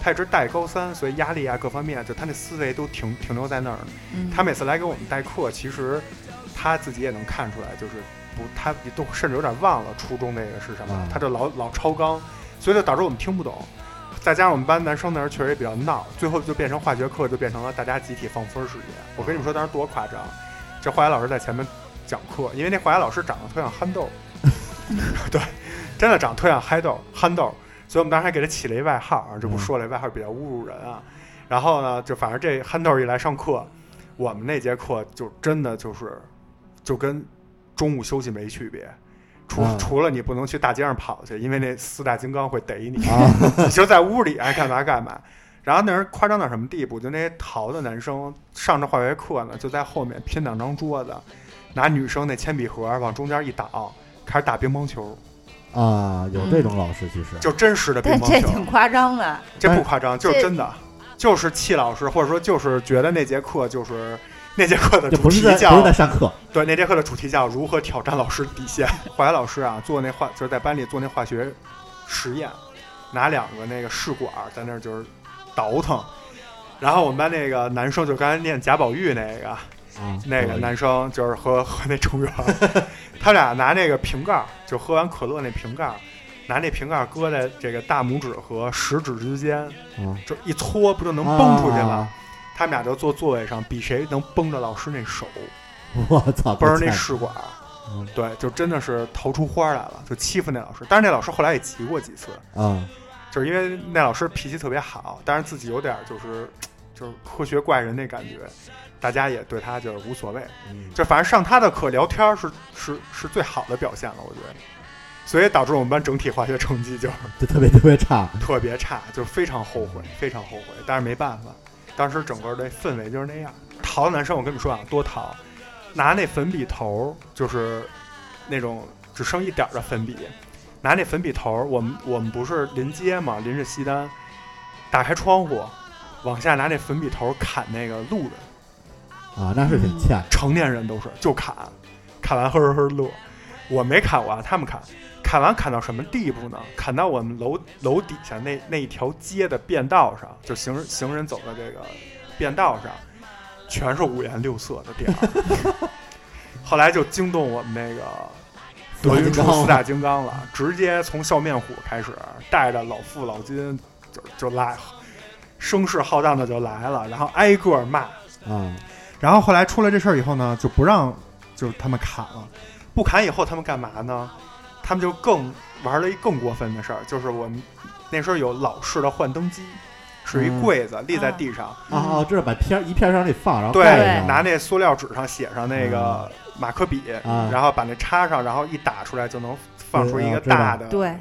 Speaker 2: 他一直带高三，所以压力啊各方面，就他那思维都停停留在那儿。
Speaker 4: 嗯
Speaker 2: 他每次来给我们代课，其实他自己也能看出来，就是不他都甚至有点忘了初中那个是什么
Speaker 3: 嗯，
Speaker 2: 他就老老超纲，所以就导致我们听不懂。再加上我们班男生那儿确实也比较闹，最后就变成化学课就变成了大家集体放分儿时间。我跟你们说当时多夸张，这化学老师在前面讲课，因为那化学老师长得特像憨豆，对，真的长得特像憨豆憨豆，所以我们当时还给他起了一外号啊，
Speaker 4: 嗯
Speaker 2: 这不说了，外号比较侮辱人啊。然后呢，就反正这憨豆一来上课，我们那节课就真的就是就跟中午休息没区别。除
Speaker 3: 嗯
Speaker 2: 除了你不能去大街上跑去，因为那四大金刚会逮你。
Speaker 3: 啊
Speaker 4: 嗯
Speaker 2: 你就在屋里爱干嘛干嘛。然后那人夸张到什么地步？就那些淘的男生上着化学课呢，就在后面拼两张桌子，拿女生那铅笔盒往中间一挡，开始打乒乓球，
Speaker 3: 啊，有这种老师其实
Speaker 2: 就真实的乒
Speaker 4: 但
Speaker 2: 乓
Speaker 4: 这
Speaker 2: 球
Speaker 4: 挺，夸张的，
Speaker 2: 这
Speaker 3: 哎
Speaker 2: 不夸张，就是
Speaker 4: 这
Speaker 2: 真的，就是气老师，或者说就是觉得那节课就是那节课的
Speaker 3: 这
Speaker 2: 主
Speaker 3: 不
Speaker 2: 题
Speaker 3: 是在不
Speaker 2: 叫
Speaker 3: 是在上课
Speaker 2: 对，那节课的主题叫如何挑战老师底线。化学老师啊，做那化就是在班里做那化学实验，拿两个那个试管儿在那儿就是倒腾。然后我们班那个男生就刚才念贾宝玉那个
Speaker 3: 啊，
Speaker 2: 那个男生，就是和和那 程远儿，他俩拿那个瓶盖儿，就喝完可乐那瓶盖儿，拿那瓶盖儿搁在这个大拇指和食指之间，
Speaker 3: 啊
Speaker 2: 就一搓不就能崩出去吗？
Speaker 3: 啊
Speaker 2: 他们俩就坐座位上比谁能崩着老师那手。
Speaker 3: 我 操，
Speaker 2: 嘣儿那
Speaker 3: 太
Speaker 2: 试管儿
Speaker 3: 嗯，
Speaker 2: 对，就真的是逃出花儿来了，就欺负那老师。但是那老师后来也急过几次，
Speaker 3: 啊，
Speaker 2: 就是因为那老师脾气特别好，但是自己有点儿就是就是科学怪人那感觉，大家也对他就是无所谓，就反正上他的课聊天儿是是是最好的表现了，我觉得。所以导致我们班整体化学成绩就是
Speaker 3: 就特别特别差。
Speaker 2: 特别差，就是非常后悔，非常后悔。但是没办法，当时整个的氛围就是那样。淘的男生，我跟你们说啊，多淘，拿那粉笔头儿，就是那种只剩一点儿的粉笔，拿那粉笔头儿，我们我们不是临街嘛，临着西单，打开窗户，往下拿那粉笔头儿砍那个路人，
Speaker 3: 啊，那是挺欠的。
Speaker 2: 成年人都是就砍，砍完呵呵呵乐。我没砍过啊，他们砍，砍完砍到什么地步呢？砍到我们楼楼底下那那一条街的便道上，就行人行人走的这个便道上，全是五颜六色的点儿。 后来就惊动我们那个德云处四大金刚了，直接从笑面虎开始，带着老傅老金就就来，声势浩荡的就来了，然后挨个儿骂。
Speaker 3: 啊，
Speaker 2: 然后后来出了这事儿以后呢，就不让就是他们砍了，不砍以后他们干嘛呢？他们就更玩了一更过分的事儿，就是我们那时候有老式的换灯机，是一柜
Speaker 4: 嗯
Speaker 2: 子立在地上，
Speaker 3: 啊哦，知道把片儿一片儿让你放，然后
Speaker 2: 对
Speaker 3: 盖上，
Speaker 2: 拿那塑料纸上写上那
Speaker 4: 嗯
Speaker 2: 个马克笔，
Speaker 3: 啊
Speaker 2: 然后把那插上，然后一打出来就能放出一个
Speaker 3: 对啊
Speaker 2: 大的
Speaker 4: 对，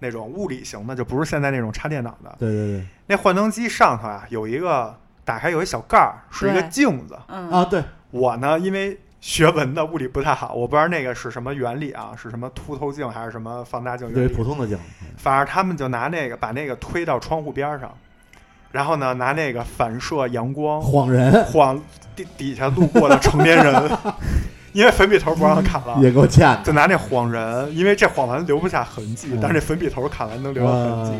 Speaker 2: 那种物理型的，就不是现在那种插电脑的。
Speaker 3: 对对
Speaker 2: 那换灯机上头啊有一个打开有一小盖儿，是一个
Speaker 4: 对
Speaker 2: 镜子。
Speaker 4: 嗯
Speaker 3: 对啊，对，
Speaker 2: 我呢，因为学文的物理不太好，我不知道那个是什么原理啊，是什么凸透镜还是什么放大镜
Speaker 3: 就
Speaker 2: 原
Speaker 3: 是
Speaker 2: 理
Speaker 3: 普。通的镜子，嗯
Speaker 2: 反正他们就拿那个把那个推到窗户边儿上，然后呢拿那个反射阳光
Speaker 3: 晃人
Speaker 2: 晃底底下路过的成年人， 因为粉笔头不让砍 了，
Speaker 3: 也够欠的。
Speaker 2: 就拿那晃人，因为这晃完留不下痕迹，
Speaker 3: 嗯
Speaker 2: 但是这粉笔头砍完能留下痕迹，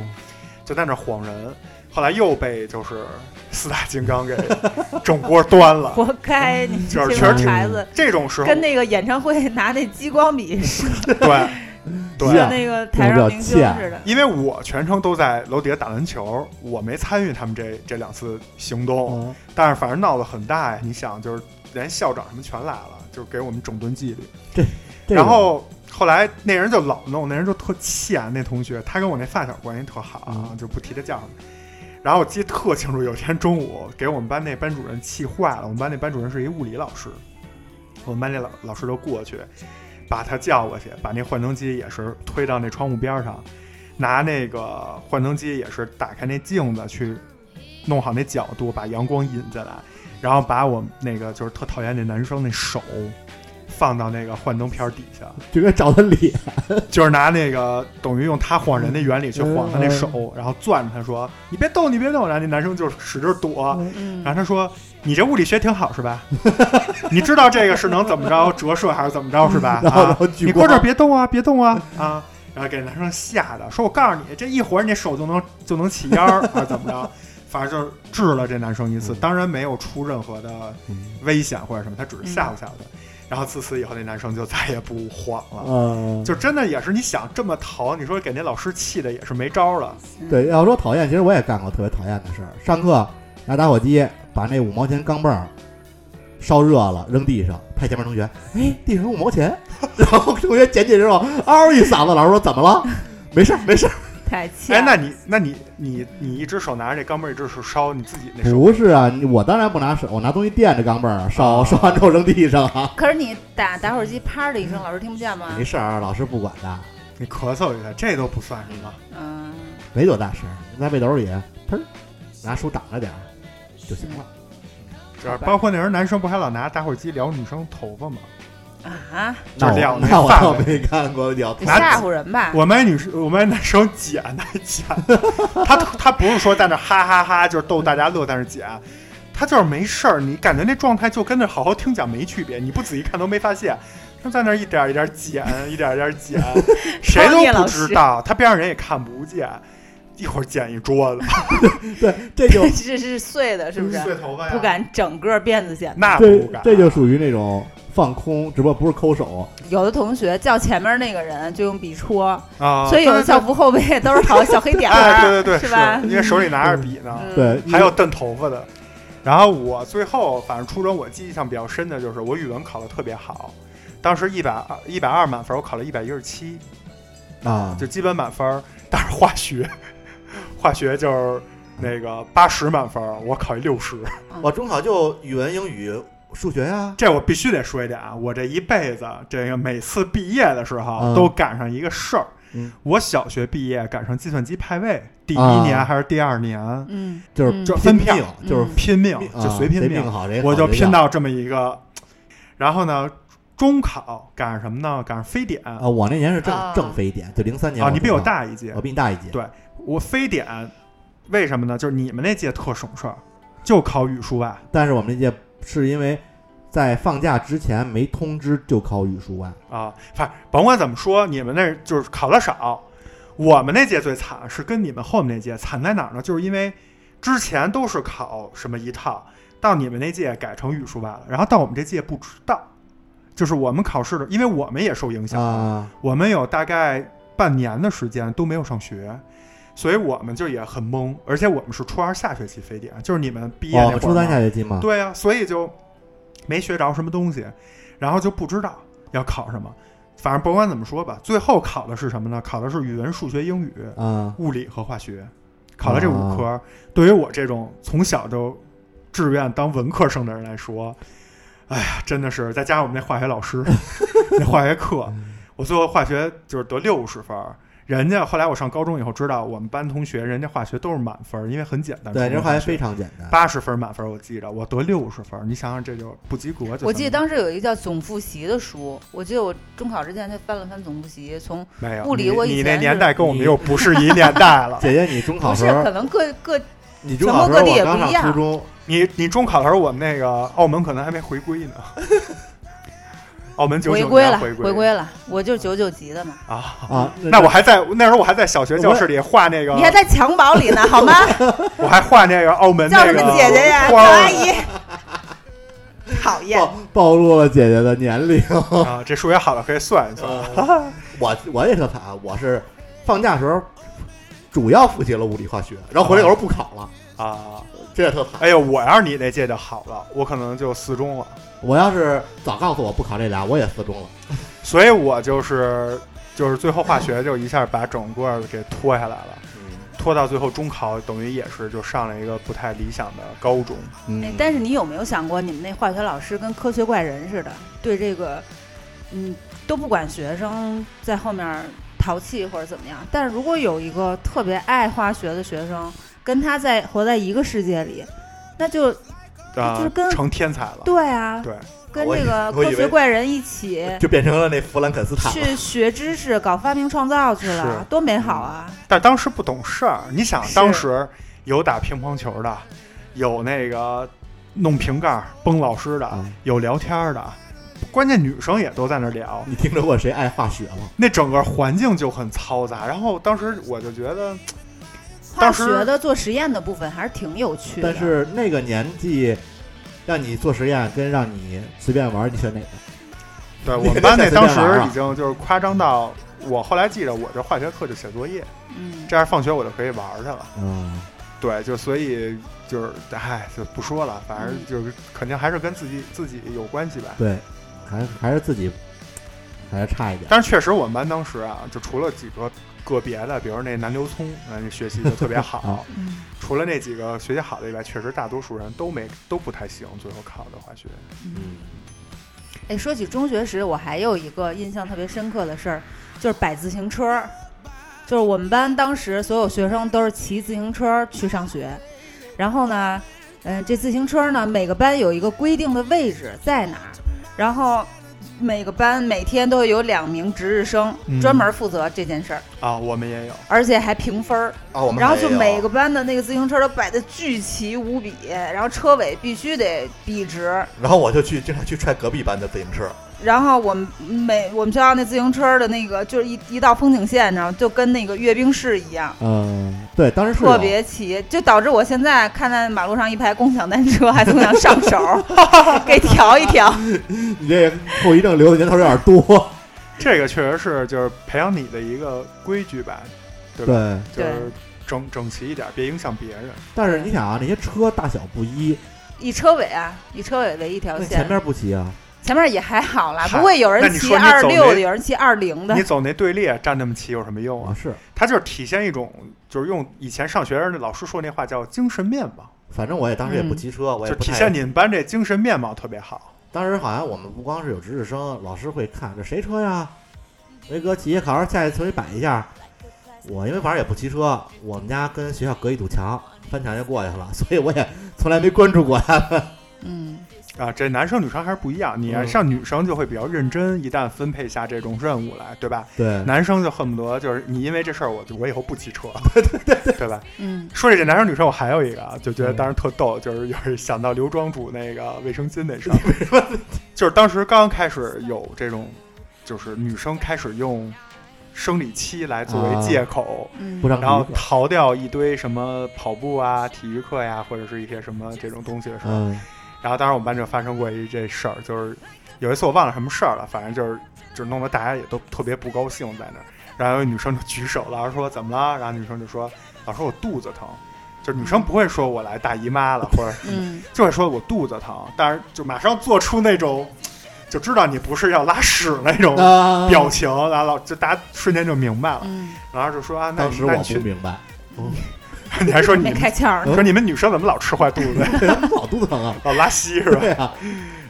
Speaker 2: 就在那晃人。后来又被就是四大金刚给 整锅端了。
Speaker 4: 活该你
Speaker 2: 嗯就
Speaker 4: 这
Speaker 2: 是
Speaker 4: 帮
Speaker 2: 确实
Speaker 4: 孩子
Speaker 2: 这种时候，
Speaker 4: 跟那个演唱会拿那激光笔射
Speaker 2: 对，
Speaker 3: 一
Speaker 2: 嗯对
Speaker 3: 样，
Speaker 4: 那个台上明星似的，
Speaker 2: 因为我全程都在楼底下打篮球，我没参与他们这这两次行动，
Speaker 3: 嗯
Speaker 2: 但是反正闹得很大呀。你想，就是连校长什么全来了，就是给我们整顿纪律。
Speaker 3: 这个
Speaker 2: 然后后来那人就老弄，那人就特气啊。那同学，他跟我那发小关系特好啊，就不提他叫什么。然后我记得特清楚，有一天中午给我们班那班主任气坏了。我们班那班主任是一物理老师，我们班那老老师就过去把他叫过去，把那幻灯机也是推到那窗户边上，拿那个幻灯机也是打开那镜子去弄好那角度，把阳光引进来，然后把我那个就是特讨厌那男生那手放到那个幻灯片底下，
Speaker 3: 就该找他理，
Speaker 2: 就是拿那个等于用他晃人的原理去晃他那
Speaker 3: 嗯
Speaker 2: 手，然后攥着他说：“你别动，你别动。”然后那男生就使劲躲，然后
Speaker 4: 嗯，
Speaker 2: 他说：“你这物理学挺好是 吧？你知道这个是能怎么着折射还是怎么着是 吧？
Speaker 3: 然后然
Speaker 2: 啊，
Speaker 3: 后嗯举
Speaker 2: 你过
Speaker 3: 光
Speaker 2: 这儿别动啊，别动啊啊！”然后给男生吓的，说：“我告诉你，这一会儿你手就能就能起烟儿，还是怎么着？”反正就是治了这男生一次，当然没有出任何的
Speaker 3: 嗯
Speaker 2: 危险或者什么，他只是吓唬吓唬他。然后自此以后，那男生就再也不晃了。
Speaker 3: 嗯，
Speaker 2: 就真的也是你想这么逃，你说给那老师气的也是没招了。
Speaker 4: 嗯
Speaker 3: 对，要说讨厌，其实我也干过特别讨厌的事儿。上课拿打火机把那五毛钱钢镚儿烧热了，扔地上，拍前面同学，哎，地上有五毛钱， 然后同学捡起之后，嗷一嗓子，老师说怎么了？没事儿，没事儿，
Speaker 4: 太欠
Speaker 2: 哎，
Speaker 4: 了。
Speaker 2: 那你那你你你一只手拿着这钢镚儿，一只手烧你自己那手，
Speaker 3: 不是啊，你我当然不拿手，我拿东西垫着钢镚儿啊烧， 烧完之后扔地上啊，
Speaker 4: 可是你打打火机，啪的一声，老师听不见吗
Speaker 3: 没？事儿，老师不管的，
Speaker 2: 你咳嗽一下，这都不算什么。
Speaker 4: 嗯，
Speaker 3: 没多大事儿，在背兜里，砰，拿书挡着点儿就行了。
Speaker 2: 主要包括那人男生不还老拿打火机撩女生头发吗？
Speaker 4: 啊，
Speaker 3: 那
Speaker 2: 就
Speaker 3: 我
Speaker 2: 亮
Speaker 3: 那我
Speaker 2: 那
Speaker 3: 倒
Speaker 2: 范
Speaker 3: 没干 过聊
Speaker 4: 得
Speaker 2: 拿
Speaker 4: 吓唬人吧？
Speaker 2: 我们班女生，我们班男生剪那剪，他他不是说在那哈哈哈就是逗大家乐，在那剪，他就是没事儿，你感觉那状态就跟那好好听讲没区别，你不仔细看都没发现。他在那儿一点儿一点儿剪，一点儿一点儿 剪，谁
Speaker 4: 创业
Speaker 2: 都
Speaker 4: 老
Speaker 2: 不
Speaker 4: 师
Speaker 2: 知道，他边上人也看不见，一会儿剪一 桌子，
Speaker 3: 对，这就
Speaker 4: 这 是碎的，是不是？
Speaker 2: 头发
Speaker 4: 不敢整个辫子剪。
Speaker 2: 那
Speaker 3: 这
Speaker 2: 不敢，
Speaker 3: 这就属于那种放空，只不过不是抠手，
Speaker 4: 有的同学叫前面那个人就用笔戳，
Speaker 2: 啊，
Speaker 4: 所以有的校
Speaker 2: 效
Speaker 4: 服后背都是好小黑点
Speaker 2: 哎，
Speaker 4: 儿，
Speaker 2: 对对对，
Speaker 4: 是吧？
Speaker 2: 因为手里拿着笔呢，
Speaker 4: 嗯
Speaker 3: 对，
Speaker 2: 还有蹬头发的。然后我最后，反正初中我记忆上比较深的就是我语文考得特别好，当时一百二一百二满分，我考了一百一十七，
Speaker 3: 啊，
Speaker 2: 就基本满分。但是化学， 化学就是那个八十满分，我考一六十。
Speaker 8: 我中考就语文、英语、数学呀、
Speaker 2: 这我必须得说一点啊，我这一辈子，这个每次毕业的时候
Speaker 3: 嗯
Speaker 2: 都赶上一个事儿。
Speaker 3: 嗯
Speaker 2: 我小学毕业赶上计算机派位，第一年
Speaker 3: 啊
Speaker 2: 还是第二年，
Speaker 4: 嗯，
Speaker 3: 就是
Speaker 4: 嗯
Speaker 2: 就分票
Speaker 3: 拼命就是
Speaker 2: 拼命
Speaker 3: 啊
Speaker 2: 就随拼
Speaker 3: 谁
Speaker 2: 命，
Speaker 3: 好谁好
Speaker 2: 我就
Speaker 3: 谁
Speaker 2: 拼
Speaker 3: 好
Speaker 2: 到这么一个。然后呢，中考赶上什么呢？赶上非典啊
Speaker 3: 啊，我那年是正
Speaker 4: 啊
Speaker 3: 正非典，就零三年
Speaker 2: 哦你比我
Speaker 3: 中考，
Speaker 2: 大一届
Speaker 3: 我，比哦你大一届，
Speaker 2: 对我非典为什么呢？就是你们那届特省事儿，就考语数外。
Speaker 3: 但是我们那届是因为在放假之前没通知就考语数外。
Speaker 2: 啊，反正甭管怎么说，你们那儿就是考的少，我们那届最惨，是跟你们后面那届惨在哪儿呢？就是因为之前都是考什么一套，到你们那届改成语数外了，然后到我们这届不知道，就是我们考试的，因为我们也受影响，
Speaker 3: 啊，
Speaker 2: 我们有大概半年的时间都没有上学。所以我们就也很懵，而且我们是初二下学期非典，就是你们毕业
Speaker 3: 哦我
Speaker 2: 那会
Speaker 3: 们
Speaker 2: 儿
Speaker 3: 初三
Speaker 2: 嘛
Speaker 3: 下学期嘛，
Speaker 2: 对呀、所以就没学着什么东西，然后就不知道要考什么。反正甭管怎么说吧，最后考的是什么呢？考的是语文、数学、英语、
Speaker 3: 啊，
Speaker 2: 物理和化学，考了这
Speaker 3: 哦
Speaker 2: 五科。对于我这种从小就志愿当文科生的人来说，哎呀，真的是再加上我们那化学老师， 那化学课，
Speaker 3: 嗯
Speaker 2: 我最后化学就是得六十分儿。人家后来我上高中以后知道，我们班同学人家化学都是满分儿，因为很简单。
Speaker 3: 对，
Speaker 2: 纯
Speaker 3: 这
Speaker 2: 文
Speaker 3: 化学
Speaker 2: 学
Speaker 3: 非常简单。
Speaker 2: 八十分满分，我记着，我得六十分，你想想这就不及格就算了。
Speaker 4: 我记得当时有一个叫总复习的书，我记得我中考之前就翻了翻总复习，从
Speaker 2: 没有
Speaker 4: 物理
Speaker 2: 你
Speaker 4: 我以
Speaker 2: 你那
Speaker 4: 前
Speaker 2: 年
Speaker 4: 是
Speaker 2: 代跟我们又不是一年代 了。
Speaker 3: 姐姐，你中考
Speaker 4: 不
Speaker 3: 时
Speaker 4: 是
Speaker 3: 候
Speaker 4: 可，能各各
Speaker 3: 你中考时
Speaker 4: 全国各
Speaker 3: 候
Speaker 4: 地
Speaker 3: 我
Speaker 4: 也
Speaker 3: 刚
Speaker 4: 不一
Speaker 3: 上
Speaker 4: 样
Speaker 3: 初中，
Speaker 2: 你你中考的时候，我们那个澳门可能还没回归呢。 澳门九
Speaker 4: 回
Speaker 2: 九
Speaker 4: 归了，
Speaker 2: 回
Speaker 4: 回归了，我就是九九级的嘛，
Speaker 2: 啊！
Speaker 3: 啊，
Speaker 2: 那我还在那时候我还在小学教室里画那个
Speaker 4: 你，还在襁褓里呢， 好吗？
Speaker 2: 我还画那个澳门
Speaker 4: 叫
Speaker 2: 那
Speaker 4: 什
Speaker 2: 个
Speaker 4: 么姐姐呀，叫
Speaker 2: 花哦
Speaker 4: 阿姨，讨厌。
Speaker 3: 暴暴露了姐姐的年龄。
Speaker 2: 啊！这数学好了可以算一算。
Speaker 9: 我我也特惨，我是放假时候主要复习了物理化学，然后回来有时候不考了，
Speaker 2: 啊！
Speaker 9: 这也特惨。
Speaker 2: 哎呦，我要是你那届就好了，我可能就四中了。
Speaker 3: 我要是早告诉我不考这俩，我也四中了。
Speaker 2: 所以我就是就是最后化学就一下把整个给拖下来了，拖到最后中考，等于也是就上了一个不太理想的高中。
Speaker 4: 哎
Speaker 3: 嗯，
Speaker 4: 但是你有没有想过，你们那化学老师跟科学怪人似的，对这个，嗯，都不管学生在后面淘气或者怎么样。但是如果有一个特别爱化学的学生，跟他在活在一个世界里，那就
Speaker 2: 啊、
Speaker 4: 就是跟
Speaker 2: 成天才了。
Speaker 4: 对啊，
Speaker 2: 对
Speaker 4: 跟
Speaker 9: 我以
Speaker 4: 这个
Speaker 9: 我以
Speaker 4: 科
Speaker 9: 为
Speaker 4: 学怪人一起
Speaker 9: 就变成了那弗兰肯斯坦了。
Speaker 4: 去学知识、搞发明创造去了
Speaker 2: 是，
Speaker 4: 多美
Speaker 9: 嗯
Speaker 4: 好啊！
Speaker 2: 但当时不懂事儿，你想
Speaker 4: 是
Speaker 2: 当时有打乒乓球的，有那个弄瓶盖儿崩老师的，
Speaker 3: 啊
Speaker 2: 有聊天儿的，关键女生也都在那儿聊，
Speaker 3: 你听说过谁爱化学吗？
Speaker 2: 那整个环境就很嘈杂。然后当时我就觉 得，
Speaker 4: 化
Speaker 2: 当时
Speaker 4: 学的做实验的部分还是挺有趣的。
Speaker 3: 但是那个年纪，让你做实验跟让你随便玩，你选哪个？
Speaker 2: 对
Speaker 3: 你
Speaker 2: 我们
Speaker 3: 得
Speaker 2: 班
Speaker 3: 在
Speaker 2: 那
Speaker 3: 随
Speaker 2: 当
Speaker 3: 便玩
Speaker 2: 时
Speaker 3: 啊
Speaker 2: 已经就是夸张到。我后来记着，我这化学课就写作业，
Speaker 4: 嗯，
Speaker 2: 这样放学我就可以玩儿去了。
Speaker 3: 嗯，
Speaker 2: 对，就所以就是，唉，就不说了，反
Speaker 3: 嗯
Speaker 2: 正就是肯定还是跟自己自己有关系吧。
Speaker 3: 对，还还是自己还是差一点。
Speaker 2: 但是确实我们班当时啊，就除了几个个别的，比如那南刘聪，嗯，学习就特 别
Speaker 9: 啊
Speaker 2: 好，
Speaker 4: 嗯
Speaker 2: 除了那几个学习好的以外，确实大多数人都没都不太行，最后考的化学。
Speaker 4: 哎，说起中学时，我还有一个印象特别深刻的事儿，就是摆自行车儿。就是我们班当时所有学生都是骑自行车儿去上学，然后呢，嗯、这自行车儿呢，每个班有一个规定的位置在哪儿，然后每个班每天都有两名值日生、
Speaker 2: 嗯
Speaker 4: 专门负责这件事儿，
Speaker 2: 啊，我们也有，
Speaker 4: 而且还评分儿。
Speaker 9: 啊，我们
Speaker 4: 然后
Speaker 9: 还
Speaker 4: 就
Speaker 9: 有
Speaker 4: 每个班的那个自行车都摆的巨齐无比，然后车尾必须得笔直。
Speaker 9: 然后我就去经常去踹隔壁班的自行车，
Speaker 4: 然后我们每我们学校那自行车的那个就是一一道风景线，你知道吗？就跟那个阅兵式一样，
Speaker 3: 嗯，对，当时
Speaker 2: 啊
Speaker 3: 是有
Speaker 4: 特别齐，就导致我现在看在马路上一排共享 单车，还总想上手 给调一调。
Speaker 3: 你这后遗症留的年头有点多。
Speaker 2: 这个确实是就是培养你的一个规矩吧，对吧？
Speaker 3: 对，
Speaker 2: 就
Speaker 4: 对
Speaker 2: 是整整齐一点，别影响别人。
Speaker 3: 但是你想啊，那些车大小不一，
Speaker 4: 以车尾啊，以车尾为一条
Speaker 3: 那
Speaker 4: 线，
Speaker 3: 前面不齐啊，
Speaker 4: 前面也还好啦，
Speaker 2: 嗨
Speaker 4: 不会有
Speaker 2: 那
Speaker 4: 人
Speaker 2: 你
Speaker 4: 骑
Speaker 2: 说你
Speaker 4: 二
Speaker 2: 走
Speaker 4: 六
Speaker 2: 那
Speaker 4: 的，有人骑二零的
Speaker 2: 你。走那队列站那么齐有什么用
Speaker 3: 啊
Speaker 9: 嗯
Speaker 2: 啊？
Speaker 3: 是，
Speaker 2: 它就是体现一种，就是用以前上学那老师说那话叫精神面貌，
Speaker 9: 反正我也当时也
Speaker 4: 嗯
Speaker 9: 不骑车，我也
Speaker 2: 就
Speaker 9: 不
Speaker 2: 体
Speaker 9: 太
Speaker 2: 现你们班这精神面貌特别好。
Speaker 9: 当时好像我们不光是有值日生，老师会看这谁车呀？维哥骑，好好下去重新摆一下。我因为反正也不骑车，我们家跟学校隔一堵墙，翻墙就过去了，所以我也从来没关注过他们。
Speaker 4: 嗯，
Speaker 2: 啊，这男生女生还是不一样。你
Speaker 3: 嗯
Speaker 2: 像女生就会比较认真，一旦分配下这种任务来，对吧？
Speaker 3: 对，
Speaker 2: 男生就恨不得就是你因为这事儿，我就我以后不骑车， 对吧？
Speaker 4: 嗯，
Speaker 2: 说起这男生女生，我还有一个啊，就觉得当时特逗，就是有时想到刘庄主那个 卫生巾那事儿，就是当时刚开始有这种，就是女生开始用生理期来作为借口，
Speaker 4: 嗯
Speaker 3: 不上
Speaker 2: 然后
Speaker 3: 体育课
Speaker 2: 逃掉一堆什么跑步啊、体育课呀、或者是一些什么这种东西的时候，
Speaker 3: 嗯
Speaker 2: 然后当时我们班就发生过一这事儿，就是有一次我忘了什么事儿了，反正就是就是弄得大家也都特别不高兴在那儿。然后有一女生就举手，老师说怎么了？然后女生就说老师我肚子疼，就是女生不会说我来大姨妈了，或者
Speaker 4: 嗯
Speaker 2: 就会说我肚子疼，但是就马上做出那种就知道你不是要拉屎那种
Speaker 9: 嗯
Speaker 3: 啊
Speaker 2: 表情，然后老就大家瞬间就明白了，
Speaker 4: 嗯，
Speaker 2: 然后就说啊那
Speaker 3: 当
Speaker 2: 你
Speaker 3: 时
Speaker 2: 那
Speaker 3: 我
Speaker 2: 你
Speaker 3: 不
Speaker 2: 去，
Speaker 3: 明嗯白，
Speaker 2: 你还说你
Speaker 4: 没
Speaker 2: 们哦
Speaker 4: 开窍呢，
Speaker 2: 说你们女生怎么老吃坏肚子，
Speaker 3: 老肚子疼啊，
Speaker 2: 老拉稀是吧？
Speaker 3: 对啊，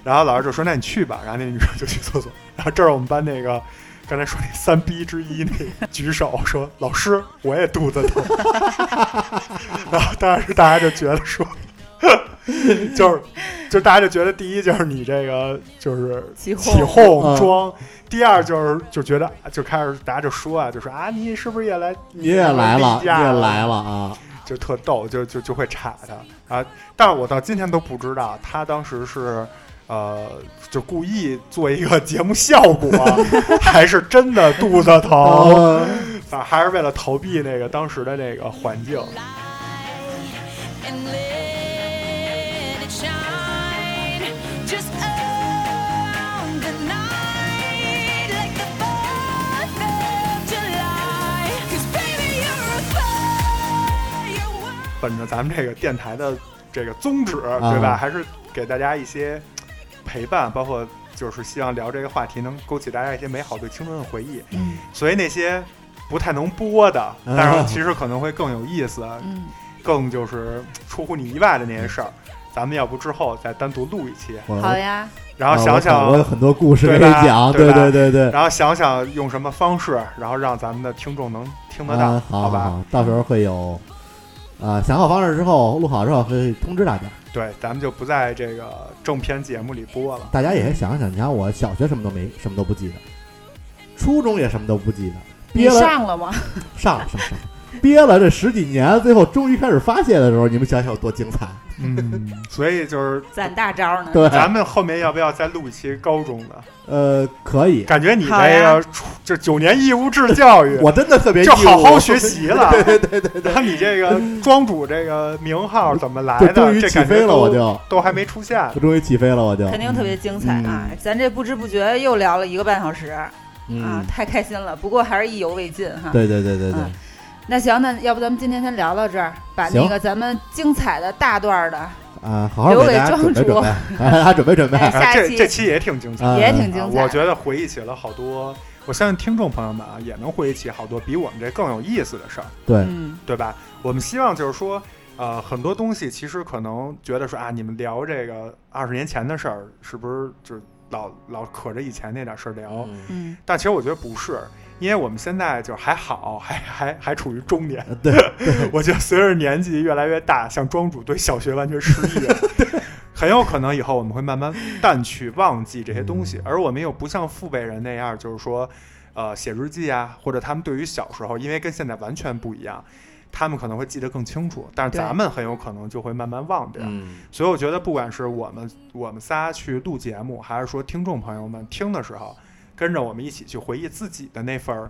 Speaker 2: 然后老师就说：“那你去吧。”然后那女生就去厕所。 然后这是我们班那个刚才说那三逼之一那个举手说：“老师，我也肚子疼。” 然后当时大家就觉得说， 就是就大家就觉得第一就是你这个就是
Speaker 4: 起哄
Speaker 2: 起哄
Speaker 3: 嗯
Speaker 2: 装，第二就是就觉得就开始大家就说啊，就说啊你是不是也来
Speaker 3: 你也 来了，你
Speaker 2: 你也来
Speaker 3: 也
Speaker 2: 了
Speaker 3: 来了啊，
Speaker 2: 就特逗，就就就会插他啊！但是我到今天都不知道他当时是呃，就故意做一个节目效果，还是真的肚子疼，
Speaker 3: 哦，
Speaker 2: 反正啊还是为了逃避那个当时的那个环境。
Speaker 10: and let it shine just on the night like the 4th of July. 'Cause baby, you're a firework.
Speaker 2: 本着咱们这个电台的这个宗旨，
Speaker 3: 啊
Speaker 2: 对吧？还是给大家一些陪伴，包括就是希望聊这个话题能勾起大家一些美好对青春的回忆。
Speaker 4: 嗯
Speaker 2: 所以那些不太能播的，
Speaker 3: 嗯
Speaker 2: 但是其实可能会更有意思，
Speaker 4: 嗯，
Speaker 2: 更就是出乎你意外的那些事儿，咱们要不之后再单独录一期，
Speaker 3: 我
Speaker 4: 好呀，
Speaker 2: 然后想
Speaker 3: 啊我我有
Speaker 2: 想，
Speaker 3: 很多故事
Speaker 2: 对
Speaker 3: 可以
Speaker 2: 吧
Speaker 3: 讲，
Speaker 2: 对吧
Speaker 3: 对对对，
Speaker 2: 然后想想用什么方式，然后让咱们的听众能听得到，
Speaker 3: 啊，好
Speaker 2: 吧？
Speaker 3: 好，到时候会有，啊，想好方式之后，录好之后会通知大家，
Speaker 2: 对，咱们就不在这个正片节目里播了。
Speaker 3: 大家也想想，你看我小学什么都没，什么都不记得，初中也什么都不记得，
Speaker 4: 你
Speaker 3: 憋了
Speaker 4: 上了吗？
Speaker 3: 上了上了上了，憋了这十几年，最后终于开始发泄的时候，你们想想有多精彩，
Speaker 2: 嗯， 所以就是
Speaker 4: 攒大招呢，
Speaker 3: 对，
Speaker 2: 咱们后面要不要再录一期高中的？
Speaker 3: 呃，可以，
Speaker 2: 感觉你
Speaker 4: 好
Speaker 2: 这
Speaker 4: 呀
Speaker 2: 个出就九年义务制教
Speaker 3: ，
Speaker 2: 育
Speaker 3: 我真的特别
Speaker 2: 就
Speaker 3: 义务。
Speaker 2: 好好学习了
Speaker 3: 对对对对对，
Speaker 2: 然后 你这 个庄主这个名号怎么来
Speaker 3: 就
Speaker 2: 的？
Speaker 3: 终于
Speaker 2: 这
Speaker 3: 起
Speaker 2: 感觉
Speaker 3: 飞了，
Speaker 2: 都
Speaker 3: 我就
Speaker 2: 都还没出现呢。
Speaker 3: 我终于起飞了，我就
Speaker 4: 肯定特别精彩啊！咱这不知不觉又聊了一个半小时啊，
Speaker 3: 嗯，
Speaker 4: 太开心了。不过还是意犹未尽哈。
Speaker 3: 对对对对对
Speaker 4: 嗯，那行，那要不咱们今天先聊到这儿，把那
Speaker 3: 行
Speaker 4: 个咱们精彩的大段儿的
Speaker 3: 啊，好好给大家准备准备，大家准备准备，
Speaker 4: 哎
Speaker 2: 啊，
Speaker 4: 下一
Speaker 2: 这
Speaker 4: 期
Speaker 2: 这期也挺精彩的，
Speaker 3: 啊
Speaker 4: 也挺精彩。
Speaker 2: 我觉得回忆起了好多，我相信听众朋友们啊也能回忆起好多比我们这更有意思的事儿，
Speaker 3: 对，
Speaker 4: 嗯，
Speaker 2: 对吧？我们希望就是说，呃，很多东西其实可能觉得说啊，你们聊这个二十年前的事儿，是不是就老老可着以前那点事儿聊？
Speaker 4: 嗯，
Speaker 2: 但其实我觉得不是，因为我们现在就是还好，还还还处于中年。
Speaker 3: 呃对，
Speaker 2: 我觉得随着年纪越来越大，像庄主对小学完全失忆了，很有可能以后我们会慢慢淡去、忘记这些东西，而我们又不像父辈人那样，就是说，呃，写日记啊，或者他们对于小时候，因为跟现在完全不一样。他们可能会记得更清楚，但是
Speaker 4: 对
Speaker 2: 咱们很有可能就会慢慢忘掉。
Speaker 3: 嗯，
Speaker 2: 所以我觉得，不管是我们我们仨去录节目，还是说听众朋友们听的时候，跟着我们一起去回忆自己的那份儿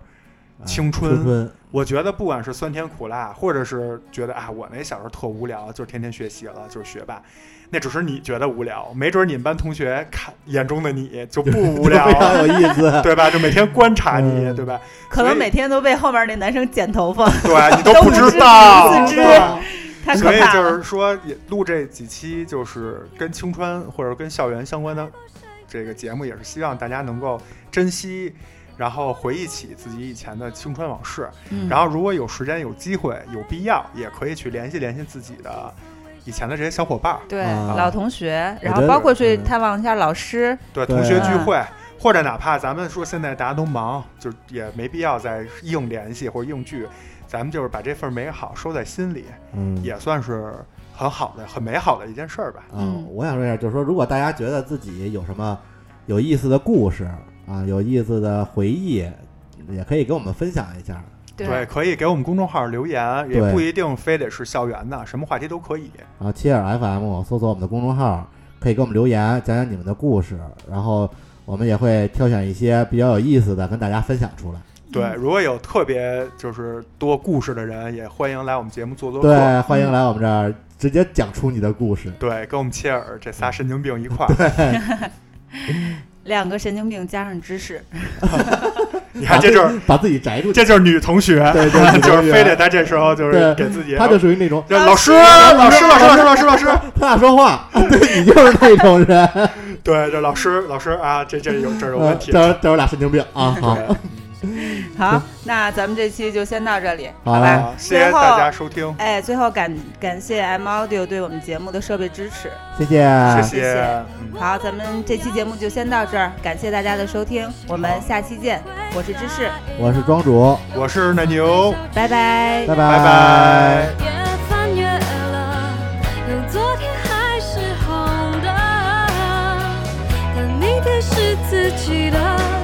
Speaker 2: 青春，
Speaker 3: 春啊春，
Speaker 2: 我觉得不管是酸甜苦辣，或者是觉得啊，我那小时候特无聊，就是天天学习了，就是学霸，那只是你觉得无聊，没准你们班同学看眼中的你就不 无聊
Speaker 3: 非。常有意 思，
Speaker 2: 对吧？就每天观察你，
Speaker 3: 嗯
Speaker 2: 对吧？
Speaker 4: 可能每天都被后面那男生剪头发，
Speaker 2: 对你都
Speaker 4: 都
Speaker 2: 不
Speaker 4: 不
Speaker 2: 知
Speaker 4: 知
Speaker 2: 道
Speaker 4: 不，知 太可
Speaker 2: 所以
Speaker 4: 怕
Speaker 2: 就
Speaker 4: 了。
Speaker 2: 是说，也录这几期就是跟青春或者跟校园相关的这个节目，也是希望大家能够珍惜，然后回忆起自己以前的青春往事。
Speaker 4: 嗯
Speaker 2: 然后如果有时间、有机会、有必要，也可以去联系联系自己的以前的这些小伙伴儿，
Speaker 4: 对
Speaker 3: 啊
Speaker 4: 老同学，
Speaker 3: 我
Speaker 4: 然
Speaker 3: 觉
Speaker 4: 后
Speaker 3: 得
Speaker 4: 包括去
Speaker 3: 嗯
Speaker 4: 探望一下老师，
Speaker 2: 对
Speaker 3: 对
Speaker 2: 同学聚会。或者哪怕咱们说现在大家都忙，就也没必要再硬联系或者硬聚，咱们就是把这份美好收在心里，
Speaker 3: 嗯，
Speaker 2: 也算是很好的、很美好的一件事儿吧。
Speaker 3: 啊、
Speaker 4: 嗯
Speaker 3: 我想说一下，就是说，如果大家觉得自己有什么有意思的故事啊，有意思的回忆，也可以跟我们分享一下。
Speaker 4: 对
Speaker 2: 可以给我们公众号留言，也
Speaker 3: 对
Speaker 2: 不一定非得是校园的，什么话题都可以。
Speaker 3: 啊，切尔 FM 搜索我们的公众号，可以给我们留言，讲讲你们的故事，然后我们也会挑选一些比较有意思的跟大家分享出来。
Speaker 2: 对，如果有特别就是多故事的人，也欢迎来我们节目做做客。
Speaker 3: 对，欢迎来我们这儿直接讲出你的故事。
Speaker 2: 对，跟我们切尔这仨神经病一块儿，
Speaker 4: 两个神经病加上知识，
Speaker 2: 你看这就是
Speaker 3: 把自己摘出去，
Speaker 2: 这就是女同学，
Speaker 3: 对对女同学
Speaker 2: 就是非得在这时候就是
Speaker 3: 对
Speaker 2: 给自己，
Speaker 3: 他就属于那种
Speaker 2: 就老师老师老师老师老师老师，
Speaker 3: 他俩说话， 对你就是那种人，
Speaker 2: 对，这老师老师啊，这这有这有
Speaker 3: 呃
Speaker 2: 问题
Speaker 3: 这。这是俩神经病啊！好，
Speaker 2: 对
Speaker 4: 好，那咱们这期就先到这里，
Speaker 3: 好嘞
Speaker 4: 吧？
Speaker 2: 好，谢谢大家收听，
Speaker 4: 哎，最后感感谢 M Audio 对我们节目的设备支持。
Speaker 3: 谢谢，
Speaker 2: 谢
Speaker 4: 谢谢
Speaker 2: 嗯
Speaker 4: 好，咱们这期节目就先到这儿，感谢大家的收听，我们下期见。我是芝士，
Speaker 3: 我是庄主，
Speaker 2: 我是奶牛，
Speaker 4: 拜拜。
Speaker 2: 拜
Speaker 3: 拜
Speaker 2: 拜。
Speaker 1: 越翻越了，让昨天还是红的，但明天是自己的。